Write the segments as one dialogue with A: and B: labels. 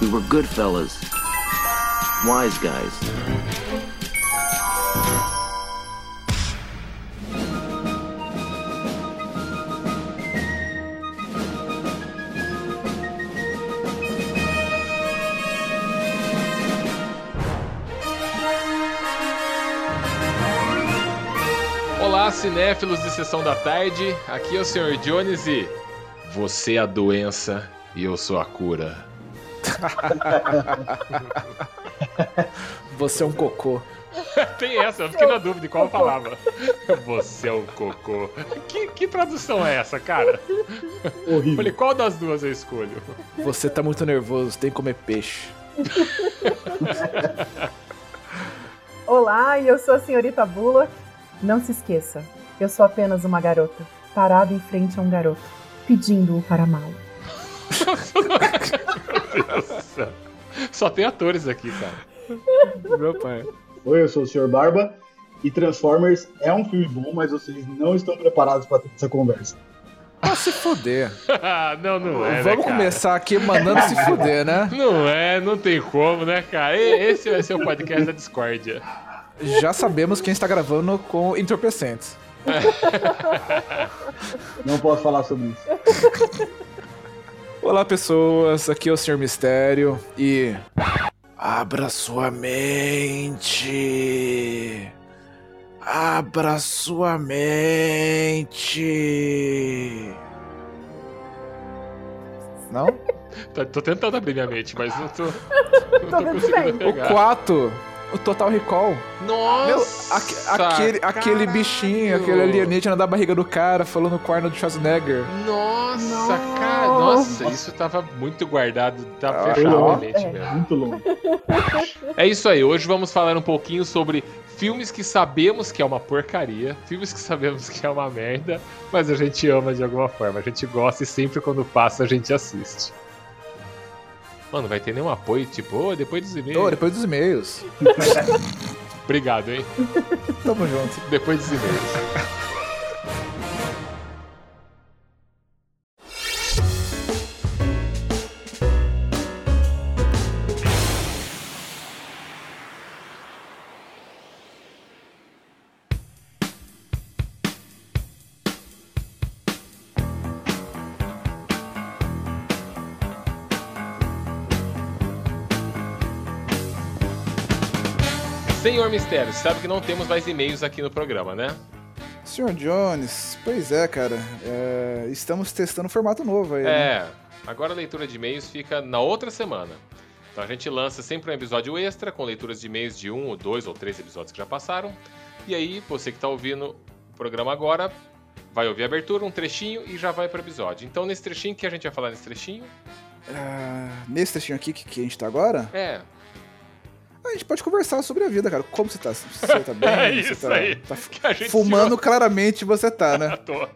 A: We were good fellas, wise guys.
B: Olá, cinéfilos de Sessão da Tarde, aqui é o Sr. Jones e você é a doença e eu sou a cura.
C: Você é um cocô.
B: Tem essa, eu fiquei na dúvida de qual palavra. Você é um cocô. Que, que tradução é essa, cara?
D: Horrível.
B: Falei, qual das duas eu escolho?
C: Você tá muito nervoso, tem que comer peixe.
E: Olá, eu sou a senhorita Bullock. Não se esqueça, eu sou apenas uma garota, parada em frente a um garoto, pedindo-o para amá-lo.
B: Só tem atores aqui, cara.
C: Meu pai.
D: Oi, eu sou o Sr. Barba. E Transformers é um filme bom, mas vocês não estão preparados pra ter essa conversa.
C: Pra se fuder.
B: Ah, não, não é. né,
C: Vamos
B: cara?
C: começar aqui mandando se fuder, né?
B: Não é, não tem como, né, cara? E- Esse vai ser o podcast da discórdia.
C: Já sabemos quem está gravando com entorpecentes.
D: Não posso falar sobre isso.
C: Olá, pessoas. Aqui é o Sr. Mistério e. Abra sua mente. Abra sua mente. Não?
B: Tá- Tô tentando abrir minha mente, mas não tô,
E: Tô
B: não tô
E: vendo
B: conseguindo
E: bem.
C: O
B: pegar.
C: 4, o Total Recall. Meu,
B: Nossa!
C: aque- aquele, aquele
B: caralho.
C: bichinho, aquele alienígena da barriga do cara falando com o Arnold Schwarzenegger.
B: Nossa,
E: Nossa.
B: cara! Nossa, isso tava muito guardado, tava
C: Ah,
B: fechado
D: ó.
B: a mente
E: É.
B: mesmo.
D: Muito longo.
B: É isso aí, hoje vamos falar um pouquinho sobre filmes que sabemos que é uma porcaria, filmes que sabemos que é uma merda, mas a gente ama de alguma forma, a gente gosta e sempre quando passa a gente assiste. Mano, vai ter nenhum apoio, tipo, ô, depois dos e-mails.
C: Oh, depois dos e-mails.
B: Obrigado, hein?
C: Tamo junto.
B: Depois dos e-mails. Senhor Mistério, sabe que não temos mais e-mails aqui no programa, né?
C: Sr. Jones, pois é, cara. é, estamos testando um formato novo aí. né?
B: É, agora a leitura de e-mails fica na outra semana. Então a gente lança sempre um episódio extra com leituras de e-mails de um, ou dois ou três episódios que já passaram. E aí, você que tá ouvindo o programa agora, vai ouvir a abertura, um trechinho e já vai pro episódio. Então, nesse trechinho, o que a gente vai falar nesse trechinho?
C: Ah, nesse trechinho aqui que, que a gente tá agora,
B: É,
C: a gente pode conversar sobre a vida, cara. Como você tá? Você tá bem?
B: É
C: Você
B: isso
C: tá,
B: aí.
C: tá fu-
B: que a gente
C: fumando claramente você tá, né?
B: À toa.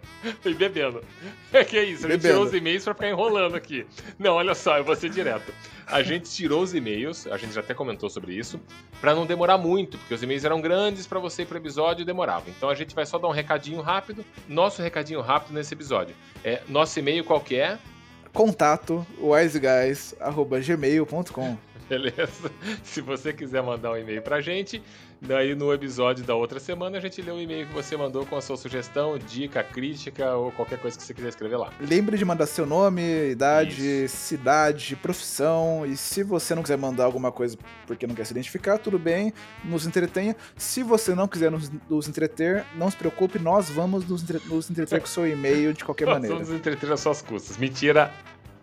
B: E bebendo. É que é isso, a gente
C: Bebendo.
B: tirou os e-mails pra ficar enrolando aqui. Não, olha só, eu vou ser direto. A gente tirou os e-mails, a gente já até comentou sobre isso, pra não demorar muito, porque os e-mails eram grandes pra você ir pro episódio e demorava. Então a gente vai só dar um recadinho rápido, nosso recadinho rápido nesse episódio. É, nosso e-mail qual que é?
C: Contato wiseguys.gmail.com.
B: Beleza? Se você quiser mandar um e-mail pra gente, daí no episódio da outra semana a gente lê o e-mail que você mandou com a sua sugestão, dica, crítica ou qualquer coisa que você quiser escrever lá.
C: Lembre de mandar seu nome, idade, cidade, profissão. E se você não quiser mandar alguma coisa porque não quer se identificar, tudo bem, nos entretenha. Se você não quiser nos, nos entreter, não se preocupe, nós vamos nos, entre- nos entreter com seu e-mail de qualquer
B: Nós
C: maneira.
B: vamos entreter às suas custas. Mentira.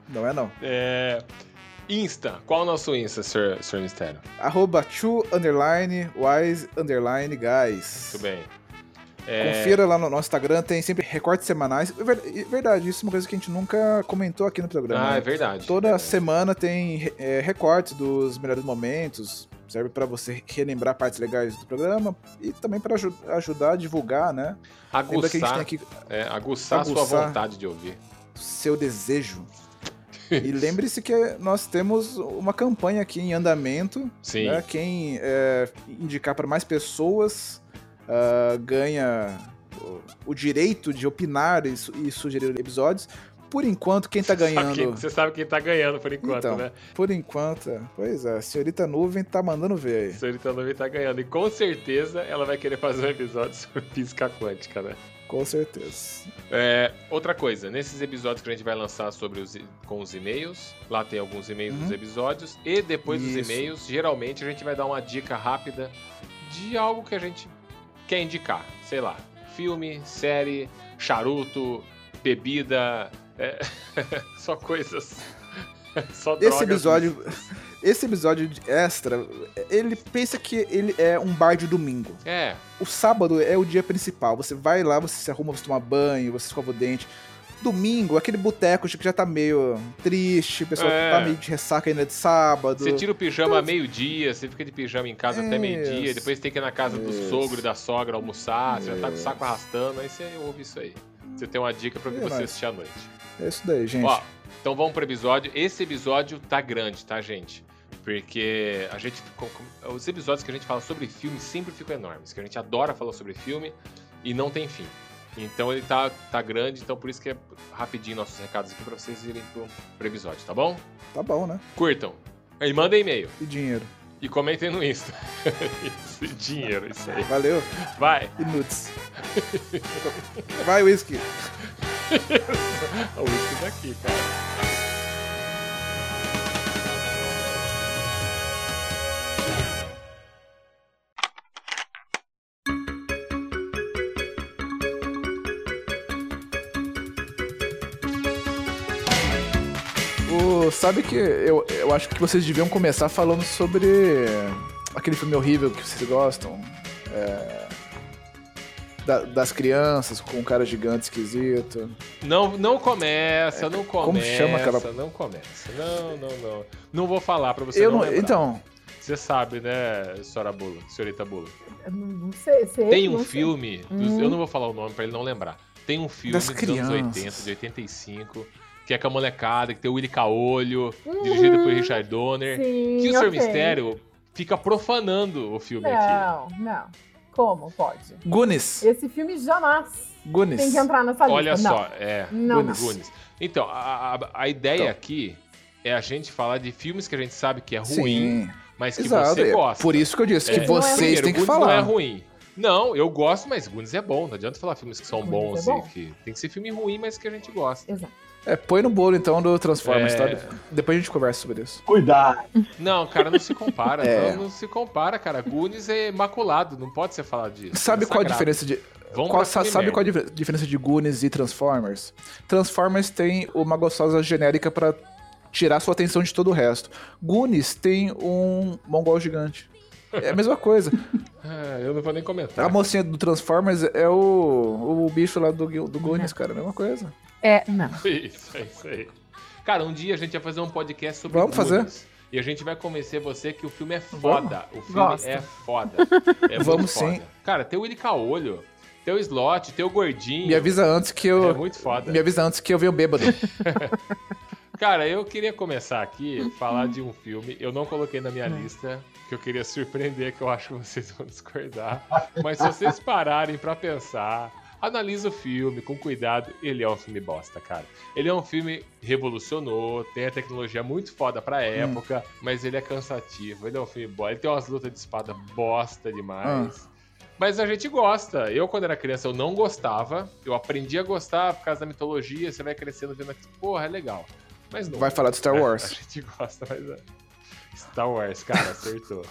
C: Não é não.
B: É... Insta. Qual o nosso Insta, Sr. Sr. Mistério?
C: Arroba two underline wise underline guys.
B: Muito bem.
C: Confira lá no nosso Instagram, tem sempre recortes semanais. É ver- é Verdade, isso é uma coisa que a gente nunca comentou aqui no programa.
B: Ah,
C: né?
B: é verdade.
C: Toda
B: É.
C: semana tem é, recorte dos melhores momentos, serve pra você relembrar partes legais do programa e também pra aju- ajudar a divulgar, né? Lembra que a gente
B: Aguçar,
C: tem aqui
B: é, aguçar, a sua
C: aguçar.
B: vontade de ouvir.
C: seu desejo. E lembre-se que nós temos uma campanha aqui em andamento.
B: Sim.
C: né? Quem é, indicar pra mais pessoas ah, ganha o- o direito de opinar e, su- e sugerir episódios. por enquanto, quem tá ganhando.
B: Sabe quem- você sabe quem tá ganhando por enquanto,
C: Então.
B: né?
C: Por enquanto, é. pois é, a senhorita nuvem tá mandando ver aí.
B: Senhorita Nuvem tá ganhando. E com certeza ela vai querer fazer um episódio sobre física quântica, né?
C: Com certeza.
B: É, outra coisa, nesses episódios que a gente vai lançar sobre os, e- com os e-mails, lá tem alguns e-mails
C: Uhum.
B: dos episódios, e depois dos
C: Isso.
B: e-mails, geralmente a gente vai dar uma dica rápida de algo que a gente quer indicar. Sei lá, filme, série, charuto, bebida, é, só coisas. Só drogas.
C: Esse episódio. Esse episódio de extra, ele pensa que ele é um bar de domingo.
B: É,
C: O sábado é o dia principal. Você vai lá, você se arruma, você toma banho, você escova o dente. Domingo, aquele boteco que já tá meio triste, o pessoal
B: É.
C: tá meio de ressaca ainda de sábado.
B: Você tira o pijama meio-dia, você fica de pijama em casa até meio-dia,
C: Então, Isso.
B: depois tem que ir na casa do
C: Isso.
B: sogro e da sogra almoçar, você já tá com o
C: Isso.
B: saco arrastando, aí você ouve isso aí. Você tem uma dica pra que
C: É
B: você
C: nóis.
B: assistir à noite.
C: É isso daí, gente.
B: Ó, então vamos pro episódio. Esse episódio tá grande, tá, gente? Porque a gente. com- com- Os episódios que a gente fala sobre filme sempre ficam enormes, que a gente adora falar sobre filme e não tem fim. Então ele tá, tá grande, então por isso que é rapidinho nossos recados aqui pra vocês irem pro, pro episódio, tá bom?
C: Tá bom, né?
B: Curtam. E mandem e-mail.
C: E dinheiro.
B: E comentem no Insta. Isso, dinheiro, isso aí.
C: Valeu.
B: Vai!
C: E nudes. vai, whisky.
B: É o uísque daqui, cara.
C: O, sabe que eu, eu acho que vocês deviam começar falando sobre aquele filme horrível que vocês gostam. é, da- das crianças com um cara gigante esquisito.
B: Não, não começa, não começa.
C: como chama, cara?
B: Não começa. Não, não, não. Não vou falar pra você
C: eu
B: não,
C: não,
B: lembrar.
C: então,
B: Você sabe, né, senhora Bula, senhorita Bula?
E: Eu Não, não sei, sei,
B: Tem
E: não
B: um
E: sei.
B: filme, dos- eu não vou falar o nome pra ele não lembrar. Tem um filme
C: Das
B: dos anos 80,
C: crianças.
B: de 85, que é com a molecada, que tem o Willy Caolho, dirigido por Richard Donner.
E: Sim,
B: né? que o Sr.
E: ok.
B: Mistério né, fica profanando o filme aqui.
E: Não, não. Como pode?
C: Goonies.
E: Esse filme jamais
C: Goonies.
E: tem que entrar nessa lista.
B: Olha
E: não.
B: só, é.
E: Não,
B: Goonies.
E: não.
B: Goonies. Então, a, a- a ideia
C: Então.
B: aqui é a gente falar de filmes que a gente sabe que é ruim,
C: Sim,
B: mas que
C: exato.
B: você
C: é
B: gosta.
C: Por isso que eu disse que
B: É.
C: vocês
B: Primeiro,
C: têm que
B: Goonies Não é
C: falar.
B: ruim. Não, eu gosto, mas Goonies é bom. Não adianta falar filmes que são
E: Goonies
B: bons
E: é
B: e
E: bom.
B: que. Tem que ser filme ruim, mas que a gente gosta.
E: Exato.
C: É, põe no bolo então do Transformers,
B: É.
C: tá? Depois a gente conversa sobre isso.
D: Cuidado.
B: Não, cara, não se compara.
C: É.
B: não, não se compara, cara. Goonies é imaculado, não pode ser falado disso.
C: Sabe
B: É
C: qual a
B: sagrado.
C: diferença de.
B: Vamos
C: qual-
B: pra
C: sa-
B: filme
C: sabe
B: merda.
C: qual a difer- diferença de Goonies e Transformers? Transformers tem uma gostosa genérica pra tirar sua atenção de todo o resto. Goonies tem um mongol gigante. É a mesma coisa.
B: Ah, eu não vou nem comentar.
C: A mocinha do Transformers é o, o bicho lá do, Gui- do Goonies, cara. É a mesma coisa.
E: É, não.
B: Isso, é isso aí. Cara, um dia a gente vai fazer um podcast sobre
C: Vamos fazer?
B: Goonies. E a gente vai convencer você que o filme é foda. O filme
E: Gosto.
B: é foda. É muito
C: Vamos
B: foda.
C: sim.
B: Cara, tem o Willy Caolho, tem o Slot, tem o Gordinho.
C: Me avisa antes que eu.
B: É muito foda.
C: Me avisa antes que eu venho bêbado.
B: Cara, eu queria começar aqui falar de um filme. Eu não coloquei na minha lista, que eu queria surpreender, que eu acho que vocês vão discordar. Mas se vocês pararem pra pensar, analisa o filme com cuidado. Ele é um filme bosta, cara. Ele é um filme que revolucionou, tem a tecnologia muito foda pra época, mas ele é cansativo. Ele é um filme bosta. Ele tem umas lutas de espada bosta demais. Mas a gente gosta. Eu, quando era criança, eu não gostava. Eu aprendi a gostar por causa da mitologia. Você vai crescendo vendo aquilo. Porra, é legal. Mas não.
C: Vai falar do Star
B: A
C: Wars.
B: gente gosta, mas. é. Star Wars, cara, acertou.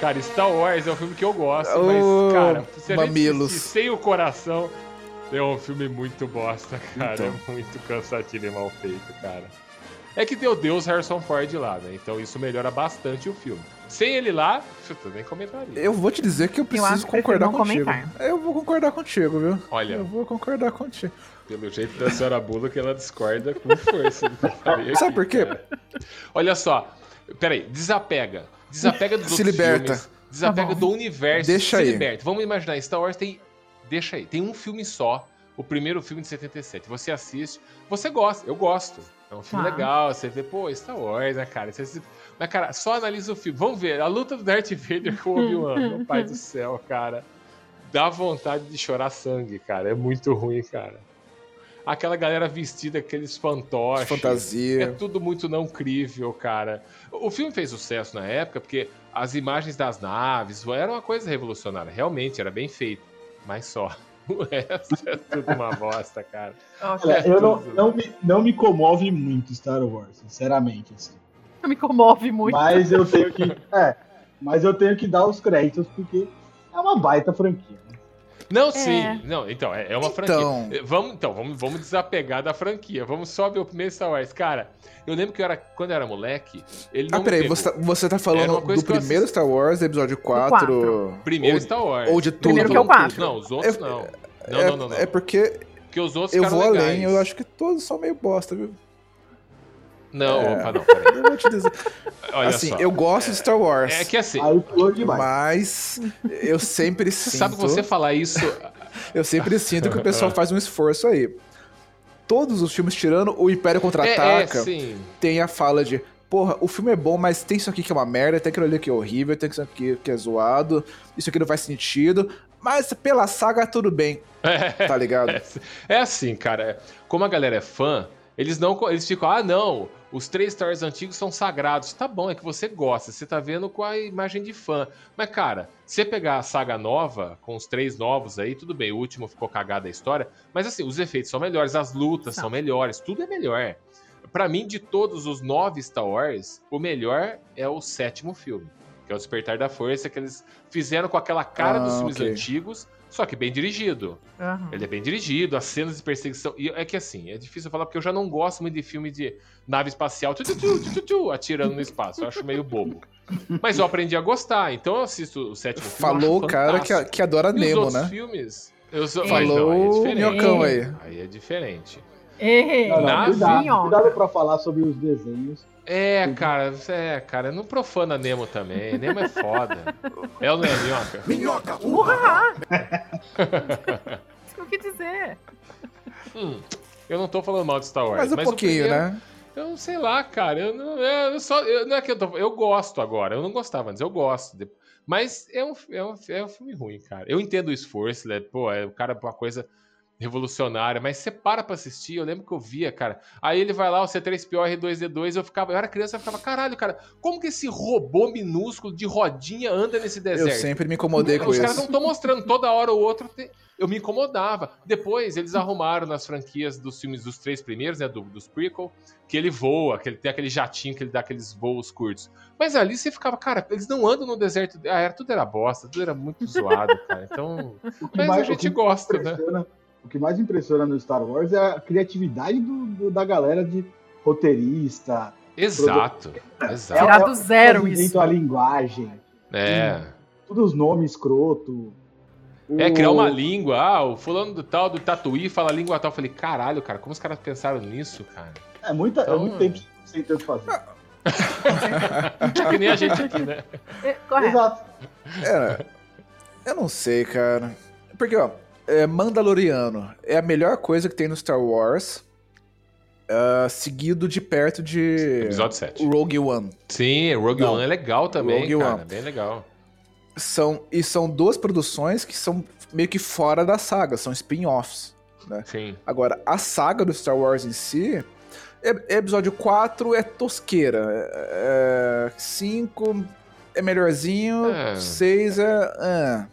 B: cara, Star Wars é um filme que eu gosto, mas,
C: Ô,
B: cara, se a gente
C: mamilos.
B: assistir sem o coração, é um filme muito bosta, cara.
C: Então.
B: É muito cansativo e mal feito, cara. É que deu Deus Harrison Ford lá, né? Então isso melhora bastante o filme. Sem ele lá, chuta, nem comentaria.
C: Eu vou te dizer que eu preciso
E: acho que prefiro
C: concordar
E: não
C: contigo.
E: comentar.
C: Eu vou concordar contigo, viu?
B: Olha.
C: Eu vou concordar contigo.
B: Pelo jeito da senhora Bula que ela discorda com força. do que eu falei
C: Sabe
B: aqui,
C: por quê?
B: cara. Olha só. Peraí, desapega. Desapega dos
C: Se
B: outros
C: liberta.
B: filmes. Desapega
E: Tá bom.
B: do universo.
C: Deixa
B: se
C: aí.
B: liberta. Vamos imaginar, Star Wars tem... Deixa aí. Tem um filme só. O primeiro filme de 77. Você assiste. Você gosta. Eu gosto. É um filme
E: Tá.
B: legal. Você vê, pô, Star Wars, né, cara? Você se- Mas, cara, só analisa o filme. Vamos ver. A luta do Darth Vader com o Obi-Wan. Meu pai do céu, cara. Dá vontade de chorar sangue, cara. É muito ruim, cara. aquela galera vestida, aqueles fantoches. É
C: Fantasia.
B: tudo muito não crível, cara. O o filme fez sucesso na época porque as imagens das naves eram uma coisa revolucionária. Realmente, era bem feito. Mas só. O resto é tudo uma bosta, cara.
E: Ok.
D: Olha, eu não, não, me, não me comove muito Star Wars, sinceramente. assim.
E: Me comove muito.
D: Mas eu tenho que. É, mas eu tenho que dar os créditos, porque é uma baita franquia. né?
B: Não, sim. Não, então, é, é uma franquia.
C: Então.
B: Eh, Vamos, então, vamos, vamos desapegar da franquia. Vamos só ver o primeiro Star Wars. Cara, eu lembro que eu era, quando eu era moleque, ele não
C: Ah,
B: me
C: peraí,
B: pegou.
C: você tá, você tá
B: Era uma
C: falando
B: coisa
C: do
B: que eu
C: primeiro
B: assisti.
C: Star Wars, do episódio 4?
B: Primeiro
C: ou,
B: Star Wars.
C: ou de tudo?
E: Primeiro que é o quatro.
B: Não, os outros
C: É-
B: não. Não,
C: É,
B: não, não, não.
C: é porque
B: Porque os outros
C: eu
B: ficaram
C: vou
B: legais.
C: além, eu acho que todos são meio bosta, viu?
B: Não,
C: É.
B: opa, não, peraí.
C: Eu vou te dizer.
B: Olha
C: assim,
B: só.
C: eu gosto de Star Wars.
B: É que assim,
D: Aí pulou demais.
C: Mas eu sempre sinto.
B: sabe você falar isso...
C: Eu sempre sinto que o pessoal faz um esforço aí. Todos os filmes, tirando o
B: É,
C: Império
B: é,
C: Contra-Ataca,
B: sim.
C: tem a fala de. Porra, o filme é bom, mas tem isso aqui que é uma merda, tem aquilo ali que é horrível, tem isso aqui que é zoado, isso aqui não faz sentido, mas pela saga tudo bem, tá ligado?
B: É assim, cara. Como a galera é fã, eles não, eles ficam, ah, não, os três Star Wars antigos são sagrados. Tá bom, é que você gosta, você tá vendo com a imagem de fã. Mas, cara, você pegar a saga nova, com os três novos aí, tudo bem, o último ficou cagado a história, mas assim, os efeitos são melhores, as lutas são melhores, tudo é melhor. Pra mim, de todos os nove Star Wars, o melhor é o sétimo filme, que é o Despertar da Força, que eles fizeram com aquela cara
C: Ah,
B: dos filmes
C: ok.
B: antigos, só que bem dirigido.
E: Aham.
B: Ele é bem dirigido, as cenas de perseguição. E é que assim, é difícil eu falar porque eu já não gosto muito de filme de nave espacial tu, tu, tu, tu, tu, tu, atirando no espaço. Eu acho meio bobo. Mas eu aprendi a gostar, então eu assisto o sétimo filme. eu
C: Falou
B: acho
C: o cara que,
B: fantástico.
C: que adora
B: e os
C: Nemo,
B: outros
C: né?
B: filmes. Eu sou...
E: Ei.
B: Mas não, aí é
C: Falou o
B: diferente.
C: minhocão aí.
B: Aí é diferente.
E: Ei,
D: Não, não,
B: Nave.
D: cuidado,
E: Vinhoca.
D: cuidado pra falar sobre os desenhos.
B: É, cara, é, cara, não profana Nemo também. Nemo é foda. É o Lenioca.
E: Urra! Isso o que dizer.
B: Hum, eu não tô falando mal de Star Wars.
C: Mas um
B: o
C: pouquinho,
B: primeiro-
C: né?
B: Eu Então, sei lá, cara. Eu não, é, eu só, eu- não é que eu tô. Eu gosto agora. Eu não gostava antes, eu gosto. De- Mas é um, é, um, é um filme ruim, cara. Eu entendo o esforço, né? Pô, é, o cara é uma coisa revolucionária, mas você para pra assistir, eu lembro que eu via, cara. Aí ele vai lá, o C3PO R2D2, eu ficava, eu era criança, eu ficava, caralho, cara, como que esse robô minúsculo de rodinha anda nesse
C: Eu
B: deserto?
C: sempre me incomodei com
B: Os
C: isso.
B: caras não estão mostrando toda hora o outro. te- Eu me incomodava. Depois, eles arrumaram nas franquias dos filmes dos três primeiros, né? do- dos prequel, que ele voa, que ele tem aquele jatinho que ele dá aqueles voos curtos. Mas ali você ficava, cara, eles não andam no deserto. Ah, era, tudo era bosta, tudo era muito zoado, cara. Então.
D: O que
B: Mas a
D: mais- o
B: gente
D: que
B: gosta, né?
D: impressiona, o que mais impressiona no Star Wars é a criatividade do- do- da galera de roteirista.
B: Exato. Exato.
E: Tirar do
B: um
E: zero
D: eles
E: isso.
D: inventam a linguagem,
B: É.
D: todos os nomes escroto.
B: É,
D: O-
B: criar uma língua. Ah, o fulano do tal, do Tatuí, fala a língua tal. Eu falei, caralho, cara, como os caras pensaram nisso, cara?
D: É, muita,
B: Então,
D: é muito tempo sem ter o que fazer.
B: Que nem a gente aqui, né?
E: É, correto.
D: Exato.
C: É, eu não sei, cara. Porque, ó, é, Mandaloriano é a melhor coisa que tem no Star Wars, ah, seguido de perto de
B: Episódio 7.
C: Rogue One.
B: Sim, Rogue
C: Não.
B: One é legal também,
C: Rogue
B: cara.
C: One.
B: Bem legal.
C: São, e são duas produções que são meio que fora da saga, são spin-offs.
B: Sim.
C: Agora, a saga do Star Wars em si, é- episódio 4 é tosqueira, 5 é melhorzinho,
B: É.
C: 6 é... ah.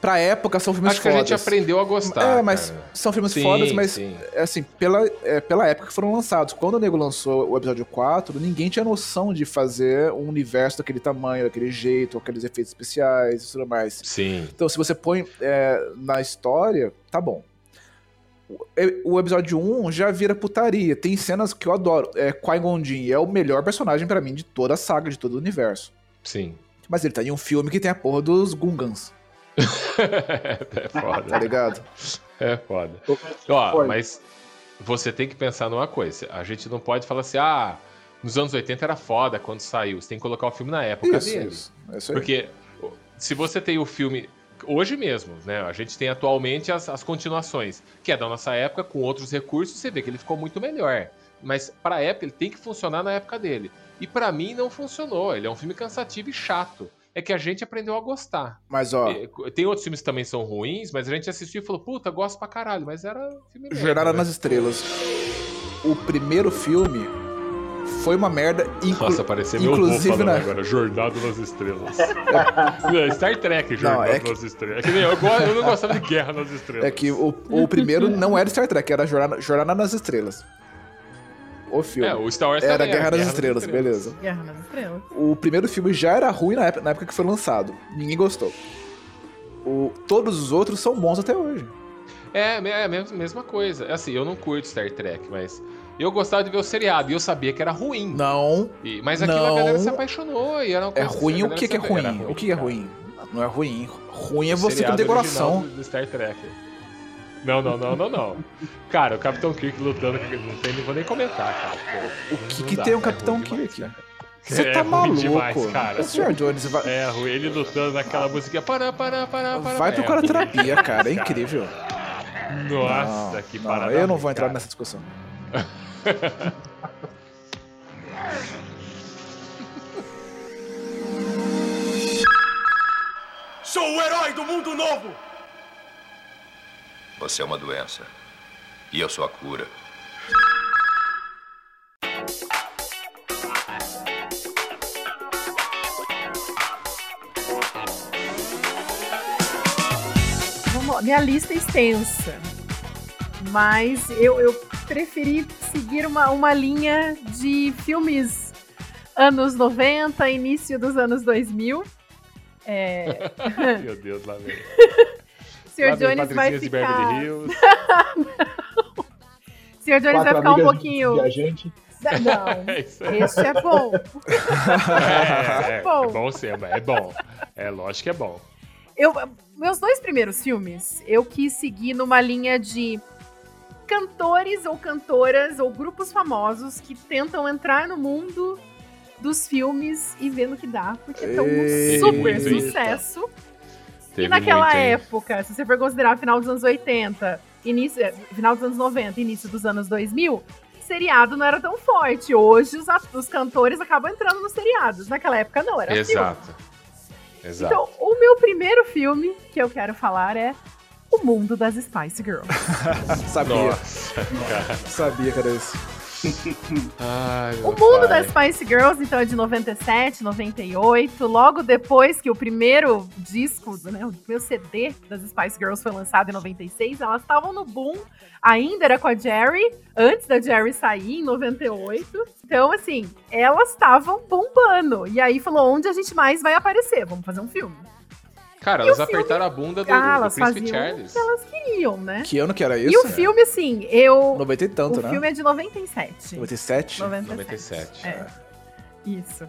C: Pra época, são filmes
B: Acho que a gente
C: fodas.
B: aprendeu a gostar.
C: É, mas
B: cara.
C: são filmes fodas, mas
B: sim.
C: é assim, pela, é, pela época que foram lançados. Quando o Nego lançou o episódio 4, ninguém tinha noção de fazer um universo daquele tamanho, daquele jeito, aqueles efeitos especiais e tudo mais.
B: Sim.
C: Então, se você põe é, na história, tá bom. O- é, O episódio 1 já vira putaria. Tem cenas que eu adoro. É, Qui-Gon Jinn é o melhor personagem pra mim de toda a saga, de todo o universo.
B: Sim.
C: Mas ele tá em um filme que tem a porra dos Gungans,
B: é
C: tá
B: foda.
C: ligado?
B: é foda.
D: Tô-
B: Ó,
E: Então
D: Foda.
B: mas você tem que pensar numa coisa. A gente não pode falar assim, ah, nos anos 80 era foda quando saiu. Você tem que colocar o filme na época
C: Isso,
B: dele.
C: isso. É isso aí.
B: Porque se você tem o filme hoje mesmo, né? A gente tem atualmente as, as continuações, que é da nossa época, com outros recursos, você vê que ele ficou muito melhor. Mas pra época, ele tem que funcionar na época dele. E pra mim não funcionou. Ele é um filme cansativo e chato. é que a gente aprendeu a gostar.
C: Mas, ó,
B: É, Tem outros filmes que também são ruins, mas a gente assistiu e falou, puta, gosto pra caralho, mas era filme merda,
C: Jornada
B: né?
C: nas Estrelas. O primeiro filme foi uma merda. inclu-
B: Nossa, parecia
C: inclusive
B: meu avô falando
C: na-
B: agora, Jornada nas Estrelas. Não, Star Trek,
C: Não,
B: Jornada
C: é que-
B: nas Estrelas. É que nem eu, go- eu não gostava de Guerra nas Estrelas.
C: É que o, o primeiro não era Star Trek, era Jornada, Jornada nas Estrelas. O filme.
B: É, o Star Wars
C: era
B: também
C: Guerra nas Estrelas, beleza.
E: Guerra nas Estrelas.
C: O primeiro filme já era ruim na época, na época que foi lançado. Ninguém gostou. O, todos os outros são bons até hoje.
B: É, me- é a mes- mesma coisa. É Assim, eu não curto Star Trek, mas eu gostava de ver o seriado e eu sabia que era ruim.
C: Não,
B: E- mas aquilo a
C: Não.
B: galera se apaixonou e era uma
C: é
B: coisa
C: ruim
B: a
C: o
B: galera
C: que, que é
B: se-
C: ruim?
B: era
C: O que é
B: cara.
C: ruim? Não é ruim. Ruim é
B: O
C: você com
B: seriado
C: decoração.
B: original Do, do Star Trek. Não, não, não, não, não. Cara, o Capitão Kirk lutando, não tem, não vou nem comentar, cara. Pô,
C: O que,
B: não
C: que
B: dá,
C: tem o
B: cara, é
C: Capitão
B: ruim demais,
C: Kirk?
B: cara.
C: Você
B: É
C: tá
B: ruim
C: maluco.
B: demais, cara.
C: O Sr. Jones vai,
B: É, ruim, ele lutando naquela musiquinha. Pará, pará, pará, pará.
C: vai
B: é,
C: procurar
B: ruim.
C: terapia, cara. É incrível.
B: Nossa, que
C: não,
B: parada.
C: Eu não
B: ruim,
C: vou entrar
B: cara.
C: nessa discussão.
F: Sou o herói do mundo novo!
G: Você é uma doença. E eu sou a cura.
E: Vamos lá. Minha lista é extensa, mas eu, eu preferi seguir uma, uma linha de filmes anos 90, início dos anos 2000. É,
B: Meu Deus, lá vem.
E: Sr.
B: Lá vem
E: Jones vai
B: Patricinhas de Beverly
E: ficar.
B: Hills.
E: Sr. Jones vai
D: Quatro
E: ficar um
D: amigas
E: pouquinho.
D: Viajante.
E: Não,
B: É isso aí.
E: este é bom.
B: É, é, é
E: Bom.
B: bom sim, é bom. É lógico que é bom.
E: Eu, meus dois primeiros filmes, eu quis seguir numa linha de cantores ou cantoras ou grupos famosos que tentam entrar no mundo dos filmes e vendo que dá, porque estão um
C: Eita.
E: super sucesso. E
B: Teve
E: naquela
B: muito, hein?
E: época, se você for considerar final dos anos 80, início, eh, final dos anos 90, início dos anos 2000, seriado não era tão forte. Hoje os, at- os cantores acabam entrando nos seriados. Naquela época não, era filme.
B: Exato. Exato.
E: Então, o meu primeiro filme que eu quero falar é O Mundo das Spice Girls.
C: Sabia,
E: Então,
B: Nossa, cara.
C: sabia que era esse.
B: Ai, meu
E: O Mundo
B: pai.
E: das Spice Girls, então, é de 97, 98, logo depois que o primeiro disco, né, o primeiro CD das Spice Girls foi lançado em 96, elas estavam no boom, ainda era com a Jerry, antes da Jerry sair, em 98. Então, assim, elas estavam bombando. E aí falou, onde a gente mais vai aparecer? Vamos fazer um filme.
B: Cara,
E: E
B: elas
E: o filme?
B: apertaram a bunda do,
E: Ah,
B: do
E: elas
B: Príncipe
E: faziam o
B: Charles.
E: que elas queriam, né?
C: Que ano que era isso? é.
E: e o filme, assim, eu...
C: 90 e tanto,
E: o
C: né?
E: filme é de 97.
C: 97?
B: 97.
E: É. Isso.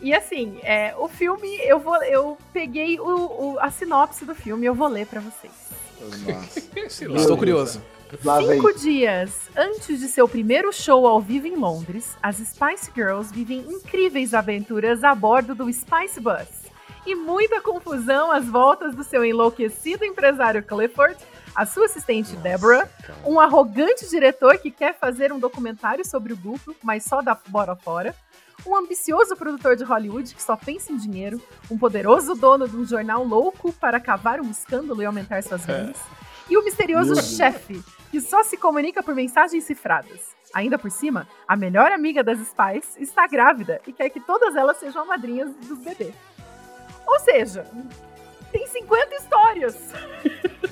E: E assim, é, o filme, eu vou, eu peguei o, o- a sinopse do filme, eu vou ler pra vocês.
C: Nossa.
B: Sei lá.
C: Estou curioso.
D: Lá vem.
E: Cinco dias antes de seu primeiro show ao vivo em Londres, as Spice Girls vivem incríveis aventuras a bordo do Spice Bus. E muita confusão às voltas do seu enlouquecido empresário Clifford, a sua assistente Deborah,
B: cara.
E: um arrogante diretor que quer fazer um documentário sobre o grupo, mas só dá bora fora, um ambicioso produtor de Hollywood que só pensa em dinheiro, um poderoso dono de um jornal louco para cavar um escândalo e aumentar suas
D: É.
E: vendas, e o misterioso chefe que só se comunica por mensagens cifradas. Ainda por cima, a melhor amiga das Spice está grávida e quer que todas elas sejam madrinhas do bebê. Ou seja, tem 50 histórias.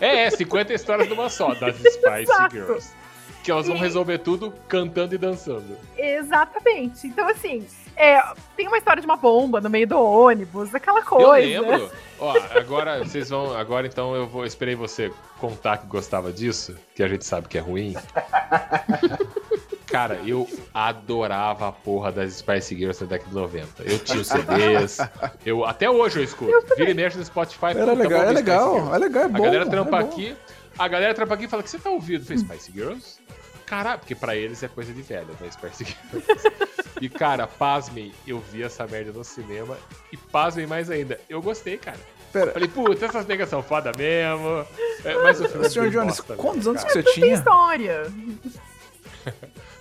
B: É, é, 50 histórias numa só, das Spice
E: Exato.
B: Girls. Que elas vão resolver tudo cantando e dançando.
E: Exatamente. Então, assim, é, tem uma história de uma bomba no meio do ônibus, aquela coisa.
B: Eu lembro. Ó, agora vocês vão. Agora então eu vou. Esperei você contar que gostava disso, que a gente sabe que é ruim. Cara, eu adorava a porra das Spice Girls na década de 90. Eu tinha os CDs. Eu, até hoje eu escuto. Vira e mexe no Spotify.
C: Era
B: puta,
C: legal,
B: vou
C: é
B: ouvir Spice
C: legal,
B: Girls.
C: é legal, é bom.
B: A galera trampa
C: é bom.
B: aqui. A galera trampa aqui e fala: O que você tá ouvindo? Fez Spice Girls? Caralho, porque pra eles é coisa de velha, né? Spice Girls. e, cara, pasmem, eu vi essa merda no cinema. E pasmem mais ainda, eu gostei, cara.
C: Pera.
B: Falei, puta, essas negas são foda mesmo. É, mas o filme é
C: Sr.
B: bem
C: Jones,
B: bosta, né,
C: quantos anos que
B: cara?
C: você
E: Tem
C: tinha?
E: história.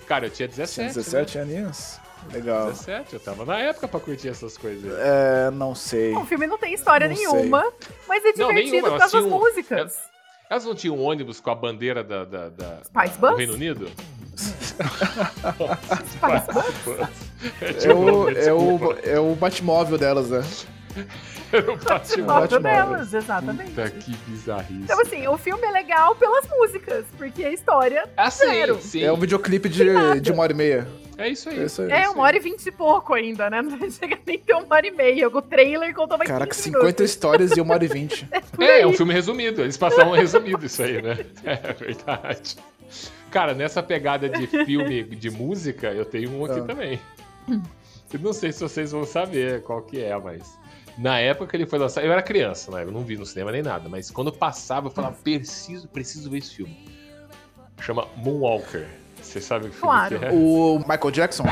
B: Cara, eu tinha
C: Tinha
B: 17.
C: 17 aninhos? Legal.
B: 17, eu tava na época pra curtir essas coisas. aí.
C: É, não sei.
E: O Um filme não tem história
C: Não sei.
E: nenhuma, mas é
B: Não,
E: divertido
B: nenhuma,
E: por
B: assim,
E: causa das
B: um-
E: músicas.
B: Elas não tinham um ônibus com a bandeira da, da, da-
E: Spice
B: do
E: Bus?
B: Reino Unido?
E: Spice Bus?
B: tipo,
C: É o, é, o, é o Batmóvel delas, né?
B: Era o um Batman.
C: Batman.
E: Nota delas, exatamente.
B: Puta, que bizarrice.
E: Então, assim, o filme é legal pelas músicas, porque a história
B: Ah, sim,
E: zero.
B: sim.
C: É um videoclipe
E: Tem nada.
C: de, de uma hora e meia.
B: É isso aí.
C: É isso aí.
E: é
B: isso
E: uma hora e vinte e pouco ainda, né? Não chega nem ter uma hora e meia. O trailer contou mais
C: Caraca,
E: 15
C: 50
E: minutos.
C: histórias e uma hora e vinte.
E: Por
B: É,
E: aí.
B: é um filme resumido. Eles passaram um resumido isso aí, né? É verdade. Cara, nessa pegada de filme de música, eu tenho um aqui
C: Ah.
B: também. Eu não sei se vocês vão saber qual que é, mas. Na época que ele foi lançado, eu era criança, né? Eu não vi no cinema nem nada, mas quando passava, eu falava, preciso, preciso ver esse filme. Chama Moonwalker. Você sabe o filme
E: Claro.
B: que é?
C: O Michael Jackson?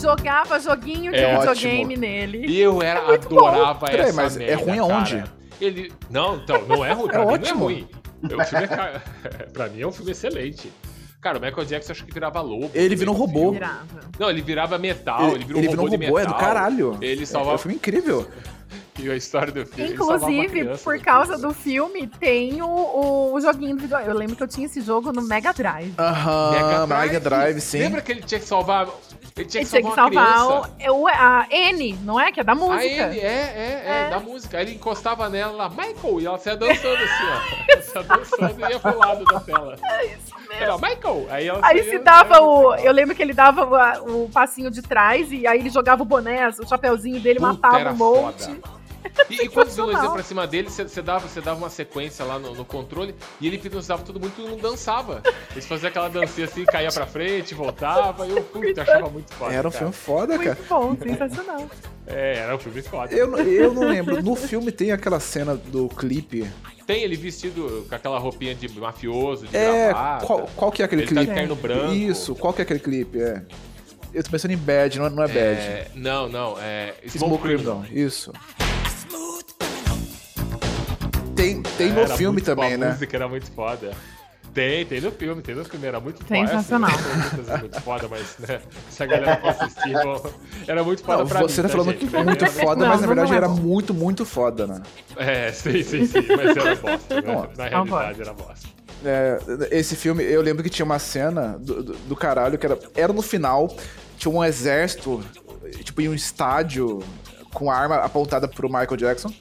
E: Jogava joguinho de
B: É
E: videogame
C: ótimo.
E: nele.
B: E eu era,
E: É muito bom.
B: adorava
C: Peraí,
B: essa
C: mas é
B: merda,
C: ruim
B: cara.
C: aonde?
B: Ele... Não, então, não é ruim. Pra
C: É
B: mim
C: ótimo.
B: não é ruim. O filme é... ca- pra mim é um filme excelente. Cara, o Michael Jackson acho que virava lobo.
C: Ele vira um robô.
E: Virava.
B: Não, ele virava metal, ele, virou um robô, de
C: é
B: metal.
C: do caralho.
B: Ele
C: É, é
B: salvava
C: um filme incrível.
B: e a história do filme. ele salvava uma
E: Inclusive,
B: criança
E: por
B: do
E: causa
B: filme.
E: do filme, tem o, o, o joguinho do videogame. Eu lembro que eu tinha esse jogo no Mega Drive.
C: Aham, Ah, Mega Drive, sim.
B: Lembra que ele tinha que salvar... Ele tinha
E: Ele
B: que
E: tinha que
B: salvar uma
E: salvar
B: criança.
E: o- é o- a N, não é? Que é da música.
B: Aí ele, é, é, é,
E: É.
B: da música. Aí ele encostava nela lá, Michael, e ela saia dançando assim, ó. Ela saia dançando e ia pro lado da tela. Era Michael! Aí, ela
E: Aí
B: saía-
E: se dava o. Eu lembro que ele dava o, a- o passinho de trás e aí ele jogava o boné, o chapeuzinho dele,
B: Puta,
E: matava
B: era
E: um monte.
B: foda. E, e quando os vilões iam
E: Sensacional.
B: pra cima dele, você você dava, você dava uma sequência lá no, no controle e ele hipnotizava todo mundo e todo mundo dançava. Eles faziam aquela dancinha assim, caía pra frente, voltava. E eu, puta, achava muito foda.
C: Era um
B: cara.
C: filme foda, cara.
E: Muito bom, sensacional.
B: É, era um filme foda.
C: Eu, eu não lembro. No filme tem aquela cena do clipe.
B: Tem ele vestido com aquela roupinha de mafioso, de
C: É,
B: gravata.
C: qual, qual que é aquele
B: Ele tá de
C: clipe?
B: terno branco.
C: Isso, qual que é aquele clipe? É. Eu tô pensando em Bad, não é, não é Bad.
B: É, não, não, é.
C: Smoke Criminal, isso. Tem, tem no
B: Era
C: filme
B: muito boa,
C: também,
B: A
C: né?
B: música era muito foda. Tem, tem no filme, tem no filme, era muito foda.
E: Sensacional.
B: Assim, não são muitas muito foda, mas né, se a galera for assistir, vão- era muito foda
C: Não,
B: pra
C: você
B: mim.
C: tá falando
B: gente?
C: que é muito foda, mas
E: Não,
C: na verdade
E: não é
C: era
E: bom.
C: muito, muito foda, né?
B: É, sim, sim, sim, mas era bosta. né?
C: Não,
B: Na
E: não
B: realidade, era bosta.
C: É, esse filme, eu lembro que tinha uma cena do, do- do caralho que era, era no final, tinha um exército, tipo, em um estádio com a arma apontada pro Michael Jackson.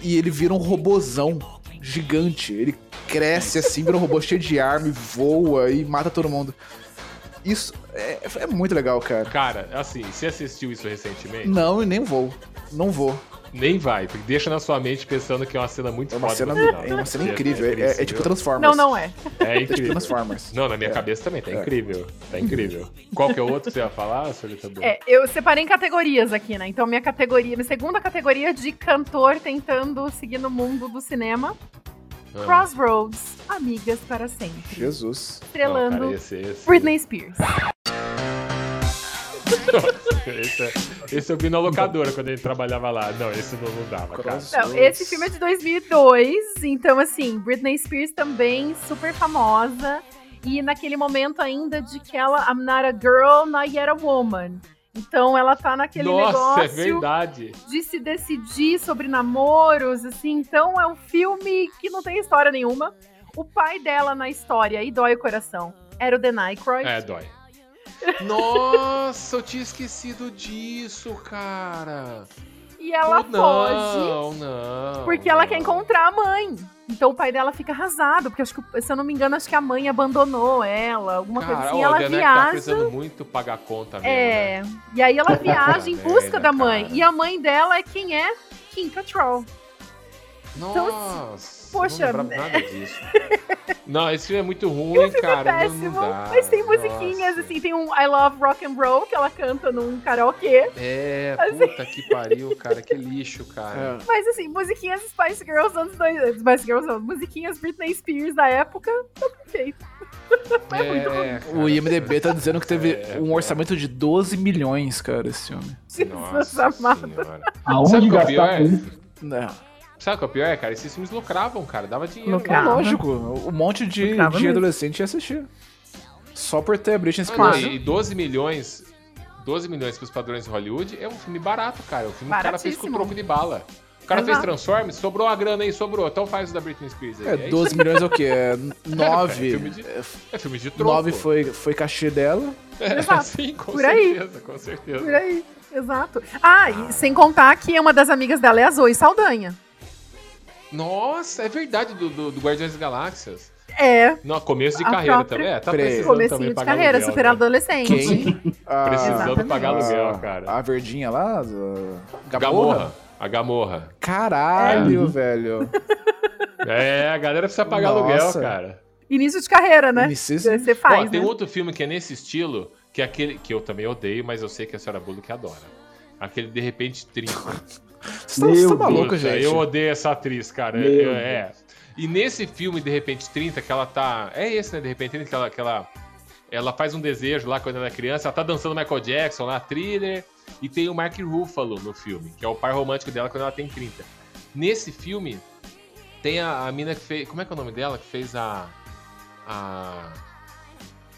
C: E ele vira um robozão gigante. Ele cresce assim, vira um robô cheio de arma e voa e mata todo mundo. Isso é, é muito legal, cara.
B: Cara, assim, se assistiu isso recentemente,
C: Não, eu nem vou. Não vou.
B: nem vai, porque deixa na sua mente pensando que é uma cena muito
C: É uma
B: foda.
C: cena,
B: no final.
C: é uma cena incrível. É, é- é tipo
B: incrível.
C: Transformers.
E: Não, não é.
B: É
C: É tipo
B: incrível.
C: Transformers.
B: Não, na minha
C: É.
B: cabeça também, tá
C: É.
B: incrível. Tá incrível. Qual que é o outro que você ia falar, Solita
E: É, eu separei em categorias aqui, né? Então, minha categoria, minha segunda categoria é de cantor tentando seguir no mundo do cinema, Crossroads, Amigas para Sempre.
C: Jesus.
E: Estrelando
B: Não, Ah. cara, esse- esse-
E: Britney Spears.
B: Esse, é- esse eu vi na locadora quando ele trabalhava lá. Não, esse não, não dava, cara.
C: Cross-
E: Não, esse filme é de 2002, então assim, Britney Spears também super famosa e naquele momento ainda de que ela I'm not a girl, not yet a woman. Então ela tá naquele
B: Nossa, é
E: negócio
B: verdade.
E: de se decidir sobre namoros, assim, então é um filme que não tem história nenhuma. O pai dela na história, e dói o coração, era o Dan Aykroyd.
B: É, dói. Nossa, eu tinha esquecido disso, cara.
E: e ela
B: Pô,
E: foge
B: não, não.
E: Porque ela
B: não.
E: quer encontrar a mãe. Então o pai dela fica arrasado, porque acho que, se eu não me engano, acho que a mãe abandonou ela, alguma
B: Cara,
E: coisa assim.
B: ó,
E: ela
B: o Deneco tá
E: viaja.
B: precisando muito pagar a conta mesmo, né?
E: é. E aí ela viaja em
B: Puta
E: busca
B: merda,
E: da mãe.
B: cara.
E: E a mãe dela é quem é? Kim Cattrall. então,
B: Nossa,
E: poxa, né?
B: eu não lembrava nada disso. Não, esse filme é muito ruim,
E: o filme
B: cara.
E: é
B: não-
E: péssimo,
B: não dá.
E: mas tem musiquinhas,
B: Nossa.
E: assim, tem um I Love Rock and Roll que ela canta num karaokê.
B: É,
E: Assim.
B: puta que pariu, cara. Que lixo, cara.
C: É.
E: Mas assim, musiquinhas Spice Girls anos dois, Spice Girls, não, musiquinhas Britney Spears da época, tá perfeito.
B: É,
E: muito ruim.
B: cara.
C: O IMDB tá dizendo que teve
B: É,
C: um orçamento de 12 milhões, cara, esse filme.
E: Jesus
B: Nossa
E: amado.
B: senhora. Sabe
D: Aonde
B: o que é o
D: gastar
B: pior?
D: com isso?
C: Não.
B: Sabe o que é o pior, cara? Esses filmes lucravam, cara. Dava dinheiro.
E: Lucrava.
B: né?
C: Lógico, É um monte de,
E: Ficava
C: de
E: mesmo.
C: adolescente ia assistir. Só por ter a Britney
B: Ah, não,
C: Spears.
B: e 12 milhões. 12 milhões pros padrões de Hollywood é um filme barato, cara. O filme que o cara fez com
E: Baratíssimo.
B: troco de bala. O cara fez
E: Exato.
B: Transformers, sobrou a grana aí, sobrou. Então faz o da Britney Spears aí.
C: É,
B: isso.
C: 12 milhões é o quê? É
B: É
C: 9.
B: filme de- É filme de troco. É,
C: 9 foi, foi cachê dela.
E: Exato.
B: Sim, com
E: Por aí.
B: certeza, com certeza.
E: Por aí, exato. Ah, e sem contar que uma das amigas dela é a Zoe Saldanha.
B: Nossa, é verdade, do, do, do Guardiões das Galáxias.
E: É,
B: No começo de
E: A
B: carreira
E: própria-
B: também. É, tá
C: Peraí.
B: precisando também
E: comecinho de
B: pagar
E: carreira,
B: aluguel,
E: super
B: né?
E: adolescente.
C: Quem? A-
B: Precisando
E: Exatamente.
B: pagar
C: a-
B: aluguel, cara.
C: A verdinha lá? a-
B: Gamorra. A Gamorra.
C: Caralho, velho.
B: É, a galera precisa pagar aluguel,
C: Nossa.
B: cara.
E: Início de carreira, né?
C: Início-
E: Você
B: Ó,
E: faz,
B: tem
E: né?
B: outro filme que é nesse estilo, que é aquele que eu também odeio, mas eu sei que a senhora Bullock adora. Aquele De Repente 30.
C: Vocês tão-
D: Meu
C: vocês tão maluco,
B: Puta,
C: gente.
B: Eu odeio essa atriz, cara.
D: Meu
B: Eu- é. E nesse filme, De Repente 30, que ela tá. É esse, né? De Repente 30, que ela. Que ela, ela faz um desejo lá quando ela é criança. Ela tá dançando Michael Jackson lá, thriller. E tem o Mark Ruffalo no filme, que é o par romântico dela quando ela tem 30. Nesse filme, tem a, a mina que fez. Como é que é o nome dela? Que fez a. A.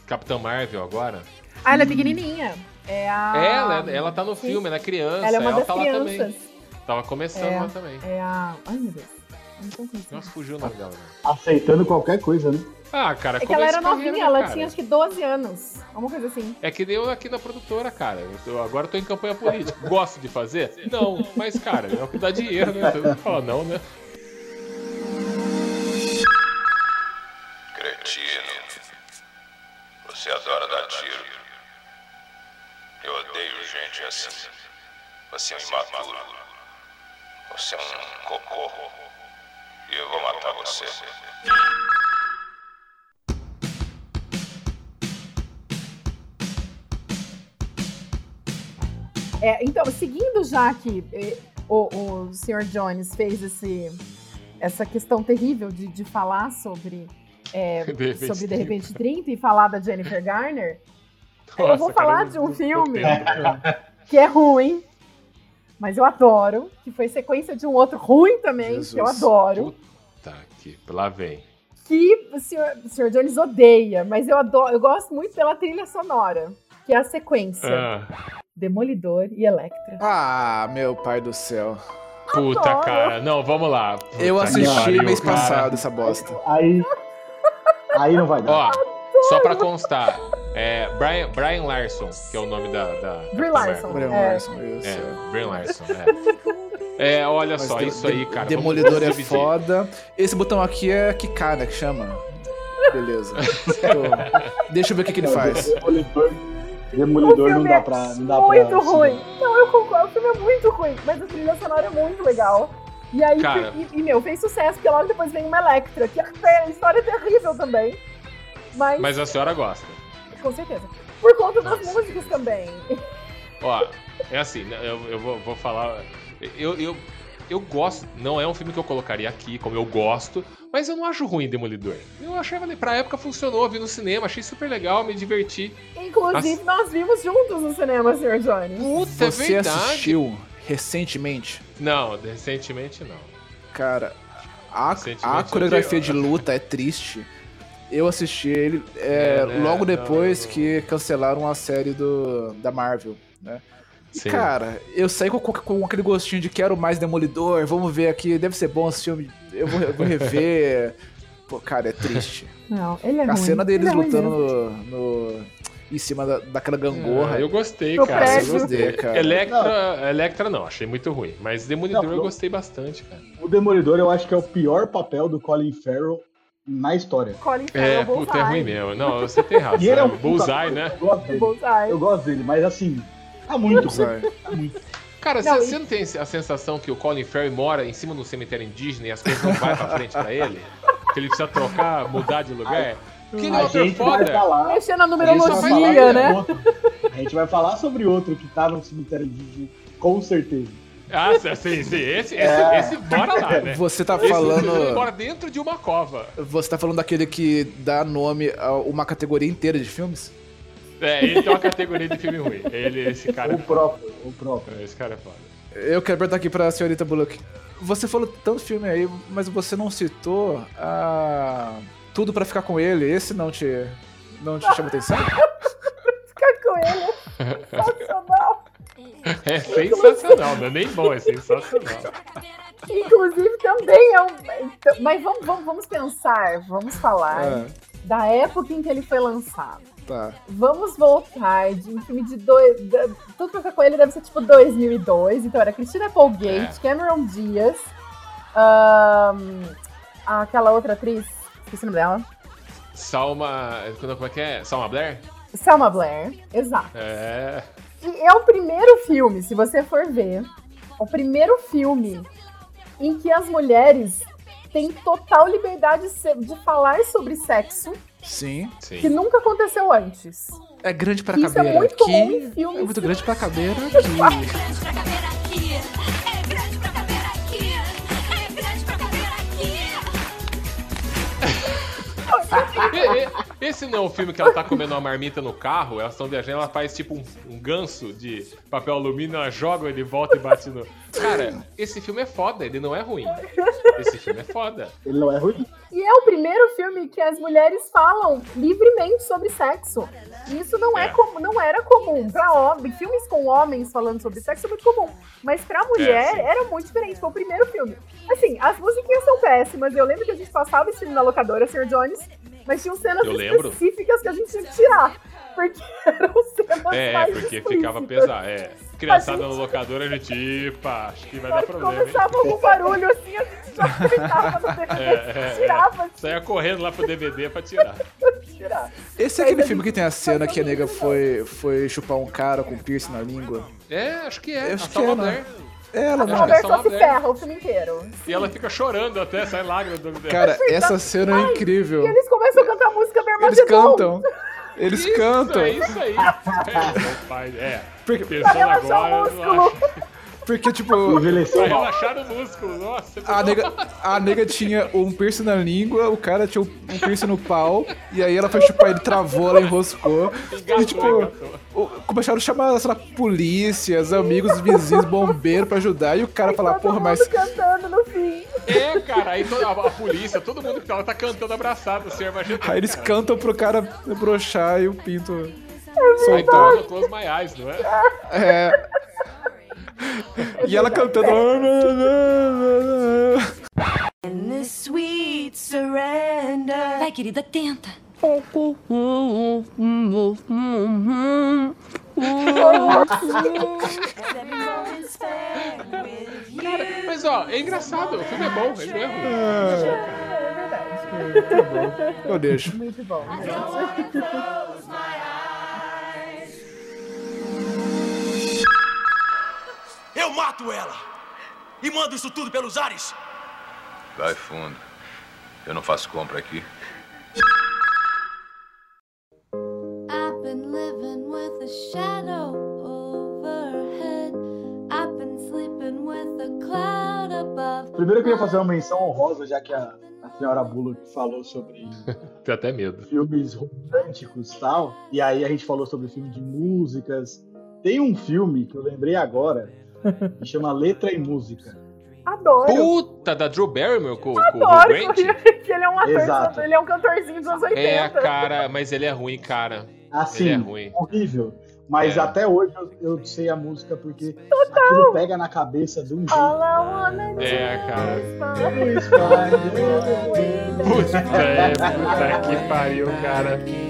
B: Capitã Marvel agora.
E: Ah, ela é pequenininha. É a...
B: ela, ela tá no filme, ela é criança.
E: Ela é uma das
B: tá lá também.
E: crianças.
B: Tava começando
E: É.
B: lá também.
E: É a... Ai, meu Deus. Não tô conseguindo.
B: Nossa, fugiu o nome dela, né?
D: Aceitando qualquer coisa, né?
B: Ah, cara,
E: É que
B: começo
E: ela era
B: de carreira,
E: novinha,
B: né,
E: ela
B: cara?
E: tinha acho que 12 anos. Alguma coisa assim.
B: É que deu aqui na produtora, cara. Eu tô- agora eu tô em campanha política. Gosto de fazer? Não, mas, cara, é o que dá dinheiro, né? Eu não falo não, né?
G: Cretino. Você adora dar tiro. Eu odeio gente assim. Você é um imaturo. Você é um cocô. E eu vou matar você.
E: É, então, seguindo já que eh, o, o Sr. Jones fez esse, essa questão terrível de, de falar sobre, eh,
B: De repente
E: sobre De
B: 30.
E: Repente 30 e falar da Jennifer Garner, eu vou
B: Nossa, cara,
E: falar
B: não-
E: de um
B: não tô
E: filme
B: tendo.
E: que é ruim, mas eu adoro, que foi sequência de um outro ruim também, que eu
C: Jesus.
E: adoro,
B: Tá aqui, lá vem.
E: que o Sr. o Sr. Jones odeia, mas eu adoro, eu gosto muito pela trilha sonora, que é a sequência
B: Ah,
E: Demolidor e Electra.
C: Ah, meu pai do céu.
B: puta,
E: Adoro.
B: cara. Não, vamos lá. Puta
C: Eu
B: que
C: assisti
B: pariu,
C: mês
B: cara.
C: passado essa bosta.
D: Aí. Aí não vai dar.
B: Ó, só pra constar, é Brian, Brian Larson, que é o nome da. da
E: Brie
B: da-
E: Larson.
C: Brian
E: É.
C: Larson, isso.
B: É, Brian Larson, é. É, olha
C: Mas
B: só,
C: de-
B: isso aí,
C: de-
B: cara. vamos-
C: Demolidor
B: vamos
C: é
B: dividir.
C: foda. Esse botão aqui é quicar, né? Que chama. Beleza. Tô- Deixa eu ver o que, que ele
B: é
C: faz.
D: Demolidor,
E: O
D: Demolidor
E: filme
D: não dá
E: é
D: pra. Não dá
E: muito
D: pra,
E: ruim. Não, eu concordo, o filme é muito ruim, mas a trilha sonora é muito legal. E aí,
B: Cara.
E: e, e, meu, fez sucesso, porque logo depois vem uma Electra, que é a história é terrível também. Mas,
B: Mas a senhora gosta.
E: com certeza. Por conta das
B: Nossa.
E: músicas também.
B: Ó, é assim, né, eu, eu vou, vou falar. Eu, eu, eu gosto. Não é um filme que eu colocaria aqui, como eu gosto, mas eu não acho ruim Demolidor. Eu achava ele pra época funcionou, eu vi no cinema, achei super legal, me diverti.
E: Inclusive, nós vimos juntos no cinema, Sr. Johnny.
B: Puta, é
C: Você
B: verdade.
C: assistiu recentemente,
B: Não, recentemente não.
C: cara. A, a
B: Recentemente,
C: coreografia
B: eu-
C: de luta é triste. Eu assisti ele é,
B: É, né,
C: logo
B: não,
C: depois
B: não.
C: que cancelaram a série do, da Marvel, né? E,
B: Sim.
C: cara, eu saí com, com aquele gostinho de quero mais Demolidor, vamos ver aqui, deve ser bom esse filme, eu vou, eu vou rever. Pô, cara, é triste.
E: Não, ele é
C: a cena deles lutando no, no- em cima da, daquela gangorra.
B: Ah, eu gostei,
E: No
B: cara.
E: prédio.
C: Eu gostei, cara.
B: Electra não. Electra não, achei muito ruim. Mas Demolidor
D: Não,
B: eu
D: não.
B: gostei bastante, cara.
D: O Demolidor eu acho que é o pior papel do Colin Farrell na história.
E: Colin Farrell,
B: É, puta, é ruim
E: Bullseye.
B: mesmo. Não, você tem razão.
D: E ele é um puta
B: Bullseye,
D: ator,
B: né?
D: Eu gosto dele.
E: Bullseye.
D: Eu gosto dele, mas assim, tá muito ruim.
C: Sabe?
B: Cara,
E: Não,
B: você não tem a sensação que o Colin Farrell mora em cima de um cemitério indígena e as coisas não vão pra frente pra ele? Que ele precisa trocar, mudar de lugar? Que ele é um
D: A
B: ator
D: gente vai
B: foda.
D: falar.
E: Mexendo na
D: A gente vai
E: numerologia,
C: é
E: né?
D: falar sobre outro. A gente vai falar sobre outro que tá no cemitério de com certeza.
B: Ah, sim, sim. Esse, esse,
D: É.
B: esse mora lá, né?
C: Você tá
B: Esse é ele
C: falando.
B: mora dentro de uma cova.
C: Você tá falando daquele que dá nome a uma categoria inteira de filmes?
B: É, ele tem uma categoria de filme ruim. Ele, esse cara.
D: O próprio, o próprio.
B: Esse cara é foda.
C: Eu quero perguntar aqui pra senhorita Bullock. Você falou tanto filme aí, ah, mas você não citou a. Tudo pra ficar com ele. Esse não te. Não te chama atenção?
E: Ficar com ele é sensacional.
B: É sensacional, não é nem bom, é sensacional.
E: Inclusive, também é um. então- Mas vamos, vamos, vamos pensar, vamos falar
C: Ah,
E: da época em que ele foi lançado.
C: tá.
E: Vamos voltar de um filme de dois. da- tudo que eu com ele deve ser tipo 2002. Então era Christina Applegate, Cameron Diaz, ahn, aquela outra atriz, esqueci o nome dela.
B: Salma. Como é que é? Salma Blair?
E: Selma Blair, exato.
B: É.
E: E é o primeiro filme, se você for ver, é o primeiro filme em que as mulheres têm total liberdade se- de falar sobre sexo
C: Sim.
E: que
B: Sim.
E: nunca aconteceu antes.
H: É grande pra
E: Isso é
H: cabeira
E: muito
H: aqui.
E: comum em filmes.
H: É muito grande pra cabeira aqui.
I: grande pra caber aqui. É grande pra caber aqui. É grande pra caber aqui.
B: E- e- Esse não é um filme que ela tá comendo uma marmita no carro, elas estão viajando, ela faz tipo um, um ganso de papel alumínio, ela joga, ele volta e bate no. Cara, esse filme é foda, ele não é ruim. Esse filme é foda.
D: Ele não é ruim.
E: E é o primeiro filme que as mulheres falam livremente sobre sexo. Isso não é,
B: É.
E: comum, não era comum para homens. Filmes com homens falando sobre sexo é muito comum, mas pra mulher
B: É, sim.
E: era muito diferente. Foi o primeiro filme. Assim, as musiquinhas são péssimas. Eu lembro que a gente passava esse filme na locadora, Sr. Jones, mas tinham cenas
B: Eu lembro.
E: específicas que a gente tinha que tirar, porque eram cenas
B: É,
E: mais
B: porque
E: explícitas.
B: ficava pesado. É. Criançada
E: A
B: no
E: gente-
B: locador, a gente. Ipa, acho que vai
E: Na
B: dar
E: hora que
B: problema, hein?
E: começava algum barulho assim, a gente já apertava no DVD,
B: É, é,
E: tirava,
B: Saia correndo lá pro DVD pra tirar.
E: tirava.
C: Esse é aquele filme que tem a cena que a nega foi, foi chupar um cara com piercing na língua.
B: É, acho que é.
C: Eu
B: a
C: acho que
B: Salma
C: é, né?
B: Blair.
C: Ela,
B: Não,
E: O
C: mano.
B: é
E: Roberto
B: só
E: só se
B: uma
E: ferra o filme inteiro. tá-
B: E ela fica chorando até, sai lágrimas do dela.
C: Cara, essa cena é
E: E
C: incrível.
E: eles começam a cantar música do
C: Eles
E: Armagedon.
C: cantam. Eles
B: Isso,
C: cantam.
B: É isso aí. É, meu pai, é.
C: Porque-
B: Pensando
E: Pra relaxar o
B: agora,
E: músculo.
C: Porque, tipo,
B: pra
D: Envelheceu mal.
B: relaxar o músculo. Nossa,
C: a nega, a nega tinha um piercing na língua, o cara tinha um, um piercing no pau, e aí ela foi chupar ele, travou, ela enroscou.
B: engatou,
C: e, tipo,
B: engatou.
C: o- começaram a chamar sei lá, polícia, os amigos, vizinhos, bombeiro pra ajudar, e o cara falar,
E: Tá Todo
C: porra,
E: mundo
C: mas.
E: cantando no fim.
B: É, cara, aí toda, a, a polícia, todo mundo que tá lá tá cantando abraçado, assim, imagina.
C: Aí eles
B: cara.
C: cantam pro cara broxar e o pinto
B: Aí todo
C: soltar.
B: mundo close my eyes, não é?
C: É. E ela cantando. "Ah, né, não, não, não, não."
I: Vai, querida, tenta.
B: Mas ó, é engraçado, o filme é bom, ele não é ruim.
C: Eu deixo.
E: Muito bom.
F: Eu mato ela! E mando isso tudo pelos ares!
G: Vai fundo. Eu não faço compra aqui.
I: I've been living with a shadow overhead. I've been sleeping with a cloud above.
D: Primeiro eu queria fazer uma menção honrosa, já que a, a senhora Bullock falou sobre
B: Tenho até medo.
D: filmes românticos e tal. E aí a gente falou sobre filme de músicas. Tem um filme que eu lembrei agora, que chama Letra e Música.
C: Uh,
E: Adoro.
B: Puta, da Drew Barrymore com, com o
E: Adoro
B: Grant?
E: que ele é um
D: Exato.
E: ator, ele é um cantorzinho dos anos 80.
B: É, cara, mas ele é ruim, cara.
D: Assim,
B: Ele é ruim.
D: horrível. Mas
B: É.
D: até hoje eu, eu sei a música porque aquilo pega na cabeça de um jeito.
E: All I wanna do
B: É, cara.
E: is find you
D: Luiz Fábio.
E: with
B: Puta, é, puta que pariu, cara. Que-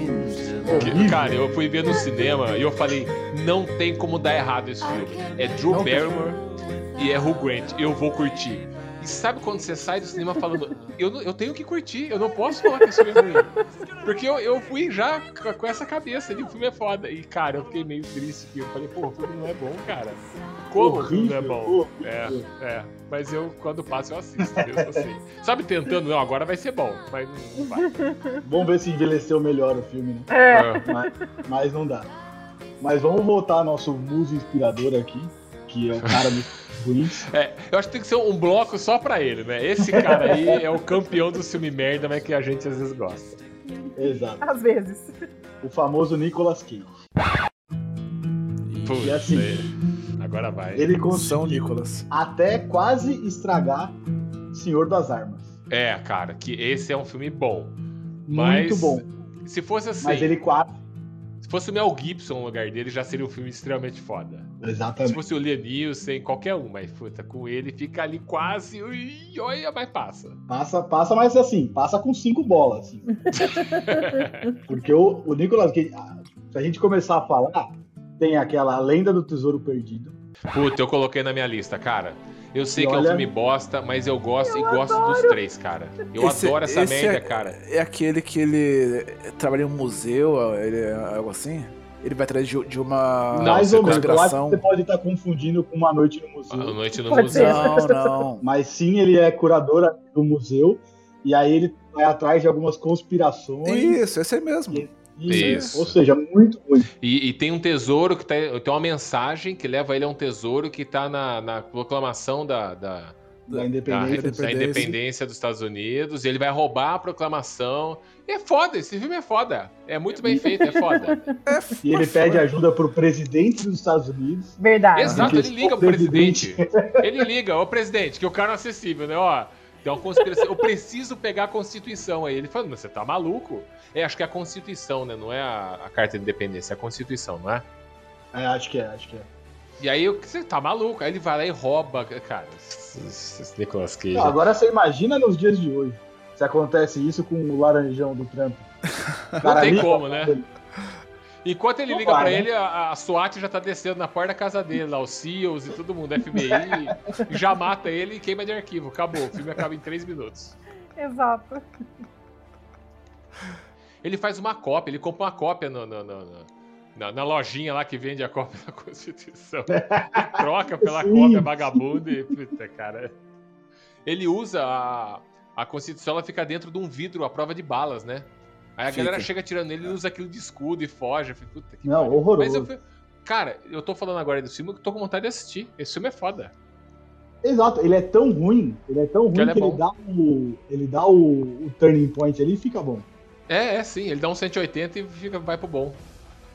B: Cara, eu fui ver no cinema e eu falei, não tem como dar errado esse filme. É Drew Barrymore e é Hugh Grant, eu vou curtir. E sabe quando você sai do cinema falando, eu, não- eu tenho que curtir, eu não posso falar que esse filme é ruim. Porque eu, eu fui já c- com essa cabeça de o filme é foda. E, cara, eu fiquei meio triste que eu falei, pô, o filme não é bom, cara. Como o filme não é bom? É, é. Mas eu, quando passo, eu assisto, mesmo assim. Sabe, tentando, não, agora vai ser bom, mas não vai.
D: Vamos ver se envelheceu melhor o filme, né?
B: É.
D: Mas, mas não dá. Mas vamos voltar ao nosso muso inspirador aqui, que é o cara do Ruiz.
B: É, eu acho que tem que ser um bloco só pra ele, né? Esse cara aí é o campeão do filme merda, mas que a gente às vezes gosta.
D: Exato.
E: Às vezes.
D: O famoso Nicolas Cage.
B: Putz,
D: E assim-
B: é. agora vai.
D: Ele
C: São
D: conseguiu
C: Nicolas.
D: até quase estragar Senhor das Armas.
B: É, cara, que esse é um filme bom.
D: Muito
B: Mas-
D: bom.
B: Se fosse assim,
D: Mas ele quase.
B: se fosse o Mel Gibson no lugar dele, já seria um filme extremamente foda. Se
D: Exatamente.
B: fosse o Liam Neeson, qualquer um, mas puta, com ele fica ali quase e olha, mas passa.
D: Passa, passa, mas assim, passa com cinco bolas. assim. Porque o, o Nicolas Cage, ah, se a gente começar a falar, tem aquela Lenda do Tesouro Perdido.
B: Puta, eu coloquei na minha lista, cara. Eu sei
D: E
B: que é um
D: olha-
B: filme bosta, mas eu gosto e gosto dos três, cara. Eu
C: Esse-
B: adoro essa
C: esse
B: merda,
C: é-
B: cara.
C: É aquele que ele trabalha em um museu, ele é algo assim? Ele vai atrás de, de uma
B: Ah, Não, Ah,
D: mais
B: você
D: ou menos. Eu acho
C: conspiração.
D: que você pode estar confundindo com Uma Noite no
B: A
D: Museu.
B: noite no
E: Pode ser.
B: museu.
C: Não, não.
D: Mas sim, ele é curador do museu. E aí ele vai atrás de algumas conspirações.
C: Isso, esse aí mesmo.
D: E-
B: Isso.
D: Ou seja, muito ruim.
B: E, e tem um tesouro que tá, tem uma mensagem que leva ele a um tesouro que tá na, na proclamação da, da,
D: Da
B: da- da
D: independência.
B: tá independência. dos Estados Unidos. E ele vai roubar a proclamação. E é foda, esse filme é foda. É muito bem feito, é foda.
D: E ele pede ajuda pro presidente dos Estados Unidos.
E: Verdade.
B: Exato, ele liga pro
D: O
B: presidente.
D: presidente.
B: Ele liga, ô presidente, que o cara é acessível, né? Ó, tem uma conspiração. Eu preciso pegar a Constituição aí. Ele fala, mas você tá maluco? É, acho que é a Constituição, né? Não é a, a Carta de Independência, é a Constituição, não é?
D: É, acho que é, acho que é.
B: E aí, eu- você tá maluco? Aí ele vai lá e rouba. Cara, esse- esse Nicolas Cage. é
D: Não, agora você imagina nos dias de hoje. Se acontece isso com o laranjão do Trump.
B: Não
D: Cara,
B: tem
D: ali-
B: como, né? Enquanto ele
D: Não
B: liga
D: vai,
B: pra
D: né?
B: ele, a, a SWAT já tá descendo na porta da casa dele, lá, os SEALs e todo mundo, FBI, e já mata ele e queima de arquivo. Acabou, o filme acaba em três minutos.
E: Exato.
B: Ele faz uma cópia, ele compra uma cópia no- no- no- no- na, na lojinha lá que vende a cópia da Constituição. Ele troca pela
D: Sim.
B: cópia vagabunda e. Puta, cara. Ele usa a, a Constituição, ela fica dentro de um vidro à prova de balas, né? Aí a
C: Fica.
B: galera chega tirando ele, ele usa aquilo de escudo e foge. Eu falei, Puta, que
D: Não,
B: pariu.
D: horroroso.
B: Mas eu fui- Cara, eu tô falando agora do filme, eu tô com vontade de assistir. Esse filme é foda.
D: Exato, ele é tão ruim, ele é tão ruim que
B: ele
D: ele,
B: é bom.
D: dá o. Ele dá o, o turning point ali e fica bom.
B: É, é sim. Ele dá um 180 e fica, vai pro bom.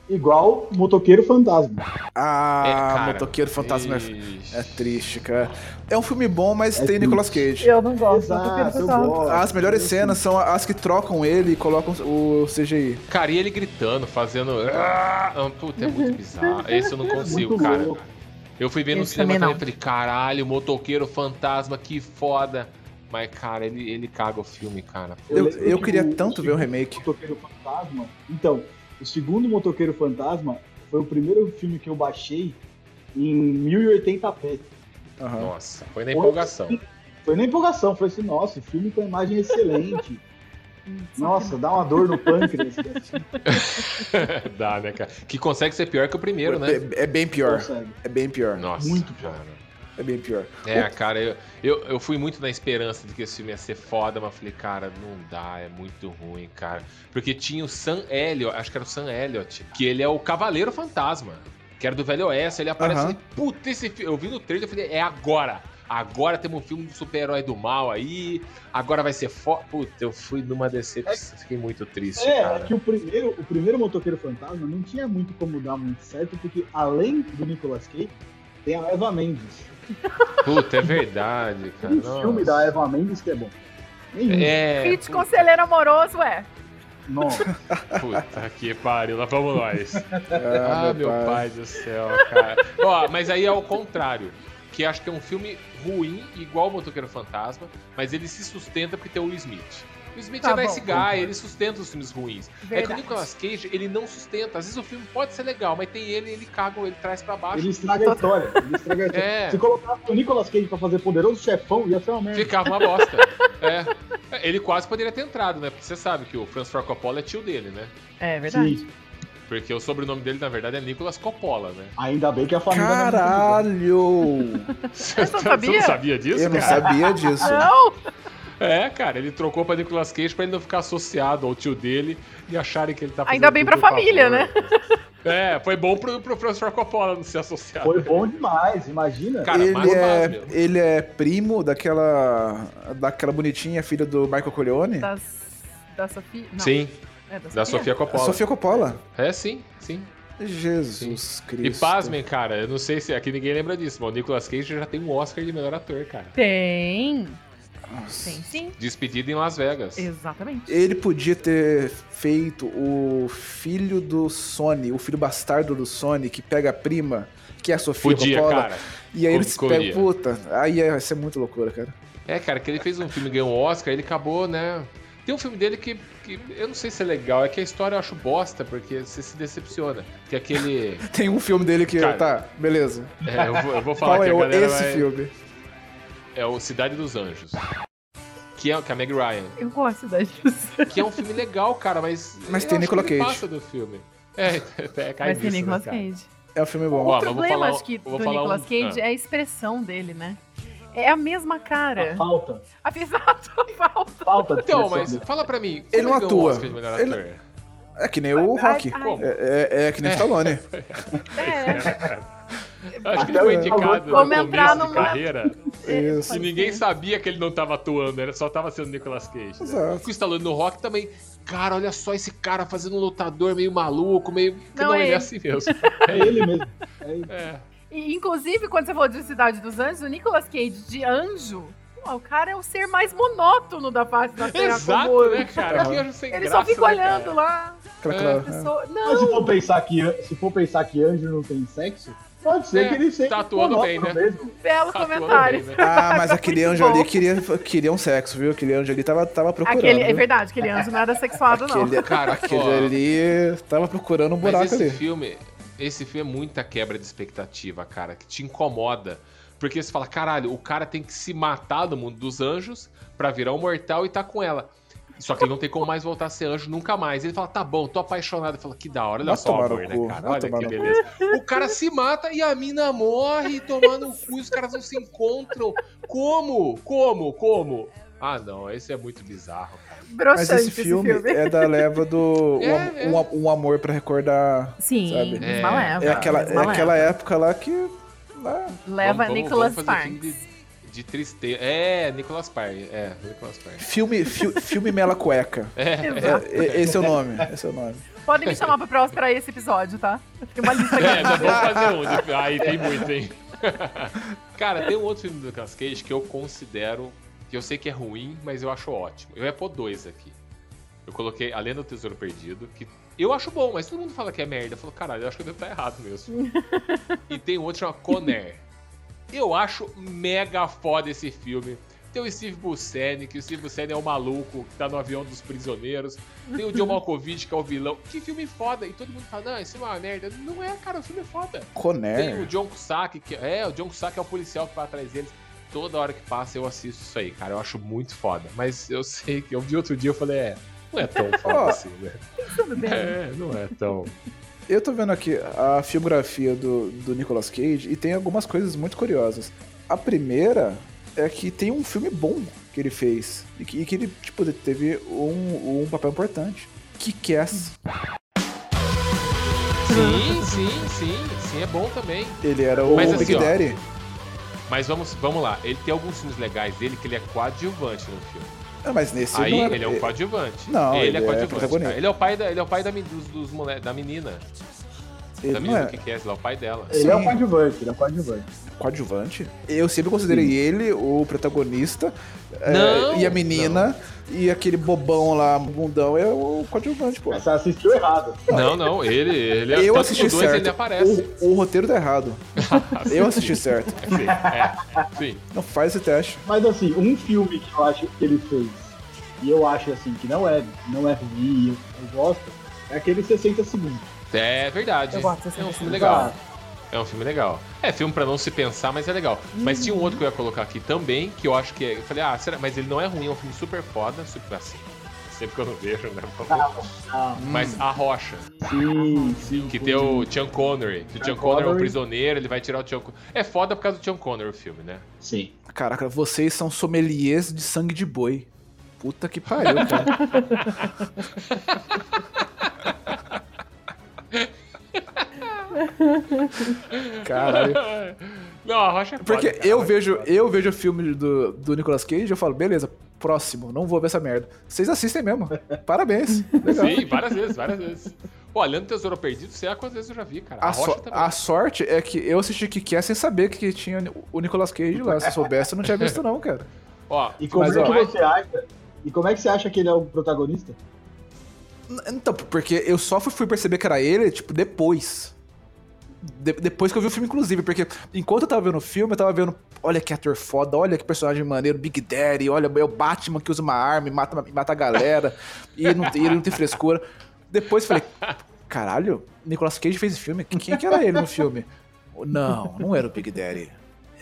D: Igual Motoqueiro Fantasma.
C: Ah,
B: É, cara.
C: Motoqueiro Fantasma é-
B: Ixi.
C: é triste, cara. É um filme bom, mas
D: É
C: tem
D: triste.
C: Nicolas Cage.
E: Eu não gosto. não
D: Exato,
E: prefiro
D: eu
E: só-
D: gosto.
C: As melhores
D: Eu
C: cenas são as que trocam ele e colocam o CGI.
B: Cara, e ele gritando, fazendo. "Ah!" Não, Puta, é muito bizarro. Esse eu não consigo,
D: Muito
B: cara.
D: louco.
B: Eu fui ver no
E: Esse
B: cinema
E: também
B: também e
E: não.
B: falei, caralho, motoqueiro fantasma, que foda. Mas, cara, ele, ele caga o filme, cara.
C: Eu,
D: lembro
C: eu
D: que
C: queria
D: tipo, o
C: tanto ver o
D: segundo
C: remake.
D: Motoqueiro Fantasma. Então, o segundo Motoqueiro Fantasma foi o primeiro filme que eu baixei em 1080p.
C: Aham.
B: Nossa, foi na empolgação.
D: assim, Foi na empolgação, foi assim, nossa, o filme com a imagem excelente. Nossa, dá uma dor no pâncreas. que assim,
B: Dá, né, cara? Que consegue ser pior que o primeiro, né?
C: É, é bem pior.
D: consegue.
C: É bem pior.
B: Nossa,
D: Muito pior.
B: cara.
C: É bem pior.
B: É, cara, eu, eu, eu fui muito na esperança de que esse filme ia ser foda, mas falei, cara, não dá, é muito ruim, cara. Porque tinha o Sam Elliott, acho que era o Sam Elliott, que ele é o Cavaleiro Fantasma, que era do Velho Oeste, ele aparece
C: Aham.
B: ali, puta, esse filme, eu vi no trailer, eu falei, é agora, agora temos um filme do super-herói do mal aí, agora vai ser foda. Puta, eu fui numa decepção, fiquei muito triste,
D: É, é
B: cara.
D: que o primeiro, o primeiro Motoqueiro Fantasma não tinha muito como dar muito certo, porque além do Nicolas Cage, tem a Eva Mendes.
B: Puta, é verdade, cara.
D: Tem um filme
B: nossa.
D: da Eva Mendes que é bom. Nenhum.
B: É,
E: Fit conselheiro amoroso, ué.
D: Nossa,
B: puta que pariu, lá vamos nós.
C: Ah,
B: Ah, meu pai. do céu, cara. Ó, mas aí é o contrário. Que acho que é um filme ruim, igual o Motoqueiro Fantasma, mas ele se sustenta porque tem o Will Smith. O Will Smith
E: Tá
B: é
E: bom.
B: nice guy, ele sustenta os filmes ruins. É que o
E: Verdade.
B: Nicolas Cage, ele não sustenta. Às vezes o filme pode ser legal, mas tem ele, ele caga, ele traz pra baixo.
D: ele estraga a história. Ele estraga a história.
B: tá- É.
D: Se colocasse o Nicolas Cage pra fazer Poderoso Chefão, ia ser uma merda.
B: Ficava uma bosta. É. É, Ele quase poderia ter entrado, né? Porque você sabe que o Francis Ford Coppola é tio dele, né?
E: É verdade.
D: Sim,
B: Porque o sobrenome dele, na verdade, é Nicolas Coppola, né?
D: ainda bem que a família... não é muito boa.
C: Caralho!
B: Você
E: não
B: Você
E: sabia?
B: não sabia disso,
C: Eu não
B: cara?
C: sabia disso.
E: Não!
B: É, cara, ele trocou pra Nicolas Cage pra ele não ficar associado ao tio dele e acharem que ele tá fazendo
E: Ainda bem
B: tudo
E: pra
B: por
E: família, né?
B: favor. É, foi bom pro, pro Francis Coppola não ser associado.
D: Foi bom demais, imagina.
B: Cara, mais
C: ele, é,
B: fácil.
C: ele é primo daquela daquela bonitinha filha do Michael Corleone?
E: Tá. Das, da Sofia. Não,
B: Sim,
E: É da,
B: da Sofia
C: A
B: Coppola.
C: Sofia Coppola?
B: É, sim, sim.
C: Jesus
B: E
C: Cristo.
B: pasmem, cara, eu não sei se aqui ninguém lembra disso, mas o Nicolas Cage já tem um Oscar de melhor ator, cara.
E: Tem. Tem sim.
B: Despedida em Las Vegas.
E: Exatamente.
C: Ele podia ter feito o filho do Sony, o filho bastardo do Sony, que pega a prima, que é a Sofia
B: Podia,
C: Coppola.
B: cara.
C: E aí ele se
B: Corria.
C: pega, puta, aí ia ser muito loucura, cara.
B: É, cara, que ele fez um filme, ganhou um Oscar, ele acabou, né? Tem um filme dele que, que eu não sei se é legal, é que a história eu acho bosta, porque você se decepciona. Que é aquele.
C: Tem um filme dele que,
B: Cara.
C: tá, beleza.
B: É, eu vou, eu vou falar
C: Qual
B: que
C: é
B: a
C: o-
B: galera
C: esse
B: vai-
C: filme?
B: É o Cidade dos Anjos. Que é com a Meg Ryan.
E: Eu gosto da Jussa.
B: Que é um filme legal, cara, mas.
C: Mas
B: eu
C: tem
B: acho
C: Nicolas
B: que ele
C: Cage.
B: passa do filme. É, é cai
E: Mas tem
B: nisso,
E: Nicolas
B: né, cara?
E: Cage.
C: É um filme
B: Ó,
C: bom.
E: o
B: mas vou
E: problema,
B: falar um-
E: acho que,
B: eu vou
E: do
B: falar um-
E: Nicolas Cage
B: ah.
E: é a expressão dele, né? É a mesma
D: A
E: cara.
B: Ah,
D: falta.
E: Apesar da falta.
D: Falta de
B: Então,
D: direção
B: mas
D: dele.
B: fala pra mim. como é
C: Ele não
B: ganhou o
C: atua.
B: Oscar de melhor
C: Ele-
B: ator?
C: É que nem o
E: Ai,
C: Rock.
E: ai,
B: Como?
C: É, é- é que nem o Stallone.
E: É,
B: Acho que ele foi
D: Até-
B: indicado no
E: Vamos
B: começo
E: entrar
B: de
E: numa-
B: carreira.
E: é,
C: Isso.
B: E ninguém sabia que ele não tava atuando, era só tava sendo Nicolas Cage. Né?
C: Exato.
B: O Stallone no Rock também. Cara, olha só esse cara fazendo um lutador meio maluco, meio. Não,
E: Não, é
B: ele é
E: ele.
B: assim mesmo.
D: É ele mesmo. É ele.
B: É.
E: E, inclusive, quando você falou de Cidade dos Anjos, o Nicolas Cage de anjo, ó, o cara é o ser mais monótono da face da Terra. como
B: Exato,
E: eu.
B: né,
C: Tá.
B: cara? Que anjo sem
E: Ele
B: graça,
E: só fica
B: né,
E: olhando
B: cara?
E: lá.
C: Aquela-
B: É.
C: aquela-
E: pessoa-
D: Mas se
E: Não,
D: for, pensar que, se for pensar que anjo não tem sexo, pode ser
B: É,
D: que ele seja.
B: tá atuando
D: monótono
B: bem, né?
D: Mesmo.
E: belo
B: Tá atuando
E: comentário.
B: bem, né?
C: Ah, mas aquele
E: Tá Muito
C: anjo ali
E: bom.
C: queria, queria um sexo, viu? Aquele anjo ali tava, tava procurando.
E: Aquele, é
C: viu?
E: verdade, aquele anjo não era sexuado, não.
C: né? Aquele,
B: Cara,
C: aquele
B: ó.
C: ali tava procurando um buraco
B: Mas esse
C: ali.
B: filme, esse filme é muita quebra de expectativa, cara, que te incomoda. Porque você fala, caralho, o cara tem que se matar no mundo dos anjos pra virar um mortal e tá com ela. Só que ele não tem como mais voltar a ser anjo nunca mais. Ele fala, tá bom, tô apaixonado. Ele fala, que da hora, olha
C: Vai
B: só o
C: tomar
B: amor,
C: no
B: né,
C: cu,
B: cara?
C: vai
B: Olha
C: tomar
B: que
C: no cu.
B: beleza. O cara se mata e a mina morre, tomando o cu, os caras não se encontram. Como? Como? Como? Ah, não, esse é muito bizarro.
C: Mas
E: Broxante
C: esse filme, é da leva do um, am-
B: É, é.
C: um am- um amor pra recordar.
E: Sim,
C: Sabe?
E: os
B: É,
E: Malévola,
C: É aquela,
E: os
C: é
E: Malévola.
C: aquela época lá que. lá-
E: Leva
B: Vamos- vamos-
E: Nicolas
B: vamos fazer filme
E: Sparks.
B: De, de tristeza. É, Nicolas Sparks. É, Nicolas Sparks.
C: filme, fi- filme Mela Cueca.
E: Exato.
C: É, é- esse é o nome. Esse é o nome.
E: Podem me chamar pra, próxima- pra esse episódio, tá? Tem uma lista
B: É,
E: aqui.
B: nós vamos fazer um. de- Aí tem muito, hein? Cara, tem um outro filme do Nicolas Cage que eu considero. que eu sei que é ruim, mas eu acho ótimo. Eu ia pôr dois aqui. Eu coloquei Além do Tesouro Perdido, que eu acho bom, mas todo mundo fala que é merda. Eu falo, caralho, eu acho que eu devo estar errado mesmo. e tem um outro chamado Conair. Eu acho mega foda esse filme. Tem o Steve Buscemi, que o Steve Buscemi é o maluco que tá no avião dos prisioneiros. Tem o John Malkovich, que é o vilão. Que filme foda. E todo mundo fala, não, isso é uma merda. Não é, cara, o filme é foda. Tem o
C: Conair.
B: John Cusack, que é, o John Cusack é o policial que vai atrás deles. Toda hora que passa eu assisto isso aí, cara. Eu acho muito foda. Mas eu sei que eu vi outro dia eu falei, é, não é tão
C: Ó.
B: foda assim, né?
E: Tudo bem.
B: É, não é tão.
C: Eu tô vendo aqui a filmografia do, do Nicolas Cage e tem algumas coisas muito curiosas. A primeira é que tem um filme bom que ele fez e que, e que ele tipo, teve um, um papel importante. Que Cass,
B: Sim, sim, sim, sim, é bom também.
C: ele era o
B: Mas assim,
C: Big
B: ó,
C: Daddy.
B: Mas vamos, vamos lá, ele tem alguns filmes legais dele que ele é coadjuvante no filme.
C: Ah, mas nesse
B: Aí
C: não era-
B: ele é um coadjuvante.
C: Não,
B: ele,
C: ele
B: é
C: é
B: coadjuvante.
C: protagonista.
B: cara. ele é o pai da, ele é o pai da, men- dos, dos mole- da menina.
C: ele
B: da
C: não
B: menina
C: é
B: do que, que é, sei lá, o pai dela.
D: Ele
C: Sim.
D: é o coadjuvante, ele é o coadjuvante.
C: coadjuvante. Eu sempre considerei ele o protagonista é,
B: Não,
C: e a menina e aquele bobão lá, bundão, é o coadjuvante, pô.
D: Mas você assistiu errado.
B: Não, não, ele, ele é
C: Eu
B: tanto
C: assisti
B: no dois
C: certo.
B: ele aparece.
C: O, o roteiro tá errado. Eu assisti certo.
B: Sim, é, sim.
C: Não faz esse teste.
D: Mas assim, um filme que eu acho que ele fez, e eu acho assim, que não é, não é ruim, eu, eu gosto, é aquele 60 segundos.
B: É verdade.
E: Eu gosto dessa
B: é um filme
E: versão.
B: legal.
D: Ah,
B: É um filme legal. É filme pra não se pensar, mas é legal. Mas tinha um outro que eu ia colocar aqui também, que eu acho que é. Eu falei, ah, será? Mas ele não é ruim, é um filme super foda, super assim. Sempre que eu não vejo, né? por favor.
D: ah,
B: Mas A Rocha,
D: sim, sim.
B: que tem o Sean Connery. Que o Sean
D: Sean
B: Connery é um
D: Connery.
B: prisioneiro, ele vai tirar o Sean Connery. É foda por causa do Sean Connery o filme, né?
D: Sim.
C: Caraca, vocês são sommeliers de sangue de boi. Puta que pariu, cara. Caralho.
B: Não, A Rocha é foda.
C: Porque
B: cara.
C: eu vejo eu vejo o filme do, do Nicolas Cage e eu falo, beleza, próximo, não vou ver essa merda. Vocês assistem mesmo. Parabéns. Legal.
B: Sim, várias vezes, várias vezes. Pô, Olhando Tesouro Perdido, sei lá quantas vezes eu já vi, cara. A,
C: A,
B: Rocha
C: so-
B: também.
C: a sorte é que eu assisti que é sem saber que tinha o Nicolas Cage lá. Se eu soubesse, eu não tinha visto, não, cara.
B: Ó,
D: E como
C: Mas,
D: é
C: ó,
D: que
B: vai-
D: você acha? E como é que você acha que ele é o protagonista?
C: N- Então, porque eu só fui- fui perceber que era ele, tipo, depois. De- depois que eu vi o filme, inclusive, porque enquanto eu tava vendo o filme, eu tava vendo, olha que ator foda, olha que personagem maneiro, Big Daddy, olha, é o Batman que usa uma arma e mata, e mata a galera, e ele não, tem- ele não tem frescura. Depois eu falei, caralho, Nicolas Cage fez esse filme? Quem, quem que era ele no filme? Não, não era o Big Daddy.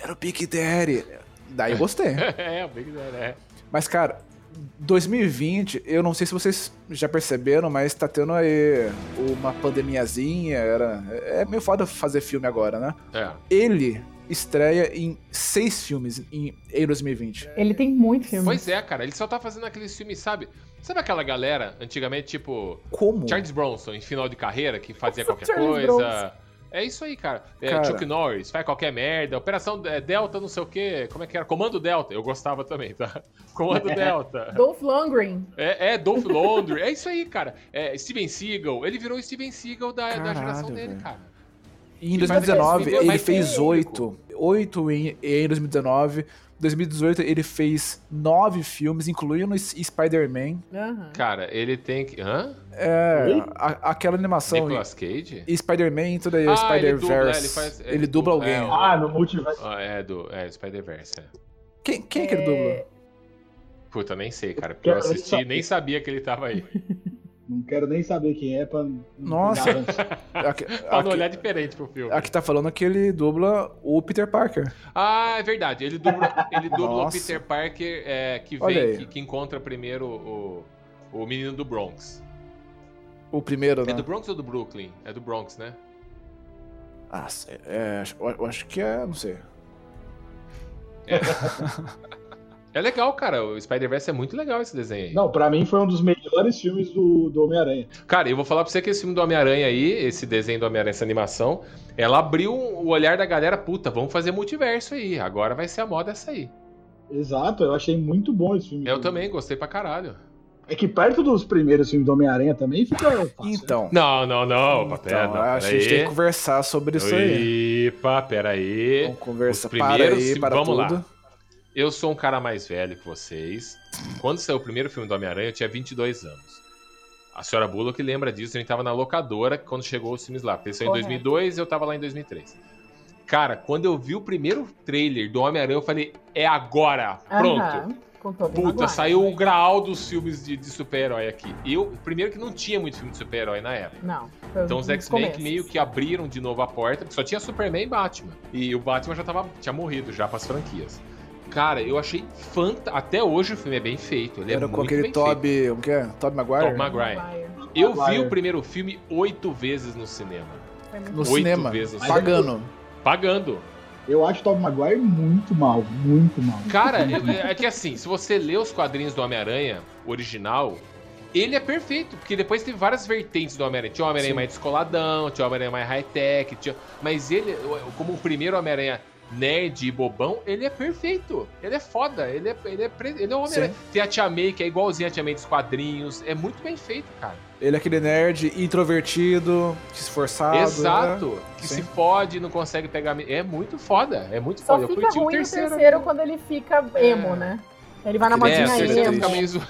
C: Era o Big Daddy. Daí eu gostei.
B: é, o Big Daddy, é.
C: Mas, cara, 2020, eu não sei se vocês já perceberam, mas tá tendo aí uma pandemiazinha. Era... É meio foda fazer filme agora, né?
B: É.
C: Ele estreia em seis filmes em, em 2020.
J: Ele tem muito filme.
B: Pois é, cara, ele só tá fazendo aqueles filmes, sabe? Sabe aquela galera, antigamente, tipo,
C: Como?
B: Charles Bronson em final de carreira, que fazia
E: Nossa,
B: qualquer
E: Charles
B: coisa.
E: Bronson.
B: É isso aí, cara. É,
C: Cara.
B: Chuck Norris, faz qualquer merda. Operação é, Delta, não sei o quê. Como é que era? Comando Delta. Eu gostava também, tá?
C: É.
B: Comando Delta.
E: Dolph Lundgren.
B: É, é Dolph Lundgren. É isso aí, cara. É, Steven Seagal. Ele virou o Steven Seagal da, da
C: Caralho,
B: geração dele,
C: velho.
B: cara.
C: E em
B: Mas
C: 2019,
B: aqueles filmes
C: ele
B: mais
C: fez
B: polêmicos.
C: oito. Oito em, em 2019. 2018, ele fez nove filmes, incluindo S- Spider-Man.
E: Aham.
B: Cara, ele tem que... Hã?
C: É, a- aquela animação.
B: Nicolas Cage?
C: E Spider-Man, e toda
B: Ah, ele dubla, é, ele
C: Spider-Verse.
B: faz-
C: ele, dubla alguém.
B: é,
D: Ah, no multiverso.
B: Ah, é, do é, Spider-Verse, é.
C: Quem, quem é que ele dubla?
B: Puta, nem sei, cara. Porque eu
D: Quero nem
B: assisti
D: saber.
B: nem sabia que ele tava aí.
D: Não quero nem saber quem é pra.
C: Nossa.
B: É.
C: Aqui,
B: Pra não
C: aqui-
B: olhar diferente pro filme.
C: aqui tá falando que ele dubla o Peter Parker.
B: Ah, é verdade. Ele dubla, ele dubla o
C: Nossa.
B: Peter Parker é, que
C: Olha
B: vem,
C: aí.
B: que, que encontra primeiro o, o menino do Bronx.
C: O primeiro, né?
B: É do Bronx ou do Brooklyn? É do Bronx, né?
C: Ah, sei- é, acho- eu acho que é, não sei.
B: É legal, cara. O Spider-Verse é muito legal esse desenho aí.
D: Não, pra mim foi um dos melhores filmes do, do Homem-Aranha.
B: Cara, eu vou falar pra você que esse filme do Homem-Aranha aí, esse desenho do Homem-Aranha, essa animação, ela abriu um, o olhar da galera. Puta, vamos fazer multiverso aí. Agora vai ser a moda essa aí.
D: Exato, eu achei muito bom esse filme.
B: Eu também gostei pra caralho.
D: É que perto dos primeiros filmes do Homem-Aranha também fica. fácil.
C: Então,
B: Não, não, não.
C: então,
B: Papel, é não.
C: a gente tem que conversar sobre isso aí.
B: Ipa, peraí.
C: Vamos conversar.
B: Os
C: Para
B: primeiros
C: aí,
B: filmes-
C: para
B: vamos lá.
C: tudo.
B: Eu sou um cara mais velho que vocês. Quando saiu o primeiro filme do Homem-Aranha, eu tinha 22 anos. A senhora Bullock lembra disso, a gente tava na locadora quando chegou os filmes lá. Porque saiu em
E: Correto.
B: 2002 e eu tava lá em 2003. Cara, quando eu vi o primeiro trailer do Homem-Aranha, eu falei, é agora! Pronto!
E: Aham. Com todo
B: Puta,
E: mundo.
B: saiu o graal dos filmes de, de super-herói aqui. Eu, primeiro que não tinha muito filme de super-herói na época.
E: Não. foi
B: Então
E: um
B: os
E: dos
B: X-Men que
E: começos.
B: meio que abriram de novo a porta, porque só tinha Superman e Batman. E o Batman já tava, tinha morrido já pras franquias. Cara, eu achei fantástico. Até hoje o filme é bem feito. Ele é
C: Era com
B: muito
C: aquele
B: bem
C: Toby. O que é?
B: feito.
C: Toby Maguire?
B: Tom Maguire.
E: Maguire.
B: Eu vi
D: Maguire.
B: o primeiro filme oito vezes no cinema.
E: Foi muito
C: No
B: Oito
C: cinema.
B: vezes. assim.
C: Pagano.
B: Pagando.
D: Eu acho o Tobey Maguire muito mal, muito mal.
B: Cara, é é que assim, se você lê os quadrinhos do Homem-Aranha original, ele é perfeito, porque depois teve várias vertentes do Homem-Aranha. Tinha o Homem-Aranha
C: Sim.
B: mais descoladão, tinha o Homem-Aranha mais high-tech, tinha... mas ele, como o primeiro Homem-Aranha nerd e bobão, ele é perfeito. Ele é foda, ele é, ele é, pre- ele é o Homem-Aranha. Tem a Tia May, que é igualzinha a Tia May dos quadrinhos, é muito bem feito, cara.
C: Ele é aquele nerd introvertido, esforçado. né?
B: Exato, que
C: Sim.
B: se fode, não consegue pegar... mi- É muito foda, é muito
E: Só
B: foda. Eu
E: fica
B: curti o
E: ruim no
B: terceiro.
E: terceiro, quando ele fica emo, né? Ele vai na
C: É,
B: É, o
E: modinha
C: Tinha
B: terceiro
C: ele.
B: fica
E: emo,
B: meio zoado.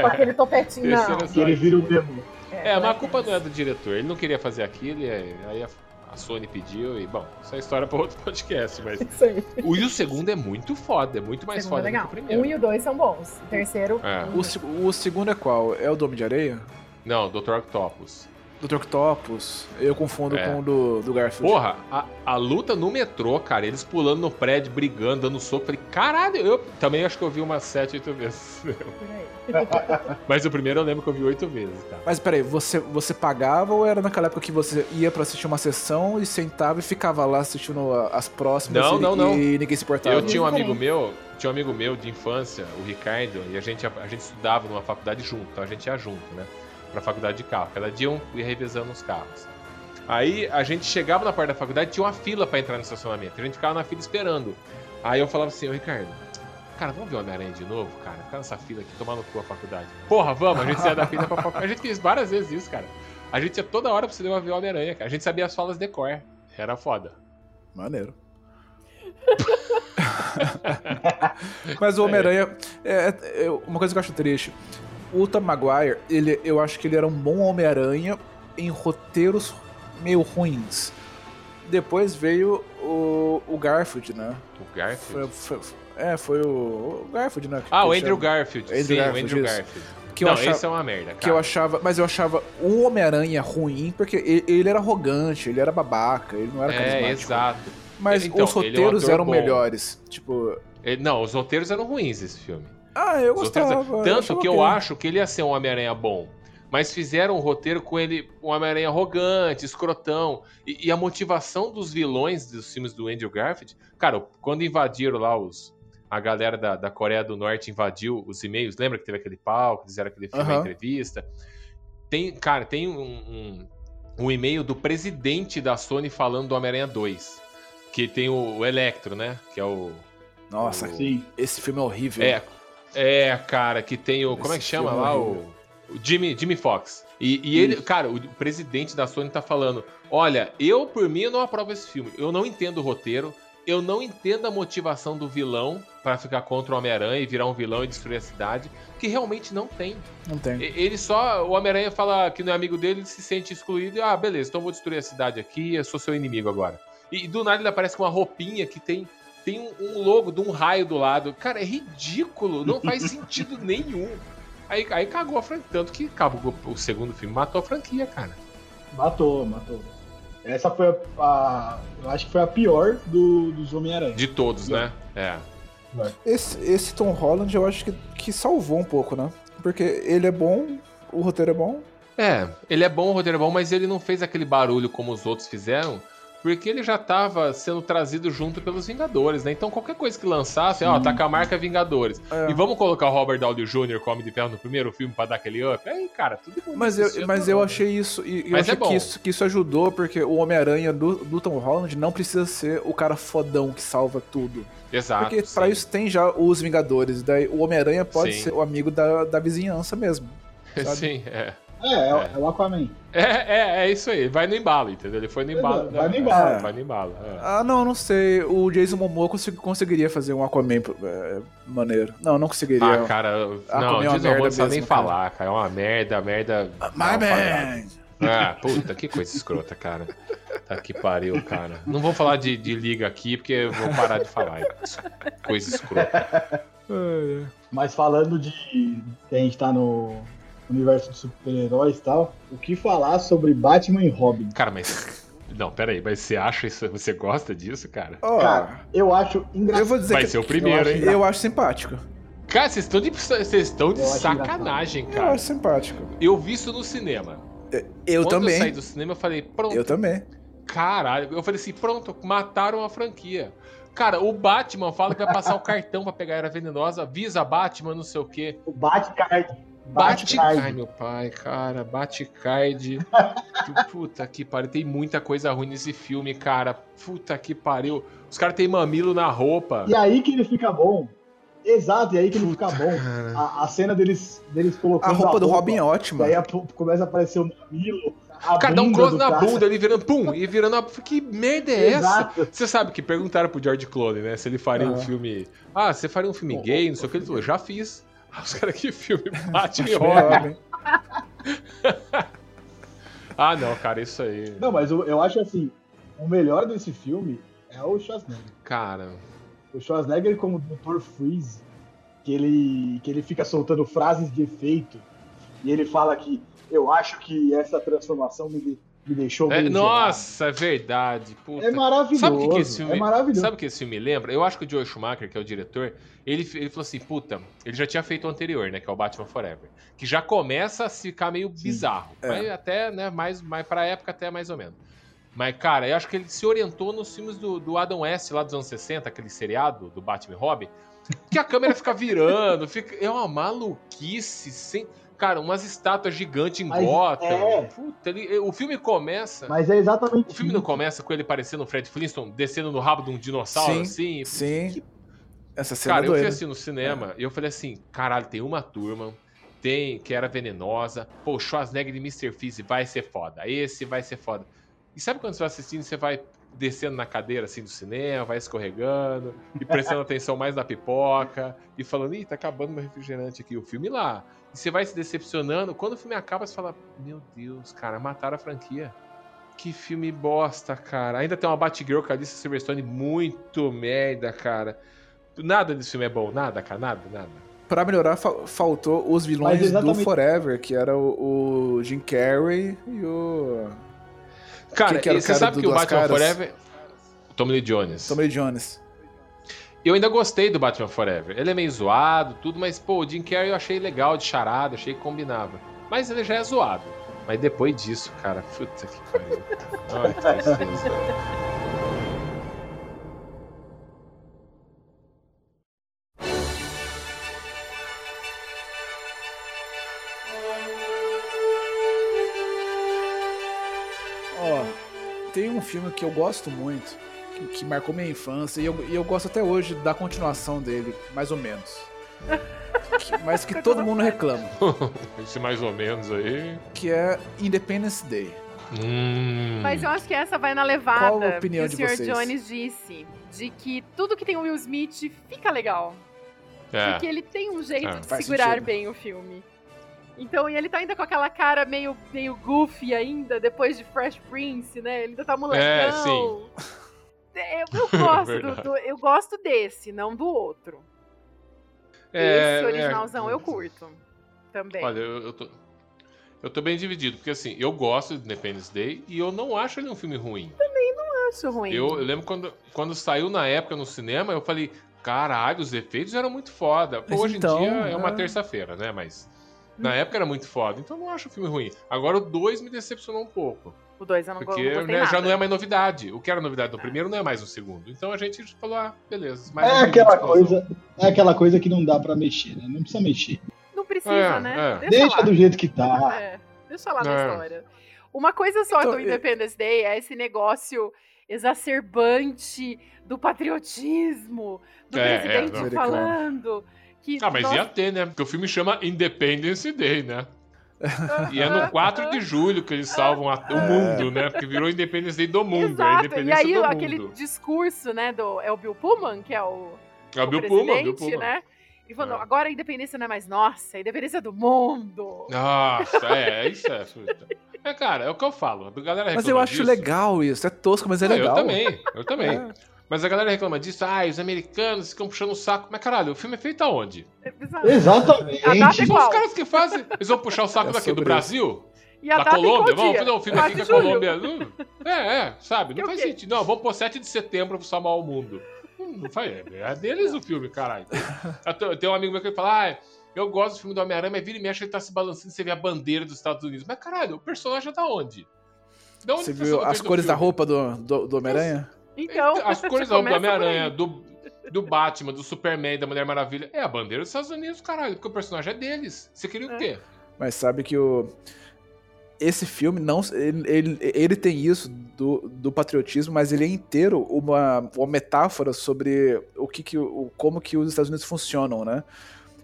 E: com aquele topetinho. Não,
B: Terceiro é
D: Que
B: só
D: ele
B: isso.
D: vira um o mesmo.
B: É, mas a culpa não é do diretor. Ele não queria fazer aquilo, e aí aí a, a Sony pediu, e bom, essa é história pra outro podcast, mas.
E: Isso aí.
B: o, e o segundo é muito foda, é muito mais
E: Segundo é
B: foda do
E: legal.
B: que o primeiro.
E: Um e o dois são bons. O terceiro. um
B: É.
C: O, se- o segundo é qual? É o Dome de Areia?
B: Não, Dr. Octopus.
C: Dr. Octopus? Eu confundo
B: É.
C: com o do, do Garfield.
B: Porra, a, a luta no metrô, cara, eles pulando no prédio, brigando, dando soco. Falei, caralho, eu também acho que eu vi umas 7, 8 vezes.
E: por aí.
B: Mas o primeiro eu lembro que eu vi 8 vezes, cara.
C: Mas peraí, você, você pagava ou era naquela época que você ia pra assistir uma sessão e sentava e ficava lá assistindo a- as próximas
B: Não,
C: e,
B: não, não.
C: e ninguém se importava?
B: Eu tinha um amigo
E: Diferente.
B: meu, tinha um amigo meu de infância, o Ricardo, e a gente, a gente estudava numa faculdade junto, então a gente ia junto, né? Pra faculdade de carro. Cada dia um ia revezando os carros. Aí a gente chegava na parte da faculdade tinha uma fila pra entrar no estacionamento. A gente ficava na fila esperando. Aí eu falava assim, ô Ricardo, cara, vamos ver o Homem-Aranha de novo, cara? Ficar nessa fila aqui, tomar no cu a faculdade. Porra, vamos, a gente saia da fila pra faculdade. A gente fez várias vezes isso, cara. A gente ia toda hora um pro cinema ver o Homem-Aranha, cara. A gente sabia as falas de cor. Era foda.
C: Maneiro. Mas o Homem-Aranha. É, é, uma coisa que eu acho triste. O Tom Maguire, ele, eu acho que ele era um bom Homem-Aranha em roteiros meio ruins. Depois veio o, o Garfield, né?
B: O Garfield?
C: Foi- foi- foi- é, foi o, o Garfield, né? que
B: Ah, o
C: eles
B: Andrew
C: chamam.
B: Garfield.
C: Andrew
B: Sim,
C: Garfield,
B: o Andrew
C: isso.
B: Garfield.
C: Que eu
B: não,
C: achava-
B: isso é uma merda, cara.
C: Que eu achava, mas eu achava o Homem-Aranha ruim, porque ele, ele era arrogante, ele era babaca, ele não era
B: É,
C: carismático.
B: exato.
C: Mas
B: Então,
C: os
B: ele é um
C: roteiros
B: ator
C: eram
B: bom.
C: melhores. Tipo,
B: Ele- Não, os roteiros eram ruins esse filme.
C: ah, eu
B: Os roteiros
C: gostava.
B: eram- Tanto
C: achava
B: que eu
C: ok.
B: acho que ele ia ser um Homem-Aranha bom. Mas fizeram um roteiro com ele, um Homem-Aranha arrogante, escrotão. E, e a motivação dos vilões dos filmes do Andrew Garfield. Cara, quando invadiram lá os. A galera da, da Coreia do Norte invadiu os e-mails. Lembra que teve aquele pau, que fizeram aquele filme, a
C: Aham.
B: entrevista? Tem, cara, tem um, um, um e-mail do presidente da Sony falando do Homem-Aranha 2. Que tem o, o Electro, né? Que é o.
C: Nossa,
D: Sim.
C: esse filme é horrível.
B: É, é, cara, que tem o. Como é que
C: Esse
B: chama
C: filme é
B: lá? O,
C: horrível.
B: o Jimmy, Jimmy Fox. E, e ele, cara, o presidente da Sony tá falando: olha, eu por mim eu não aprovo esse filme. Eu não entendo o roteiro, eu não entendo a motivação do vilão pra ficar contra o Homem-Aranha e virar um vilão e destruir a cidade, que realmente não tem.
C: Não tem.
B: E- Ele só. O Homem-Aranha fala que não é amigo dele, ele se sente excluído. E, ah, beleza, então eu vou destruir a cidade aqui, eu sou seu inimigo agora. E, e do nada ele aparece com uma roupinha que tem, tem um, um logo de um raio do lado. Cara, é ridículo, não faz sentido nenhum. Aí, aí cagou a franquia. Tanto que acabou o segundo filme, matou a franquia, cara.
D: Matou, matou. Essa foi a, a- Eu acho que foi a pior do, dos Homem-Aranha.
B: De todos, né? É.
C: Esse, esse Tom Holland eu acho que, que salvou um pouco, né? Porque ele é bom, o roteiro é bom.
B: É, ele é bom, o roteiro é bom, mas ele não fez aquele barulho como os outros fizeram, porque ele já tava sendo trazido junto pelos Vingadores, né? Então qualquer coisa que lançasse, ó, tá com a marca Vingadores.
C: É.
B: E vamos colocar o Robert Downey Jr. como de ferro no primeiro filme pra dar aquele up? Aí, cara, tudo é bom.
C: Mas eu, mas eu achei isso. E, eu
B: Mas é
C: achei
B: bom.
C: que, isso, que isso ajudou, porque o Homem-Aranha do, do Tom Holland não precisa ser o cara fodão que salva tudo.
B: Exato.
C: porque
B: sim.
C: pra isso tem já os Vingadores. Daí o Homem-Aranha pode
B: Sim.
C: ser o amigo da, da vizinhança mesmo. sabe?
B: Sim, é.
D: É, é, é o Aquaman.
B: É, é, é isso aí, vai no embalo, entendeu? Ele foi no embalo. né?
D: Vai no embalo.
B: É, vai no embalo. é.
C: Ah, não, não sei. O Jason Momoa consegui- conseguiria fazer um Aquaman é, maneiro. Não, não conseguiria.
B: Ah, cara,
C: Ah,
B: não,
C: comeu uma
B: diz não, vou
C: merda
B: nem
C: mesmo, cara.
B: falar, cara. É uma merda, merda.
C: My
B: mal falada.
C: man!
B: Ah, puta, que coisa escrota, cara. Tá que pariu, cara. Não vou falar de, de liga aqui, porque eu vou parar de falar. Coisa escrota.
D: Mas falando de que a gente tá no universo de super-heróis e tal, o que falar sobre Batman e Robin?
B: Cara, mas. Não, peraí, mas você acha isso? Você gosta disso, cara?
C: Ó,
D: Cara, eu acho
C: eu
D: engraçado.
C: vou dizer
B: Vai
C: que
B: ser o primeiro, hein?
C: eu acho simpático.
B: Cara, vocês estão de, vocês estão de
D: Eu acho
B: sacanagem,
C: Eu
B: cara.
C: acho simpático.
B: Eu vi isso no cinema.
C: Eu
B: Quando eu saí
C: também.
B: do cinema, eu falei, pronto,
C: Eu também.
B: caralho. Eu falei assim, pronto, mataram a franquia. Cara, o Batman fala que vai passar o cartão pra pegar a Era Venenosa, visa Batman, não sei o quê.
D: O Batcard.
B: Bate
D: Batcard.
B: Ai, meu pai, cara, bate card. Tu- Puta que pariu, tem muita coisa ruim nesse filme, cara. Puta que pariu. Os caras têm mamilo na roupa.
D: E aí que ele fica bom. Exato, e aí que ele fica bom.
B: Cara,
D: A, a cena deles, deles colocando.
C: A roupa do Robin é ótima.
D: Daí a- começa a aparecer o mamilo. a
B: Cara, dá um
D: bunda
B: close
D: do
B: na
D: cara.
B: bunda, ele virando pum, e virando a. Que merda é essa?
D: Exato.
B: Você sabe que perguntaram pro George Clooney, né? Se ele faria um
C: Aham.
B: filme. Ah, você faria um filme
C: Oh,
B: gay, não sei o que. Ele falou, já fiz. Ah, Os caras, que filme? Batman e
C: Acho bem
D: É
B: Robin.
C: Robin.
B: Ah, não, cara, isso aí.
D: Não, mas eu, eu acho assim, o melhor desse filme é o Schwarzenegger.
B: Cara.
D: O Schwarzenegger como Dr. Freeze, que ele, que ele fica soltando frases de efeito, e ele fala que eu acho que essa transformação me, de- me deixou...
B: É,
D: meio
B: nossa, é verdade.
D: gelado."
B: Puta
D: É maravilhoso,
B: Sabe o que que esse filme-
D: é maravilhoso.
B: Sabe o que esse filme lembra? Eu acho que o Joe Schumacher, que é o diretor, ele, ele falou assim, puta, ele já tinha feito o anterior, né, que é o Batman Forever, que já começa a ficar meio bizarro, mas até, né, mais, mais pra época até mais ou menos. Mas, cara, eu acho que ele se orientou nos filmes do, do Adam West lá dos anos 60, aquele seriado do Batman e Robin, que a câmera fica virando, fica... é uma maluquice, sem... Cara, umas estátuas gigantes em
D: Mas
B: Gotham.
D: é.
B: Puta, ele- o filme começa...
D: Mas é exatamente
B: O filme não
D: isso.
B: começa com ele parecendo o Fred Flintstone, descendo no rabo de um dinossauro, assim?
C: Sim. Essa cena
B: Cara,
C: é
B: eu fui
C: doida.
B: assim no cinema e eu falei assim, caralho, tem uma turma, tem que era venenosa, pô, Schwarzenegger e Mr. Freeze vai ser foda, esse vai ser foda. E sabe quando você vai assistindo, você vai, descendo na cadeira assim do cinema, vai escorregando, e prestando atenção mais na pipoca, e falando, ih, tá acabando meu refrigerante aqui, o filme lá. E você vai se decepcionando, quando o filme acaba, você fala, meu Deus, cara, mataram a franquia. Que filme bosta, cara. Ainda tem uma Batgirl com a Alicia Silverstone muito merda, cara. Nada desse filme é bom, nada, cara, nada, nada.
C: Pra melhorar, fa- faltou os vilões
D: Mas exatamente-
C: do Forever, que era o, o Jim Carrey e o
B: Cara,
C: Quem que
B: e
C: era o
B: você
C: cara
B: sabe
C: do
B: que o
C: Duas
B: Batman
C: Caras?
B: Forever. Tommy Lee Jones.
C: Tommy Lee Jones.
B: Eu ainda gostei do Batman Forever. Ele é meio zoado, tudo, mas, pô, o Jim Carrey eu achei legal de charada, achei que combinava. Mas ele já é zoado. Mas depois disso, cara, puta que pariu. Ai, que tristeza.
C: Ó, tem um filme que eu gosto muito, que, que marcou minha infância, e eu, e eu gosto até hoje da continuação dele, mais ou menos. Que- mas que todo mundo reclama,
B: Esse mais ou menos aí.
C: que é Independence Day.
B: Hum.
E: Mas eu acho que essa vai na levada
C: Qual a opinião
E: que
C: de
E: o Sr.
C: vocês?
E: Jones disse. De que tudo que tem o Will Smith fica legal.
B: É.
E: Porque ele tem um jeito
B: É.
E: de
C: Faz
E: segurar
C: sentido.
E: bem o filme. Então, e ele tá ainda com aquela cara meio, meio goofy ainda, depois de Fresh Prince, né? Ele ainda tá molecão.
B: É, sim.
E: É, Eu, eu gosto do-
B: Verdade.
E: do- eu gosto desse, não do outro.
B: É,
E: Esse
B: é.
E: originalzão eu curto. Também.
B: Olha, eu, eu tô. Eu tô bem dividido, porque assim, eu gosto de Independence Day e eu não acho ele um filme ruim.
E: eu acho ruim.
B: Eu, eu lembro quando, quando saiu na época no cinema, eu falei, caralho, os efeitos eram muito foda. Pô,
C: Mas
B: hoje
C: então,
B: em dia é uma
C: é.
B: terça-feira, né? Mas
E: Hum.
B: na época era muito foda, então eu não acho o filme ruim. Agora o 2 me decepcionou um pouco.
E: O dois eu não, go-
B: porque
E: não gostei
B: né,
E: nada.
B: já não é mais novidade. O que era novidade no primeiro não é mais no segundo. Então a gente falou, ah, beleza. mais um
D: É
B: filme de
D: aquela
B: explosão.
D: coisa, é aquela coisa que não dá pra mexer, né? Não precisa mexer.
E: Não precisa,
B: É,
E: né?
B: é.
D: Deixa
E: lá.
D: do jeito que tá.
E: É, deixa lá na
B: É.
E: história. Uma coisa só
C: Então,
E: do
C: eu-
E: Independence Day é esse negócio exacerbante do patriotismo, do
B: É, é,
E: presidente
C: não.
E: falando. Que,
B: Ah, mas
E: nossa,
B: ia ter, né? Porque o filme chama Independence Day, né? E é
E: Ah.
B: no 4 de julho que eles salvam a- o mundo, né? Porque virou Independence Day do mundo. é a
E: Exato, e
B: independência
E: aí
B: do
E: aquele
B: mundo.
E: discurso, né, do... É o Bill Pullman, que é o,
B: É o
E: o
B: Bill Pullman,
E: presidente,
B: Bill Pullman.
E: né? E falando,
B: É.
E: agora a independência não é mais nossa, a independência é do mundo.
B: Nossa, é, é isso é. puta. É, cara, é o que eu falo. A galera
C: Mas eu
B: reclama
C: acho
B: disso.
C: legal isso, é tosco, mas é
B: Ah,
C: legal.
B: Eu também, eu também.
C: É.
B: Mas a galera reclama disso, ah, os americanos ficam puxando o saco. Mas caralho, o filme é feito aonde?
E: É bizarro.
D: Exatamente.
E: A data é
B: São
E: Igual.
B: os caras que fazem. Eles vão puxar o saco
C: É
B: daqui, do
C: sobre
B: Brasil?
E: E a
B: da
E: data em qual
B: Tá Colômbia? Vamos
E: dia?
B: fazer um filme
E: 4
B: aqui com a
E: de julho.
B: Colômbia. Hum, É, é, sabe? Não
E: É o
B: faz
E: quê?
B: sentido. Não, vamos pôr 7 de setembro pro salvar o mundo. Hum, Não faz, é, é deles o filme, caralho. Eu tenho- Eu tenho um amigo meu que ele fala, ah, eu gosto do filme do Homem-Aranha, mas vira e mexe, ele tá se balançando, você vê a bandeira dos Estados Unidos. Mas caralho, o personagem é da onde? Da onde
C: Você
B: o personagem
C: viu as
B: fez o
C: cores da
B: filme?
C: roupa do, do, do Homem-Aranha?
E: Então,
B: As cores da
E: já
B: roupa do
E: começa por aí.
B: Homem-Aranha, do, do Batman, do Superman, da Mulher Maravilha, é a bandeira dos Estados Unidos, caralho, porque o personagem é deles. Você queria o
E: É.
B: quê?
C: Mas sabe que o. Esse filme não. Ele, ele, ele tem isso do, do patriotismo, mas ele é inteiro uma, uma metáfora sobre o que, que o, como que os Estados Unidos funcionam, né?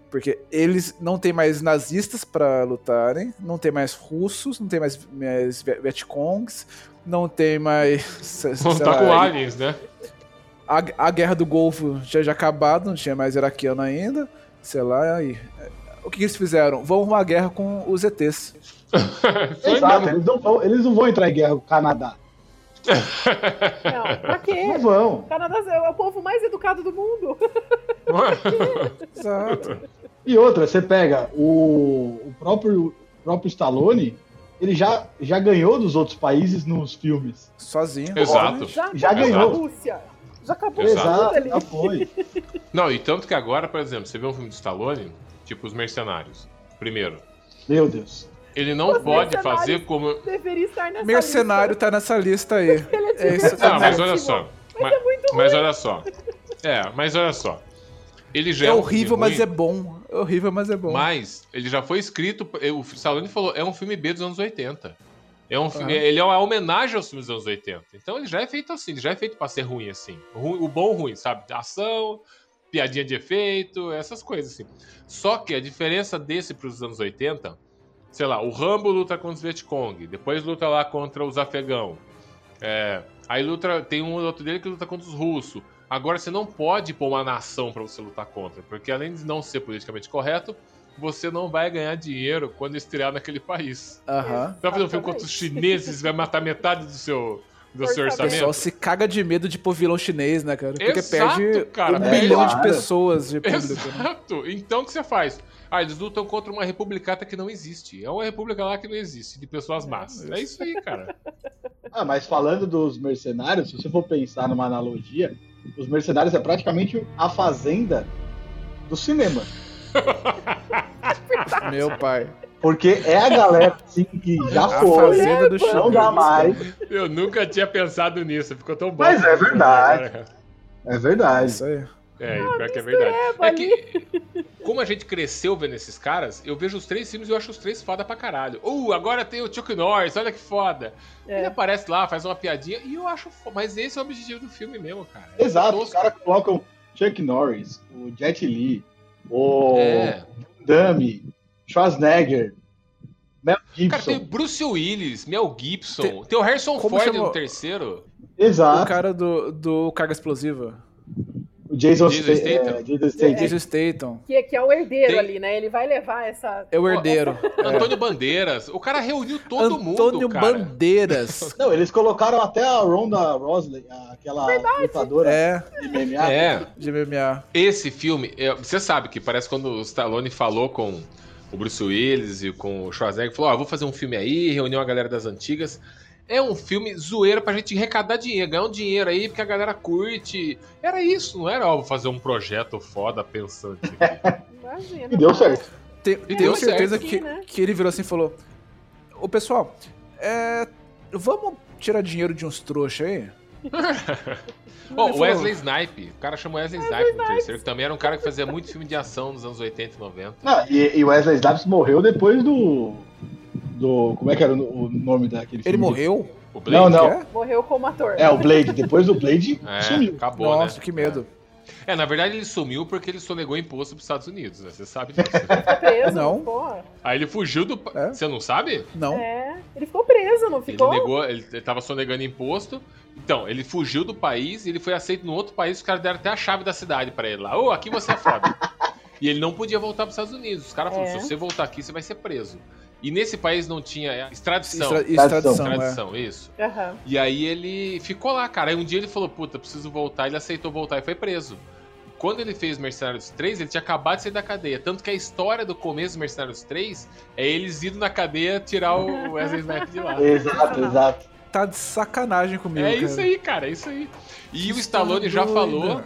C: Porque eles não tem mais nazistas pra lutarem, não tem mais russos, não tem mais, mais Viet- Vietcongs, não tem mais. sei-
B: Vão
C: sei
B: tá
C: lá,
B: com aliens, né?
C: a, a guerra do Golfo já tinha acabado, não tinha mais iraquiano ainda. Sei lá, aí. O que, que eles fizeram? Vão arrumar guerra com os ETs.
B: Foi
D: Exato,
B: mesmo.
D: eles não, vão, eles não vão entrar em guerra com o Canadá.
E: Não, pra quê?
D: Não vão.
E: O Canadá é o povo mais educado do mundo.
C: Exato.
D: E outra, você pega o, o próprio, o próprio Stallone, ele já, já ganhou dos outros países nos filmes.
C: Sozinho.
B: Exato.
C: Olha,
E: Já,
D: Já
E: acabou
B: ganhou.
E: a Rússia. Já acabou
B: Exato.
E: tudo ali.
D: já foi.
B: Não, e tanto que agora, por exemplo, você vê um filme de Stallone, tipo Os Mercenários. Primeiro,
D: Meu Deus.
B: ele não
E: Os
B: pode
E: Mercenários.
B: fazer como.
E: Deveria estar nessa
C: Mercenário tá nessa lista aí.
E: lista.
C: É
E: Ele é
C: isso.
E: isso.
B: Não, mas
C: Exatamente.
B: olha só.
E: é
B: Mas, mas olha só. É, mas olha só. Ele já
C: É
B: um
C: horrível,
B: filme
C: mas é
B: ruim,
C: bom. É horrível, mas é bom.
B: Mas ele já foi escrito. O Stallone falou, é um filme B dos anos 80. É um filme,
C: Aham.
B: Ele é uma homenagem aos filmes dos anos 80. Então ele já é feito assim, ele já é feito pra ser ruim assim. Ru- o bom ruim, sabe? Ação, piadinha de efeito, essas coisas assim. Só que a diferença desse pros anos 80, sei lá, o Rambo luta contra os Vietcong, depois luta lá contra os afegão. É. Aí luta, tem um outro dele que luta contra os russos. Agora você não pode pôr uma nação pra você lutar contra, porque além de não ser politicamente correto, você não vai ganhar dinheiro quando estrear naquele país.
C: Aham.
B: Você vai fazer um filme contra os chineses, vai matar metade do seu, do seu
C: O pessoal
B: orçamento.
C: se caga de medo de pôr vilão chinês, né, cara? Porque
B: Exato,
C: perde
B: cara,
C: um
B: é,
C: milhão de
D: claro.
C: pessoas de público. né?
B: Exato. Então o que você faz? Ah, eles lutam contra uma republicata que não existe. É uma república lá que não existe, de pessoas más. É isso aí, cara.
D: Ah, mas falando dos mercenários, se você for pensar numa analogia, os mercenários é praticamente a fazenda do cinema.
C: Meu pai.
D: Porque é a galera, assim, que já
C: A
D: foi,
C: fazenda do
D: não
C: chinês.
D: dá mais.
B: Eu nunca tinha pensado nisso, ficou tão bom.
D: Mas é verdade. É verdade.
C: Isso aí.
B: É, pior que é verdade. É que, como a gente cresceu vendo esses caras, eu vejo os três filmes e eu acho os três foda pra caralho. Uh, agora tem o Chuck Norris, olha que foda. Ele
E: É.
B: aparece lá, faz uma piadinha e eu acho foda. Mas esse é o objetivo do filme mesmo, cara. É
D: Exato, os
B: tosco.
D: caras colocam Chuck Norris, o Jet Li, o
B: É.
D: Dami, Schwarzenegger, Mel
B: Cara, tem
D: Gibson.
B: Bruce Willis, Mel Gibson, tem,
C: Tem-
B: o Harrison
C: Como
B: Ford
C: chamou?
B: no terceiro.
C: O
D: Exato,
C: cara do, do Carga Explosiva.
D: o Jason,
B: Jason
D: Sta- é,
B: Statham.
D: Jason Statham.
C: Jason Statham.
E: Que, que é o herdeiro
B: Tem-
E: ali, né? Ele vai levar essa.
C: É o herdeiro.
B: Antônio Bandeiras. O cara reuniu é todo
C: Antônio
B: mundo, cara.
C: Bandeiras.
D: Não, eles colocaram até a Ronda Rosley, aquela lutadora
C: É,
D: de MMA.
B: É.
C: de MMA.
B: Esse filme, é, você sabe que parece quando o Stallone falou com o Bruce Willis e com o Schwarzenegger, falou, ó, vou fazer um filme aí, reuniu a galera das antigas. É um filme zoeiro pra gente arrecadar dinheiro, ganhar um dinheiro aí, porque a galera curte. Era isso, não era, ó, vou fazer um projeto foda pensante.
E: Imagina.
D: E deu certo.
C: Te-
B: E
C: tenho
B: deu
C: certeza
E: certo.
C: que,
E: Sim, né?
C: que ele virou assim e falou: Ô pessoal, é, vamos tirar dinheiro de uns trouxas aí?
B: Ó,
C: Ele
B: o
C: falou,
B: Wesley Snipe, o cara chamou Wesley Snipe no terceiro, que também era um cara que fazia muito filme de ação nos anos 80 e 90.
D: Não, e, e Wesley Snipes morreu depois do. do como é que era o, o nome
C: Ele
D: daquele filme?
C: morreu?
B: O Blade,
D: Não, não.
C: É?
E: Morreu como ator.
D: É, o Blade. Depois do Blade,
B: É,
D: sumiu.
B: acabou,
C: Nossa,
B: né?
C: que medo.
B: É, na verdade ele sumiu porque ele sonegou imposto pros Estados Unidos, né? Você sabe disso.
E: Foi preso,
C: Não.
E: porra.
B: Aí ele fugiu do.
C: É.
B: Você não sabe?
C: Não.
E: É. Ele ficou preso, não ficou?
B: Ele negou, ele, ele tava sonegando imposto. Então, ele fugiu do país, ele foi aceito num outro país, os caras deram até a chave da cidade pra ele lá. Ô, aqui você é foda. e ele não podia voltar pros Estados Unidos. Os caras falaram:
E: É.
B: se você voltar aqui, você vai ser preso. E nesse país não tinha é, extradição.
C: Extra- extradição, é.
B: Extradição, isso.
E: Aham.
B: E aí ele ficou lá, cara. Aí um dia ele falou: puta, preciso voltar. Ele aceitou voltar e foi preso. Quando ele fez Mercenários 3, ele tinha acabado de sair da cadeia. Tanto que a história do começo do Mercenários 3 é eles indo na cadeia tirar o Wesley Snipes de lá.
D: Exato, exato.
C: Tá de sacanagem comigo.
B: É
C: cara.
B: isso aí, cara, é isso aí. E
C: Que
B: o Stallone já
C: doido.
B: falou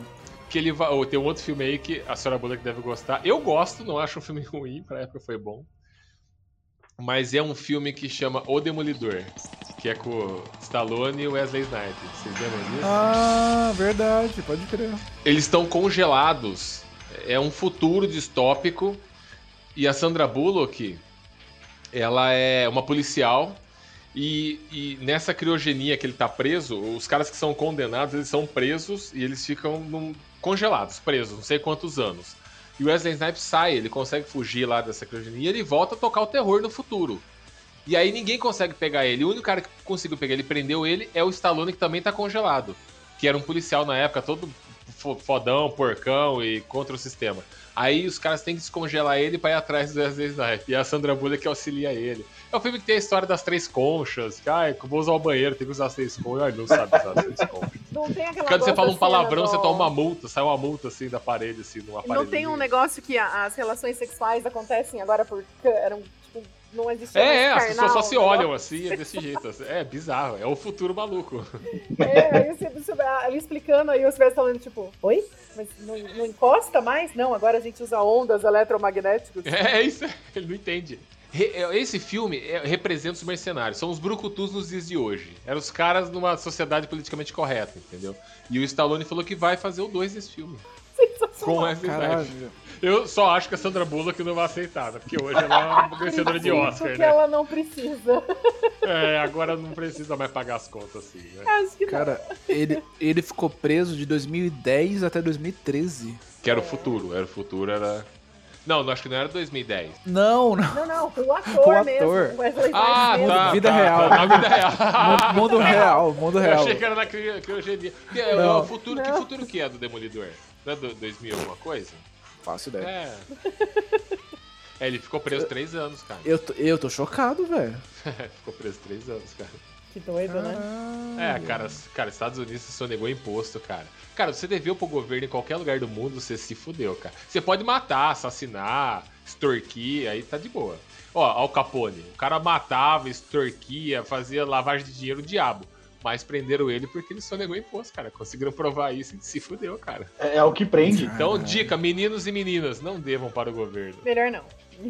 B: que ele vai. ou tem um outro filme aí que a senhora Bullock deve gostar. Eu gosto, não acho um filme ruim, pra época foi bom. Mas é um filme que chama O Demolidor, que é com o Stallone e o Wesley Snipes. Vocês lembram disso?
C: Ah, verdade, pode crer.
B: Eles estão congelados. É um futuro distópico. E a Sandra Bullock, ela é uma policial. E, e nessa criogenia que ele tá preso, os caras que são condenados, eles são presos e eles ficam num- congelados, presos, não sei quantos anos. E o Wesley Snipes sai, ele consegue fugir lá dessa criogenia e ele volta a tocar o terror no futuro. E aí ninguém consegue pegar ele. O único cara que conseguiu pegar ele, prendeu ele, é o Stallone, que também tá congelado. Que era um policial na época, todo fo- fodão, porcão e contra o sistema. Aí os caras têm que descongelar ele pra ir atrás do Wesley Snipes. E a Sandra Bullock que auxilia ele. É um filme que tem a história das três conchas. Que, ai, vou usar o banheiro, tem que usar as três conchas. Ai, não sabe usar as três conchas.
E: Não tem aquela
B: Quando você
E: outra
B: fala um
E: cena
B: palavrão,
E: do-
B: você toma uma multa, sai uma multa assim da parede, assim, numa parede.
E: Não tem um negócio que a- as relações sexuais acontecem agora por cã- eram tipo, não existe
B: É, é, as pessoas só
E: né?
B: se olham assim, é desse jeito. assim. É bizarro, é o futuro maluco.
E: É, aí você, você- ali explicando, aí os caras falando, tipo, oi? Mas não, não encosta mais? Não, agora a gente usa ondas eletromagnéticas.
B: É, é isso, ele não entende. Re- é, Esse filme é, representa os mercenários, são os brucutus nos dias de hoje. Eram os caras numa sociedade politicamente correta, entendeu? E o Stallone falou que vai fazer o 2 desse filme.
E: é
B: Com o Wesley Snipes.
C: Ah, Caralho.
B: Eu só acho que a Sandra Bullock não vai aceitar, né? porque hoje ela é uma vencedora de Oscar,
E: Porque
B: né?
E: ela não precisa.
B: É, agora não precisa mais pagar as contas assim, né?
E: Acho que não.
C: Cara, ele, ele ficou preso de 2010 até 2013.
B: Que era o futuro, era o futuro, era. Não, não, acho que não era 2010.
C: Não, não.
E: Não, não, o ator,
C: O
E: mesmo.
C: ator.
E: o Wesley
B: Ah,
E: Snipes
B: tá.
E: mesmo.
C: Vida
B: tá, tá,
C: real.
B: na vida real.
C: Mundo, mundo real, mundo
B: Eu
C: real.
B: achei que era na cri- criogenia. Que, é,
C: Não.
B: o futuro, que futuro que é do Demolidor? Não é do 2000 alguma coisa?
C: Faço ideia.
B: É. É, ele ficou preso três anos, cara.
C: Eu, tô- eu tô chocado, velho.
B: ficou preso três anos, cara.
E: Que doido, né?
B: É, cara, s- cara, Estados Unidos sonegou imposto, cara. Cara, você deveu pro governo em qualquer lugar do mundo, você se fudeu, cara. Você pode matar, assassinar, extorquir, aí tá de boa. Ó, Al Capone. O cara matava, extorquia, fazia lavagem de dinheiro, o diabo. Mas prenderam ele porque ele sonegou imposto, cara. Conseguiram provar isso e se fudeu, cara.
D: É, é o que prende.
B: Então, dica, meninos e meninas, não devam para o governo.
E: Melhor não.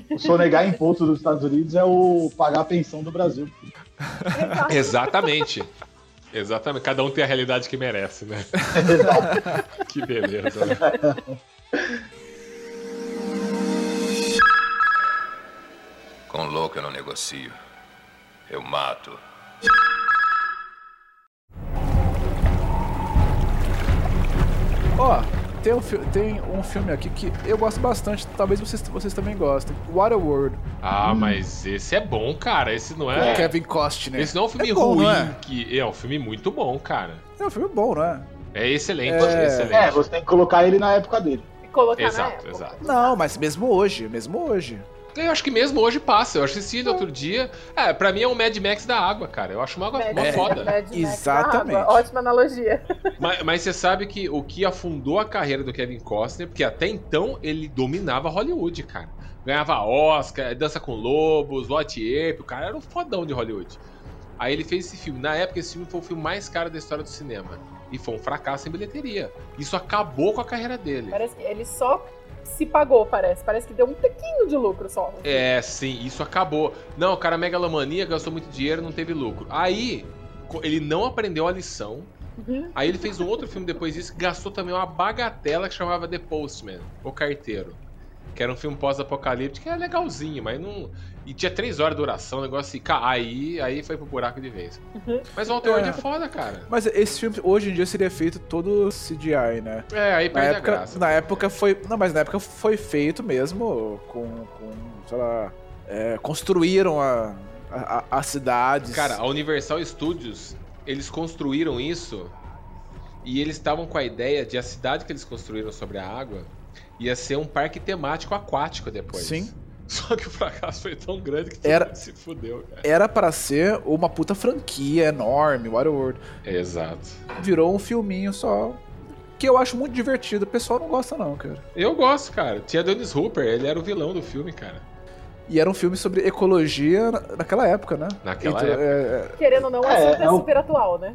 D: O sonegar imposto dos Estados Unidos é o pagar a pensão do Brasil.
B: Exatamente. Exatamente. Cada um tem a realidade que merece, né? que beleza, né?
G: Com louco eu não negocio. Eu mato.
C: Ó, tem um, fi- tem um filme aqui que eu gosto bastante, talvez vocês, vocês também gostem. Waterworld,
B: Ah,
C: Hum.
B: mas esse é bom, cara. Esse não é.
C: Kevin Costner.
B: Esse não é um filme
C: É bom,
B: ruim.
C: não é?
B: Que... é um filme muito bom, cara.
C: É um filme bom, não é?
B: É excelente,
C: É.
B: excelente.
D: É, você tá tem que colocar ele na época dele.
E: E colocar na
B: Exato,
E: época.
B: exato.
C: Não, mas mesmo hoje, mesmo hoje.
B: Eu acho que mesmo hoje passa. Eu assisti ele outro dia. É, pra mim é um Mad Max da água, cara. Eu acho uma, água,
E: Mad
D: É.
B: uma
E: Max,
B: foda.
E: Mad Max na
C: Exatamente.
E: água. Ótima analogia.
B: Mas, mas você sabe que o que afundou a carreira do Kevin Costner, porque até então ele dominava Hollywood, cara. Ganhava Oscar, Dança com Lobos, Lot Ape, o cara era um fodão de Hollywood. Aí ele fez esse filme. Na época, esse filme foi o filme mais caro da história do cinema. E foi um fracasso em bilheteria. Isso acabou com a carreira dele.
E: Parece que ele só se pagou, parece. Parece que deu um tequinho de lucro só.
B: É, sim, isso acabou. Não, o cara megalomania, gastou muito dinheiro, não teve lucro. Aí, co- ele não aprendeu a lição.
E: Uhum.
B: Aí ele fez um outro filme depois disso que gastou também uma bagatela que chamava The Postman, O Carteiro. Que era um filme pós-apocalíptico, que era legalzinho, mas não. E tinha três horas de duração, o negócio assim. ca- Aí, aí foi pro buraco de vez. Mas o Walter Ward é.
C: É.
B: foda, cara.
C: Mas esse filme hoje em dia seria feito todo CGI, né?
B: É, aí
C: Na
B: perde
C: época,
B: a graça.
C: na época foi. Não, mas na época foi feito mesmo com. com sei lá. é, construíram a, a, a- as cidades.
B: Cara, a Universal Studios, eles construíram isso e eles estavam com a ideia de a cidade que eles construíram sobre a água ia ser um parque temático aquático depois.
C: Sim.
B: Só que o fracasso foi tão grande que todo
C: Era-
B: mundo se fudeu, cara.
C: Era pra ser uma puta franquia enorme, Waterworld.
B: Exato.
C: Virou um filminho só. Que eu acho muito divertido. O pessoal não gosta, não, cara.
B: Eu gosto, cara. Tinha Dennis Hooper, ele era o vilão do filme, cara.
C: E era um filme sobre ecologia na- naquela época, né?
B: Naquela
C: Então,
B: época.
C: é, é,
E: Querendo ou não, o
D: É,
E: assunto é,
D: é o-
E: super atual, né?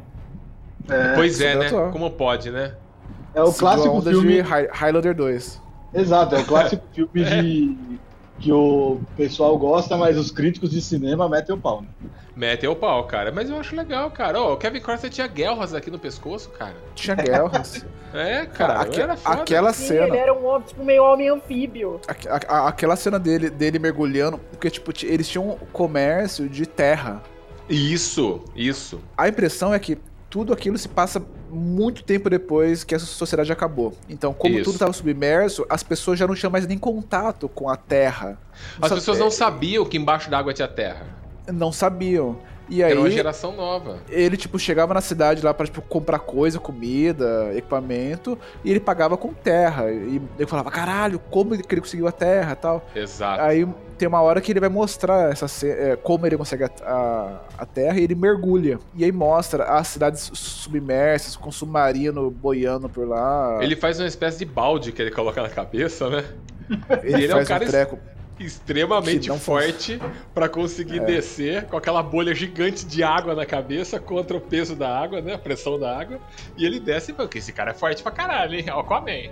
B: pois é,
C: super
B: né?
C: atual.
B: Como pode, né?
D: É o
C: seguiu a
D: clássico
C: onda de
D: filme.
C: Hi- Highlander 2.
D: Exato, é o clássico filme de. que o pessoal gosta, mas os críticos de cinema metem o pau. Né?
B: Metem o pau, cara. Mas eu acho legal, cara. Ó, o Kevin Costner tinha guerras aqui no pescoço, cara.
C: Tinha guerras.
B: É, cara.
C: cara,
B: eu
C: aque-
B: era foda. né?
C: aquela
E: Sim,
C: cena.
E: ele era um homem, tipo, meio homem anfíbio.
C: Aque- a- a- Aquela cena dele, dele mergulhando, porque, tipo, ti- eles tinham um comércio de terra.
B: Isso, isso.
C: A impressão é que tudo aquilo se passa muito tempo depois que essa sociedade acabou. Então, como
B: Isso.
C: tudo estava submerso, as pessoas já não tinham mais nem contato com a terra.
B: As
C: Só-
B: pessoas não sabiam que embaixo d'água tinha terra.
C: não sabiam. E aí,
B: Era uma geração nova.
C: ele, tipo, chegava na cidade lá pra, tipo, comprar coisa, comida, equipamento, e ele pagava com terra. E eu falava, caralho, como que ele conseguiu a terra e tal.
B: Exato.
C: Aí tem uma hora que ele vai mostrar essa, ce- é, como ele consegue a, a- a terra e ele mergulha. E aí mostra as cidades submersas, com submarino boiando por lá.
B: Ele faz uma espécie de balde que ele coloca na cabeça, né? ele é um
C: faz
B: cara
C: treco.
B: Extremamente
C: Que não É. fun-
B: forte pra conseguir descer com aquela bolha gigante de água na cabeça contra o peso da água, né? A pressão da água. E ele desce e fala que esse cara é forte pra caralho, hein? Aquaman.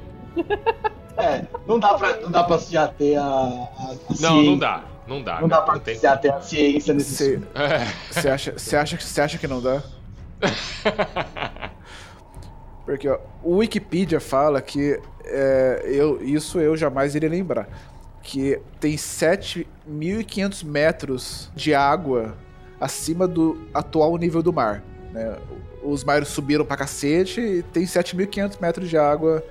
D: É, não dá pra, não dá pra se ater a, a- a
B: Não,
D: ciência.
B: não dá. Não dá.
D: Não dá
B: cara,
D: pra
B: tem-
D: se ater a ciência nesse filme.
C: Você
B: É.
C: acha, cê acha, que- cê acha que não dá? Porque ó, o Wikipedia fala que é, eu, isso eu jamais iria lembrar. Que tem 7.500 metros de água acima do atual nível do mar. né? Os mares subiram pra cacete e tem 7.500 metros de água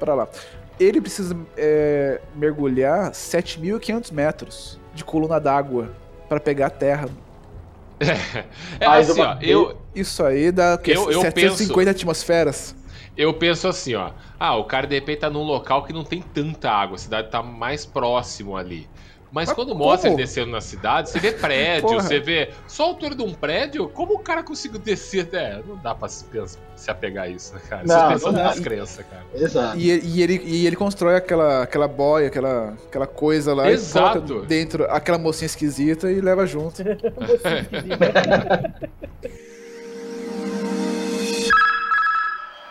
C: pra lá. ele precisa é, mergulhar 7.500 metros de coluna d'água pra pegar a terra.
B: É
D: Mas
B: assim,
D: uma-
B: ó, eu,
C: Isso aí dá o quê?
B: Eu- eu
C: 750 atmosferas.
B: eu penso assim, ó. Ah, o cara de repente tá num local que não tem tanta água, a cidade tá mais próximo ali. Mas,
C: Mas
B: quando mostra ele
C: como?
B: descendo na cidade, você vê prédio,
C: Porra.
B: você vê só a altura de um prédio, como o cara conseguiu descer até. Não dá pra se, pens- se apegar a isso, né, cara?
D: Não,
B: Você
D: não
B: pensa
D: dá.
B: nas crenças, cara.
D: Exato.
C: E, ele- e ele, e ele constrói aquela, aquela boia, aquela, aquela coisa lá. e
B: Exato.
C: coloca dentro aquela mocinha esquisita e leva junto.
E: Você esquisito.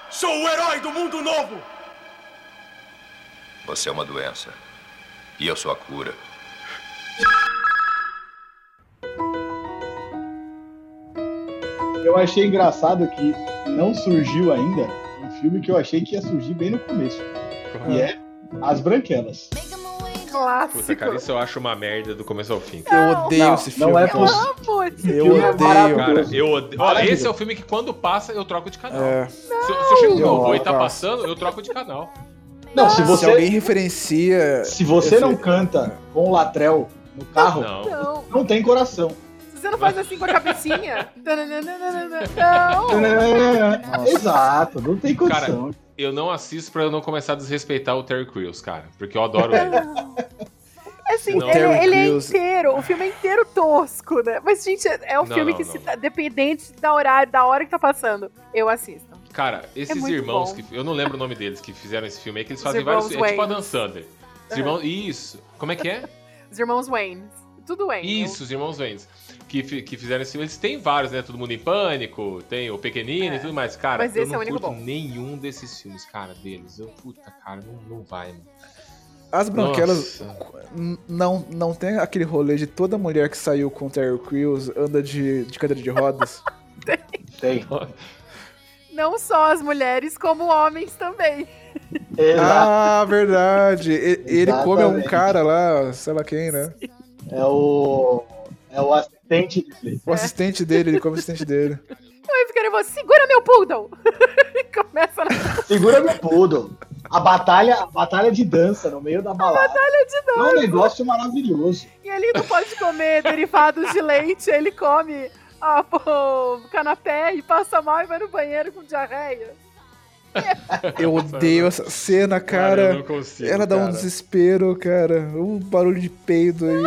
F: Sou o herói do mundo novo!
G: Você é uma doença. E eu sou a cura.
D: Eu achei engraçado que não surgiu ainda um filme que eu achei que ia surgir bem no começo. E é As Branquelas.
B: Puta,
E: Clássico.
B: cara, isso eu acho uma merda do começo ao fim.
C: Eu odeio
D: Não,
C: esse
D: não
C: filme.
D: é
C: cara.
E: Eu amo esse
C: Eu
E: filme.
C: odeio.
B: Cara,
D: maravilhoso.
B: eu odeio. Olha,
D: Maravilha.
B: esse é o filme que quando passa, eu troco de canal.
C: É.
B: Se, eu- se eu chego no
C: Não,
B: voo e tá
C: cara.
B: passando, eu troco de canal.
D: Não, se
C: Se
D: você,
C: alguém referencia.
D: se você não
C: Esse-
D: canta com o latrel no carro, não,
B: Não.
E: Não.
D: tem coração.
E: Se você não faz assim com a cabecinha. Não.
D: É, Exato, não tem condição.
B: Eu não assisto pra eu não começar a desrespeitar o Terry Crews, cara. Porque eu adoro ele.
E: Assim,
B: Não.
E: ele, ele é
C: Deus.
E: inteiro, o filme é inteiro tosco, né? Mas, gente, é é um
B: Não,
E: filme
B: não,
E: que,
B: não.
E: se tá- dependente da, horário, da hora que tá passando, eu assisto.
B: Cara, esses
E: É muito
B: irmãos
E: bom.
B: que. Eu não lembro o nome deles que fizeram esse filme aí, que eles
E: Os
B: fazem vários.
E: irmãos É.
B: É tipo a Dan
E: Wayans.
B: Sander. Os irmãos. Isso. Como é que é?
E: Os irmãos Wayne. Tudo Wayne.
B: Isso, os irmãos Wayans. Que, fi- que fizeram esse filme. Eles têm vários, né? Todo mundo em pânico, tem o Pequenino e tudo mais. Cara,
E: É. Mas
B: eu
E: esse
B: não
E: é o único
B: curto
E: bom.
B: nenhum desses filmes, cara, deles. Eu, puta, cara, não, não vai, mano.
C: As branquelas
B: Nossa.
C: n- não, não tem aquele rolê de toda mulher que saiu com o Terry Crews anda de, de cadeira de rodas.
D: Tem.
E: Não só as mulheres, como homens também.
D: Exato.
C: ah, verdade. E- ele come um
D: Exatamente.
C: cara lá, sei lá quem, né?
D: É o. É o assistente de play.
C: O assistente dele, ele come o assistente dele.
E: Eu fico nervoso. Segura meu poodle! e começa na
D: Segura meu poodle. A batalha, a batalha de dança no meio da balada. É um negócio maravilhoso.
E: E ele não pode comer derivados de leite, ele come ah, pô, canapé e passa mal e vai no banheiro com diarreia.
B: Tá,
C: Eu odeio essa cena,
B: eu
C: cara.
B: não consigo,
C: Ela dá um
B: cara.
C: desespero, cara. Um barulho de peido aí.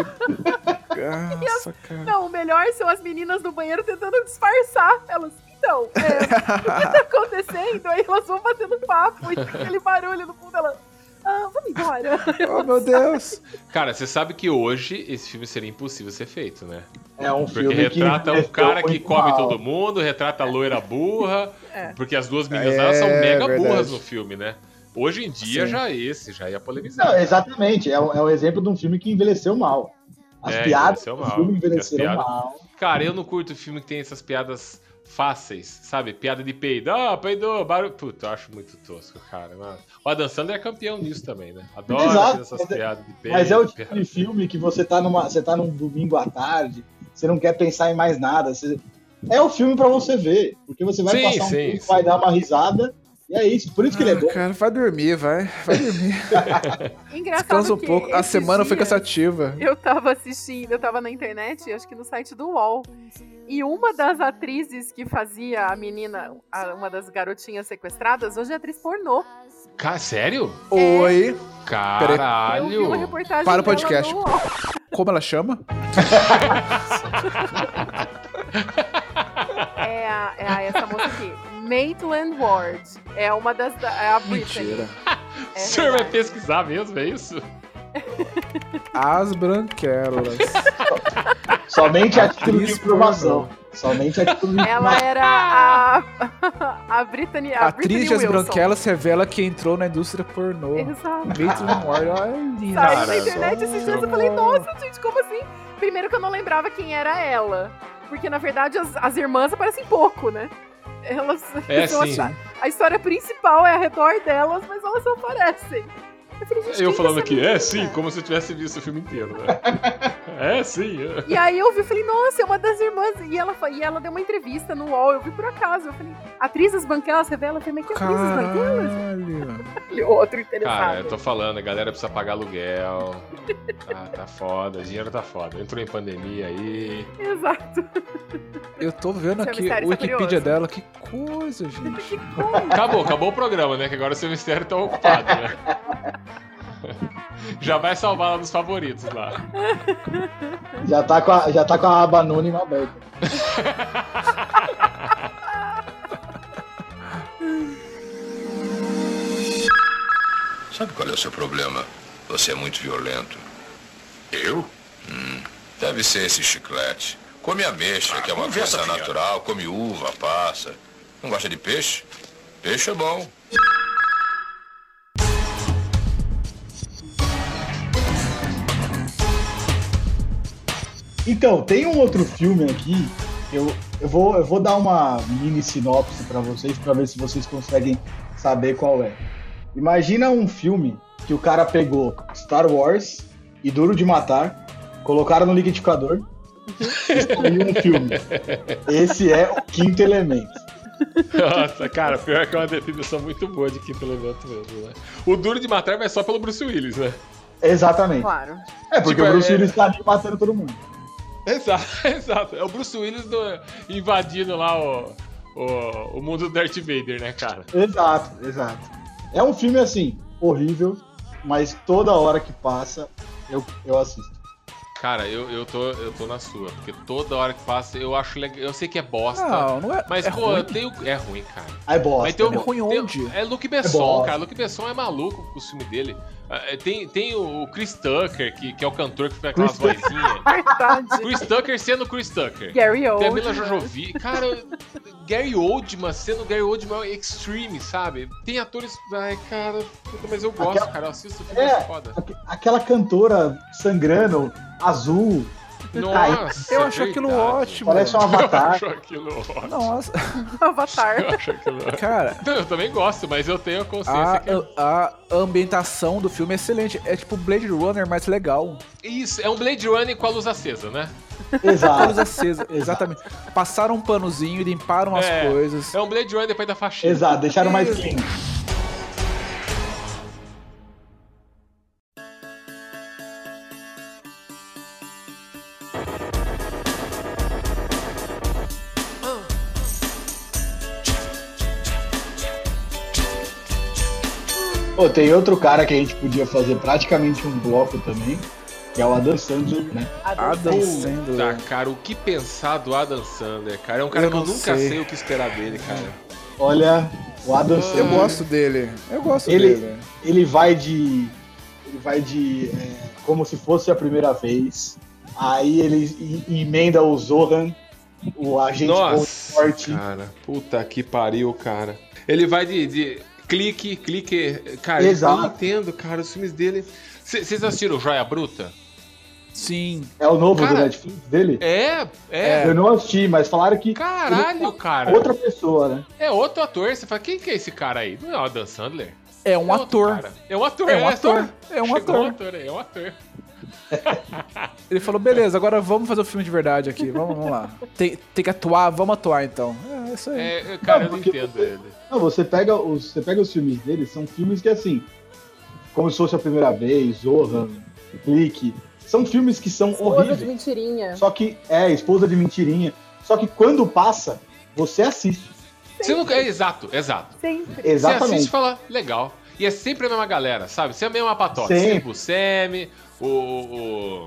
C: Nossa, cara.
E: Não, o melhor são as meninas do banheiro tentando disfarçar. Elas, então, é, o que tá acontecendo? Aí elas vão batendo papo e fica aquele barulho no fundo, elas, ah, vamos embora.
C: Oh, meu Deus.
B: Cara, você sabe que hoje esse filme seria impossível ser feito, né?
D: É um
B: Porque
D: filme que
B: retrata um
D: envelheceu
B: cara que
D: muito
B: come
D: mal.
B: todo mundo, retrata a loira burra,
E: É.
B: porque as duas meninas
C: É,
B: elas são mega
C: verdade.
B: burras no filme, né? Hoje em dia
C: Sim.
B: já é esse, já ia polemizar.
D: Não,
B: cara.
D: exatamente. É um, é um exemplo de um filme que envelheceu mal. As
B: É,
D: piadas
B: envelheceu
D: do
B: mal.
D: filme envelheceram
B: As piadas-
D: mal.
B: Cara, eu não curto filme que tem essas piadas fáceis, sabe? Piada de peido, ah, peidou, barulho. Puta, eu acho muito tosco, cara. mano. O Adam Sandler é campeão nisso também, né? Adoro
D: Exato,
B: fazer essas
D: mas é-
B: piadas de peido.
D: Mas é o tipo
B: piada-
D: de filme que você tá numa, você tá num domingo à tarde, você não quer pensar em mais nada. você- É o filme pra você ver, porque você vai
B: Sim,
D: passar um
B: sim,
D: tempo,
B: sim.
D: vai dar uma risada e é isso. Por isso que ele é bom.
C: Ah, cara, vai dormir, vai. Vai dormir.
E: Engraçado
C: Descansa um
E: que
C: pouco. A
E: esses
C: semana foi
E: dias-
C: cansativa.
E: Eu tava assistindo, eu tava na internet, acho que no site do UOL. E uma das atrizes que fazia a menina, a- uma das garotinhas sequestradas, hoje é atriz pornô.
B: Cara, sério?
E: É.
C: Oi.
E: Eu vi
B: Caralho!
E: uma reportagem
C: Para o
E: dela
C: podcast.
E: no UOL.
C: Como ela chama?
E: É, a, é a- essa moça aqui. Maitland Ward. É uma das. da- É a Britney.
C: Mentira.
B: o
E: É
B: senhor vai
E: verdade.
B: pesquisar mesmo, é isso?
C: As Branquelas.
B: Ah,
D: Somente a título de
C: Atriz
D: informação. Somente a título de
E: Ela é
D: informação.
E: era a. A Britney.
C: A
E: A Britney
C: atriz de As
E: Wilson.
C: Branquelas revela que entrou na indústria pornô. é
E: Exato.
C: Maitland Ward, olha.
E: Saiu
B: Cara,
E: na internet esses dias eu falei, nossa, gente, como assim? Primeiro que eu não lembrava quem era ela. Porque, na verdade, as, as irmãs aparecem pouco, né? Elas
B: É,
E: são
B: sim.
E: A, a história principal é ao redor delas, mas elas não aparecem. Eu falei, gente,
B: Eu
E: quem
B: falando
E: que
B: aqui,
E: essa
B: é
E: menina?
B: sim, como se eu tivesse visto o filme inteiro, né? é sim. é.
E: E aí eu vi, eu falei, nossa, é uma das irmãs. E ela, fa- e ela deu uma entrevista no UOL, eu vi por acaso. Eu falei, atrizes banquelas revela, eu falei, mas que atrizes banquelas?
C: Caralho.
E: Ele- Outro
B: Cara, eu
E: interessado.
B: tô falando, a galera precisa pagar aluguel. Ah, tá foda, dinheiro tá foda. Entrou em pandemia aí.
E: Exato.
C: Eu tô vendo
E: Seu
C: aqui
E: mistério
C: o
E: tá
C: Wikipedia
E: curioso.
C: dela, que coisa, gente.
B: Acabou, acabou o programa, né? Que agora o seu mistério tá ocupado, né? Já vai salvar lá nos favoritos lá.
D: Já tá com a, já tá com a aba anônima aberta.
G: Sabe qual é o seu problema? Você é muito violento. Eu? Hum, deve ser esse chiclete. Come ameixa, que é uma coisa natural. Come uva, passa. Não gosta de peixe? Peixe é bom.
D: Então, tem um outro filme aqui. Eu, eu, vou, eu vou dar uma mini sinopse pra vocês, pra ver se vocês conseguem saber qual é. Imagina um filme que o cara pegou Star Wars e Duro de Matar, colocaram no liquidificador e saiu um filme. Esse é o quinto elemento.
B: Nossa, cara, pior que é uma definição muito boa de quinto elemento mesmo, né? O duro de matar vai só pelo Bruce Willis, né?
D: Exatamente.
E: Claro.
D: É porque
B: Tipo,
D: o Bruce
B: é-
D: Willis tá ali matando todo mundo.
B: Exato, exato. É o Bruce Willis do, invadindo lá o, o, o mundo do Darth Vader, né, cara?
D: Exato, exato. É um filme assim, horrível, mas toda hora que passa eu, eu assisto.
B: Cara, eu, eu, tô, eu tô na sua, porque toda hora que passa eu acho legal. Eu sei que é bosta.
C: Não, não é.
B: Mas,
C: é
B: pô,
C: ruim.
B: eu tenho. É ruim, cara.
D: Aí bosta. né?
B: Mas tem um o,
C: é ruim
B: tem-
C: onde?
B: É Luke
D: É
B: Besson,
D: bosta.
B: cara. Luke Besson é maluco com o filme dele. Ah, é, Tem, tem o Chris Tucker, que, que é o cantor que fica com aquelas
D: Chris
B: vozinhas.
E: Verdade.
B: Chris Tucker sendo Chris Tucker.
E: Gary Old.
B: Tem a Mila Jojovi. Cara, Gary Oldman sendo Gary Oldman é extreme, sabe? Tem atores. Ai, cara, puta, mas eu gosto,
D: Aquela-
B: cara. Eu assisto o filme
D: É.
B: é foda.
D: Aque- Aquela cantora sangrando, azul,
B: Nossa, é
C: Eu acho aquilo
B: verdade.
C: ótimo.
D: parece um
B: Eu
D: avatar.
B: acho aquilo ótimo.
C: Nossa,
E: Avatar.
B: Eu acho aquilo ótimo.
C: cara,
B: Não, eu também gosto, mas eu tenho a consciência
C: a,
B: que é...
C: a ambientação do filme é excelente. É tipo Blade Runner, mas legal.
B: Isso, é um Blade Runner com a luz acesa, né?
C: Luz
D: Exato,
C: acesa, exatamente. Passaram um panozinho, limparam as
B: É.
C: coisas.
B: É um Blade Runner depois da faxina.
D: exato, deixaram mais clean. Pô, tem outro cara que a gente podia fazer praticamente um bloco também, que é o Adam Sandler, né?
C: Adam
B: Tá,
C: Sandler.
B: cara, o que pensar do Adam Sandler, cara? É um cara
C: Eu
B: que eu
C: não
B: nunca
C: sei.
B: sei. o que esperar dele, cara.
D: Olha, o Adam Sandler.
C: Eu gosto dele. Eu gosto
D: Ele-
B: né?
C: dele.
D: ele vai de. Ele vai de. é, como se fosse a primeira vez. Aí ele e- emenda o Zohan, o agente
B: Nossa,
D: forte.
B: cara, puta que pariu, cara. Ele vai de, de clique, clique. Cara, eu não
D: Exato.
B: entendo, cara, os filmes dele. C- Vocês assistiram Joia Bruta?
C: Sim.
D: É o novo do
B: Cara,
D: Netflix dele?
B: É, é.
D: Eu não assisti, mas falaram que
B: Caralho, cara.
D: outra pessoa, né?
B: É outro ator. Você fala, quem que é esse cara aí? Não é o Adam Sandler?
C: É
B: É
C: um
B: outro
C: ator.
B: cara. É um ator,
C: É um
B: é só-
C: ator. É um
B: Chegou um
C: ator.
B: ator, é um ator.
C: Ele falou, beleza, agora vamos fazer o filme de verdade aqui. Vamos, vamos lá. Tem, tem que atuar, vamos atuar então. É isso aí.
B: É, eu- cara, eu não
D: porque-
B: entendo ele.
D: Não, você pega os, você pega os filmes dele, são filmes que assim, como se fosse a primeira vez, Zohan, Clique, são filmes que são
E: Esposa de
D: horríveis.
E: mentirinha.
D: Só que é esposa de mentirinha. Só que quando passa, você assiste.
B: Você não... É, exato, exato.
E: Sempre.
B: Você assiste
D: Exatamente.
B: e fala, legal. E é sempre a mesma galera, sabe? Você é a mesma patota.
D: Sempre.
B: Sempre o Semi, o. o- o-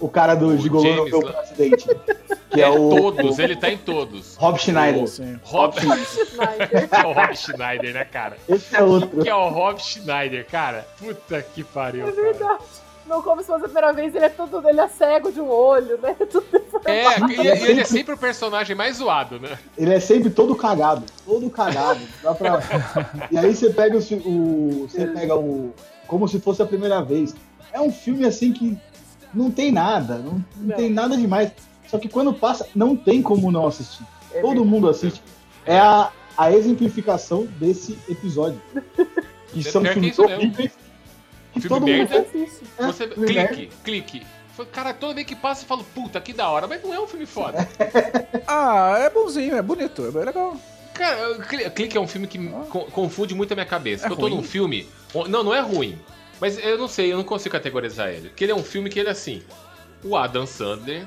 D: O cara do
B: O
D: Gigolô
B: James
D: não foi o
B: lá.
D: presidente. Que
B: é
D: é o
B: todos, ele tá em todos.
D: Rob Schneider.
C: Sim.
B: Rob,
E: Schneider.
B: é o Rob Schneider, né, cara?
D: Esse é outro.
B: Que é o Rob Schneider, cara. Puta que pariu.
E: É
D: tá
B: Cara.
E: verdade. Não como se fosse a primeira vez, ele é todo. Ele é cego de um olho, né? Tudo
B: É, e, e ele é sempre o personagem mais zoado, né?
D: Ele é sempre todo cagado. Todo cagado. Dá pra- E aí você pega o, fi- o- Você pega o. Como se fosse a primeira vez. É um filme assim que não tem nada. Não, não
E: Não.
D: tem nada demais. Só que quando passa, não tem como não assistir.
E: É
D: Todo mundo assiste. É a, a exemplificação desse episódio. Que
B: É
D: são
B: pior que
D: filmes
B: isso mesmo.
D: horríveis. que
B: Filme
D: todo mundo
B: merda.
D: fez.
J: faz isso.
D: É,
B: Você
D: filme
B: clique, clique. Foi- Cara, toda vez que passa eu falo, puta, que da hora, mas não é um filme foda.
C: Ah, é bonzinho, é bonito, é bem legal.
B: Cara, eu- Cli- Clique é um filme que me co- confunde muito a minha cabeça.
C: É
B: eu tô
C: ruim?
B: num filme. on- Não, não é ruim. Mas eu não sei, eu não consigo categorizar ele. Porque ele é um filme que ele é assim. O Adam Sandler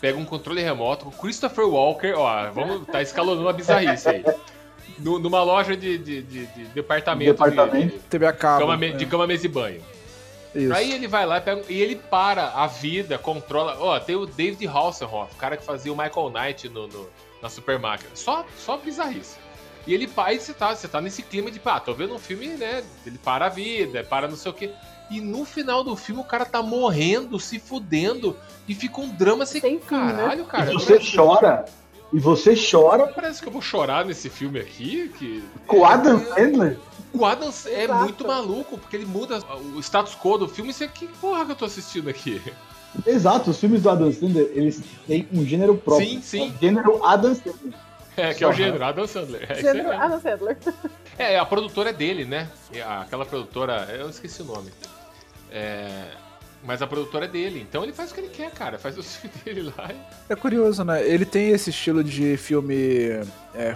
B: pega um controle remoto com o Christopher Walker, ó, vamos, tá escalonando uma bizarrice aí. Nu- numa loja de, de, de- de departamento,
D: Departamento.
B: de, de
C: TV a cabo.
B: cama, me-
C: é,
B: de cama, mesa e banho.
C: isso.
B: Aí ele vai lá pega- um, e ele para a vida, controla. Ó, tem o David Hasselhoff, o cara que fazia o Michael Knight no, no- na Super Máquina. Só, só bizarrice. E ele para, você tá, você tá nesse clima de, pá, tô vendo um filme, né? Ele para a vida, para não sei o quê. E no final do filme o cara tá morrendo, se fudendo, e fica um drama assim.
J: Sem fim, né?
B: Caralho, cara.
D: E você chora. E você chora
B: Parece que eu vou chorar nesse filme aqui. Que...
D: com o Adam Sandler?
B: O Adam é
J: Exato.
B: muito maluco, porque ele muda o status quo do filme. Isso aqui, que porra que eu tô assistindo aqui?
D: Exato, os filmes do Adam Sandler, eles têm um gênero próprio.
B: Sim, sim.
D: É o gênero Adam Sandler.
B: É, que é o gênero, Adam Sandler. É, isso aí
J: Gênero
E: Ah,
B: mesmo.
J: Adam Sandler.
B: É, a produtora é dele, né? É, Aquela produtora, eu esqueci o nome. É, mas a produtora é dele, então ele faz o que ele quer, cara. Faz o filme dele lá. e-
C: É curioso, né? Ele tem esse estilo de filme é,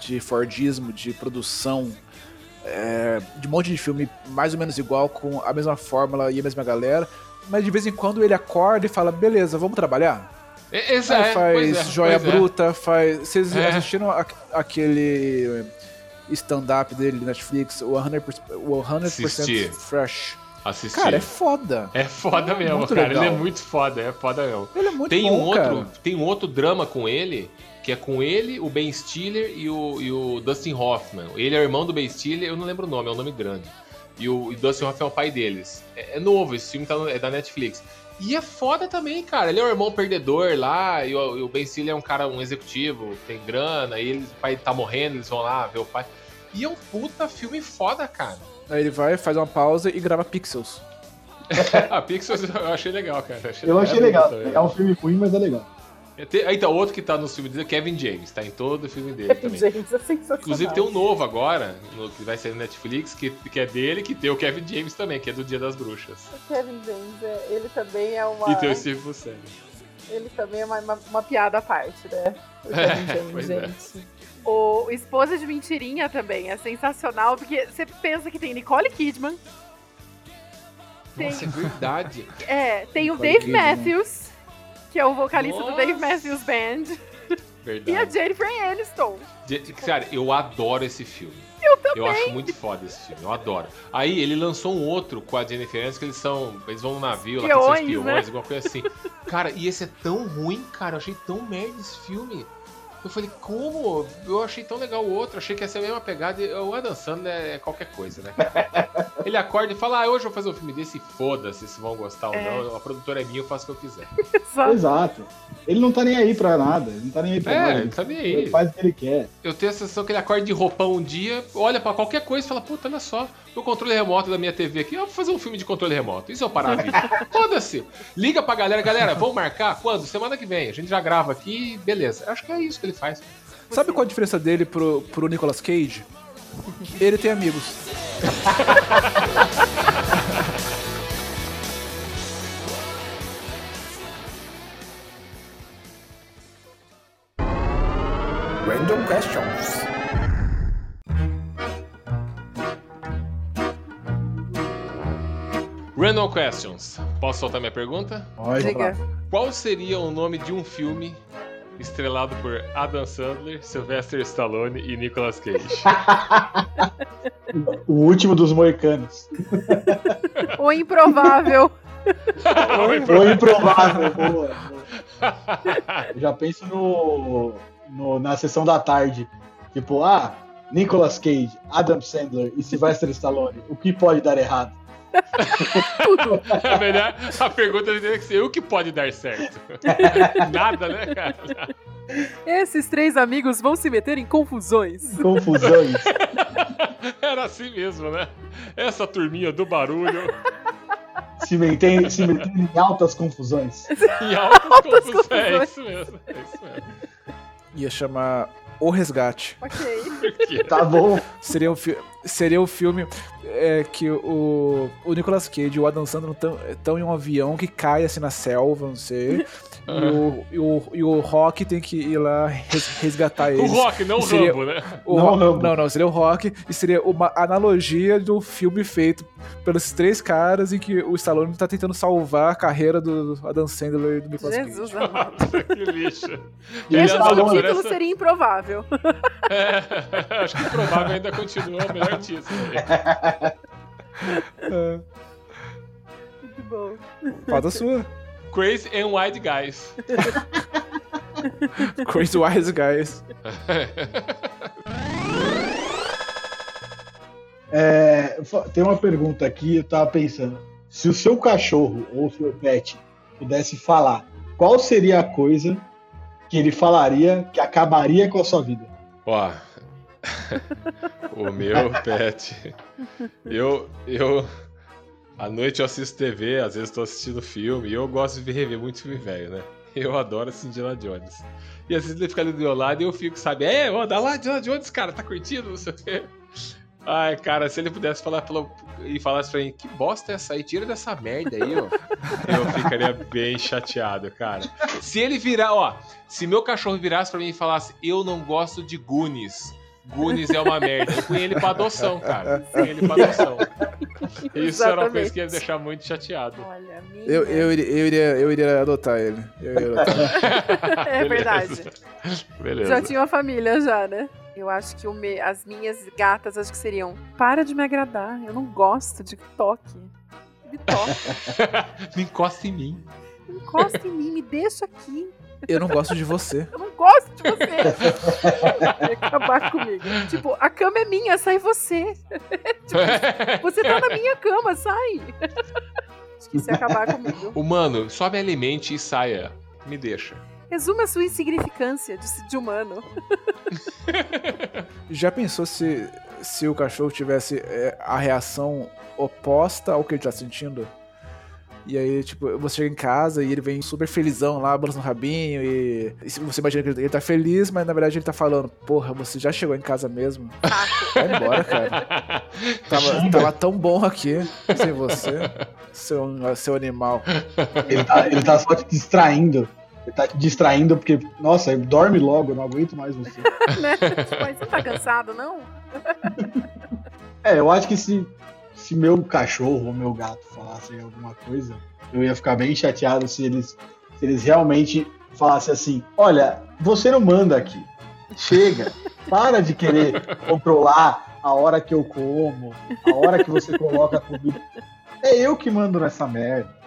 C: de Fordismo, de produção, é, de um monte de filme mais ou menos igual, com a mesma fórmula e a mesma galera. Mas de vez em quando ele acorda e fala, beleza, vamos trabalhar.
B: É, Essa
C: Aí
B: é,
C: faz
B: pois é,
C: Joia
B: pois é.
C: Bruta, faz. Vocês
B: É.
C: assistiram a- aquele stand-up dele na Netflix, o 100%, o 100
B: Assisti.
C: Fresh?
B: Assisti.
C: Cara, é foda.
B: é... foda
C: é
B: mesmo,
C: muito
B: cara.
C: legal.
B: Ele é muito foda, é foda mesmo.
C: Ele é muito
B: Tem
C: bom,
B: um, outro,
C: cara.
B: tem um outro drama com ele, que é com ele, o Ben Stiller e o, e o Dustin Hoffman. Ele é irmão do Ben Stiller, eu não lembro o nome, é um nome grande. E o e Dustin Hoffman é o pai deles. É, é novo, esse filme tá no- é da Netflix. E é foda também, cara. Ele é o irmão perdedor lá, e o, e o Ben Stiller é um cara, um executivo, tem grana, e ele, o pai tá morrendo, eles vão lá ver o pai. E é um puta filme foda, cara.
C: Aí ele vai, faz uma pausa e grava Pixels.
B: A Pixels eu achei legal, cara.
D: Eu achei
B: é
D: legal.
B: muito
D: É um filme ruim, mas é legal.
B: É, tem- aí tá outro que tá no filme dele, é Kevin James, tá em todo o filme dele também.
J: James, é sensacional.
B: Inclusive tem um novo agora, no- que vai sair no Netflix, que, que é dele, que tem o Kevin James também, que é do Dia das Bruxas.
J: O Kevin James, é- ele também é uma.
B: E tem o Steve Buscemi.
J: Ele também é uma, uma- uma piada à parte, né? O Kevin James,
B: pois é.
J: gente. O
E: Esposa de Mentirinha também é sensacional, porque você pensa que tem Nicole Kidman, Tem-
B: Nossa, é verdade.
E: é, tem o
C: Nicole
E: Dave
C: Kidman.
E: Matthews, que é o vocalista do Dave
B: Nossa.
E: Matthews Band, e a
B: Verdade.
E: Jennifer Aniston.
B: Je- Cara, eu adoro esse filme. Eu também. Eu acho muito foda esse filme, eu adoro. Aí ele lançou um outro com a Jennifer Aniston, que eles são. Eles vão no navio, lá que eles são
E: Espiões,
B: espiões,
E: né?
B: alguma coisa assim. Cara, e esse é tão ruim, cara. Eu achei tão merda esse filme. Eu falei, como? Eu achei tão legal o outro, achei que ia ser a mesma pegada. E O Adam Sandler é qualquer coisa, né? cara? Ele acorda e fala, ah, hoje eu vou fazer um filme desse, e foda-se se vão gostar ou não. A produtora é minha, eu faço o que eu quiser.
E: Exato.
D: Exato. Ele não tá nem aí pra nada. Ele não tá nem aí pra
B: Tá. É,
D: nada.
B: tá nem aí.
D: Ele faz o que ele quer.
B: Eu tenho a sensação que ele acorda de roupão um dia, olha pra qualquer coisa e fala, puta, olha só, o controle remoto da minha TV aqui, eu vou fazer um filme de controle remoto. Isso é o Paravida. Foda-se. Liga pra galera, galera, vamos marcar quando? Semana que vem. A gente já grava aqui, beleza. Acho que é isso que ele faz.
C: Tipo Sabe qual a diferença dele pro, pro Nicolas Cage? Ele tem amigos.
K: Random questions.
B: Random Questions. Posso soltar minha pergunta?
D: Olha,
C: é,
E: Diga.
B: Qual seria o nome de um filme estrelado por Adam Sandler, Sylvester Stallone e Nicolas Cage?
D: O último dos moicanos.
E: O Improvável.
D: Foi improvável. boa, boa. Eu já penso no, no- na sessão da tarde. Tipo, ah, Nicolas Cage, Adam Sandler e Sylvester Stallone. O que pode dar errado?
B: É melhor a pergunta teria que ser o que pode dar certo. Nada, né, cara?
E: Esses três amigos vão se meter em confusões.
D: Confusões.
B: Era assim mesmo, né? Essa turminha do barulho
D: se mantém, se mantém em altas confusões.
B: e altas, confusões. É
E: confusões.
B: isso mesmo, é isso mesmo.
C: Ia chamar O Resgate.
E: Ok.
D: Tá bom.
C: Seria um filme. seria o filme é, que o, o Nicolas Cage e o Adam Sandler estão em um avião que cai assim na selva, não sei.
B: Uhum.
C: E, o, e, o, e o Rock tem que ir lá res- resgatar eles.
B: O Rock, não
C: E
B: o
C: seria-
B: Rambo, né?
C: o
D: Não,
C: Ro-
D: não.
C: não, não, seria o Rock e seria uma analogia do filme feito pelos três caras em que o Stallone tá tentando salvar a carreira do Adam Sandler e do Nicolas Cage.
E: Jesus amado.
B: que lixo.
D: E
B: Aliás,
D: esse
E: Esse
B: olha,
D: Stallone-
E: título
B: parece-
E: seria improvável.
B: É, acho que provável ainda continua o melhor título.
E: Muito bom.
C: Falta a sua.
B: Crazy and Wide Guys.
C: Crazy Wise Guys.
D: É, fa- tem uma pergunta aqui, eu tava pensando. Se o seu cachorro ou o seu pet pudesse falar, qual seria a coisa que ele falaria que acabaria com a sua vida?
B: Ó, o meu pet. Eu, eu. À noite eu assisto TV, às vezes tô assistindo filme, e eu gosto de rever muito filme velho, né? Eu adoro assim Indiana Jones. E às vezes ele fica ali do meu lado e eu fico, sabe? É, ó, dá lá, Indiana Jones, cara, tá curtindo? Não sei o quê. Ai, cara, se ele pudesse falar falou- e falasse pra mim, que bosta é essa aí? Tira dessa merda aí, ó. Eu ficaria bem chateado, cara. Se ele virar, ó, se meu cachorro virasse pra mim e falasse, eu não gosto de Goonies. Goonies é uma merda. Eu punha ele pra adoção, cara. Eu punha ele pra adoção. Isso era uma coisa que ia me deixar muito chateado.
E: Olha, minha.
C: Eu, eu, iria- eu, iria, eu iria adotar ele. Eu iria adotar.
E: É verdade.
B: Beleza.
E: Já tinha uma família já, né? Eu acho que o me- as minhas gatas acho que seriam para de me agradar. Eu não gosto de toque. Me toque,
B: Não encosta em mim.
E: encosta em mim, me deixa aqui. então
C: Eu não gosto de você.
E: Eu não gosto de você. Vai acabar comigo. Tipo, a cama é minha, sai você. Você tá na minha cama, sai. Acho que se acabar comigo.
B: Humano, só me alimente e saia. Me deixa.
E: Resume a sua insignificância de, de humano.
C: Já pensou se, se o cachorro tivesse é, a reação oposta ao que ele tá sentindo? E aí, tipo, você chega em casa e ele vem super felizão lá, balançando o rabinho e, e se- você imagina que ele, ele tá feliz, mas na verdade ele tá falando, porra, você já chegou em casa mesmo? Vai embora, cara. Tava, tava tão bom aqui sem você, seu, seu animal.
D: Ele tá, ele tá só te distraindo. Ele tá te distraindo porque, nossa, dorme logo, eu não aguento mais você.
E: Né? Tipo, mas você não tá cansado, não?
D: É, eu acho que se, se meu cachorro ou meu gato falassem alguma coisa, eu ia ficar bem chateado se eles, se eles realmente falassem assim: olha, você não manda aqui. Chega, para de querer controlar a hora que eu como, a hora que você coloca a comida. É eu que mando nessa merda.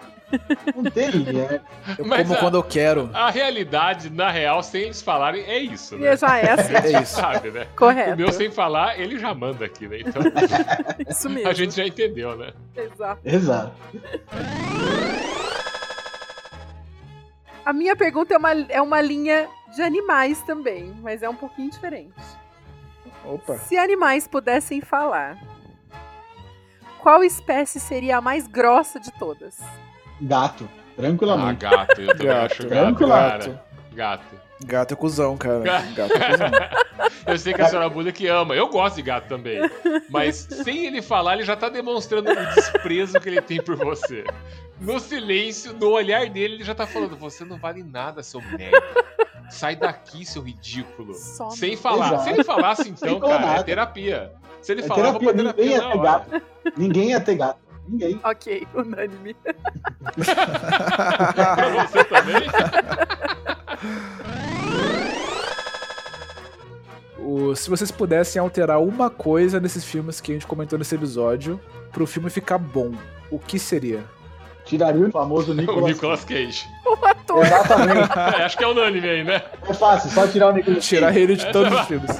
D: Não tem, é.
C: Eu
B: Mas
C: como
B: a-
C: quando eu quero.
B: A realidade, na real, sem eles falarem, é isso, né?
E: E É. já é assim,
C: É isso.
B: Sabe, né? O
E: correto.
B: meu, sem falar, ele já manda aqui, né? Então,
E: Isso mesmo.
B: a gente já entendeu, né?
E: Exato.
D: Exato.
E: A minha pergunta é uma, é uma linha de animais também, mas é um pouquinho diferente.
C: Opa.
E: Se animais pudessem falar, qual espécie seria a mais grossa de todas?
D: Gato,
B: Ah,
D: tranquilamente.
B: gato, eu também
C: Gato.
B: acho gato,
D: Tranquilo.
B: cara. Gato.
C: Gato é cuzão, cara.
B: Gato.
C: Gato é cuzão.
B: Eu sei que a senhora Buda que ama. Eu gosto de gato também. Mas sem ele falar, ele já tá demonstrando o desprezo que ele tem por você. No silêncio, no olhar dele, ele já tá falando: Você não vale nada, seu merda. Sai daqui, seu ridículo.
E: Some.
B: Sem falar.
D: Exato.
B: Se ele falasse, então,
D: Sem falar
B: cara, é
D: nada.
B: terapia. Se ele
D: É
B: falar, eu vou Ah, pra
D: terapia, ninguém
B: terapia
D: ia
B: na
D: ter
B: hora.
D: gato. Ninguém ia ter gato. Ninguém.
E: Ok, unânime.
B: Pra você também?
C: O- se vocês pudessem alterar uma coisa nesses filmes que a gente comentou nesse episódio, pro filme ficar bom, o que seria?
D: Tiraria o famoso Nicolas.
B: O Nicolas Cage.
E: O ator.
D: Exatamente.
B: É, acho que é unânime aí, né?
D: É fácil, só tirar o Nicolas. Cage.
C: Tirar ele de todos os filmes.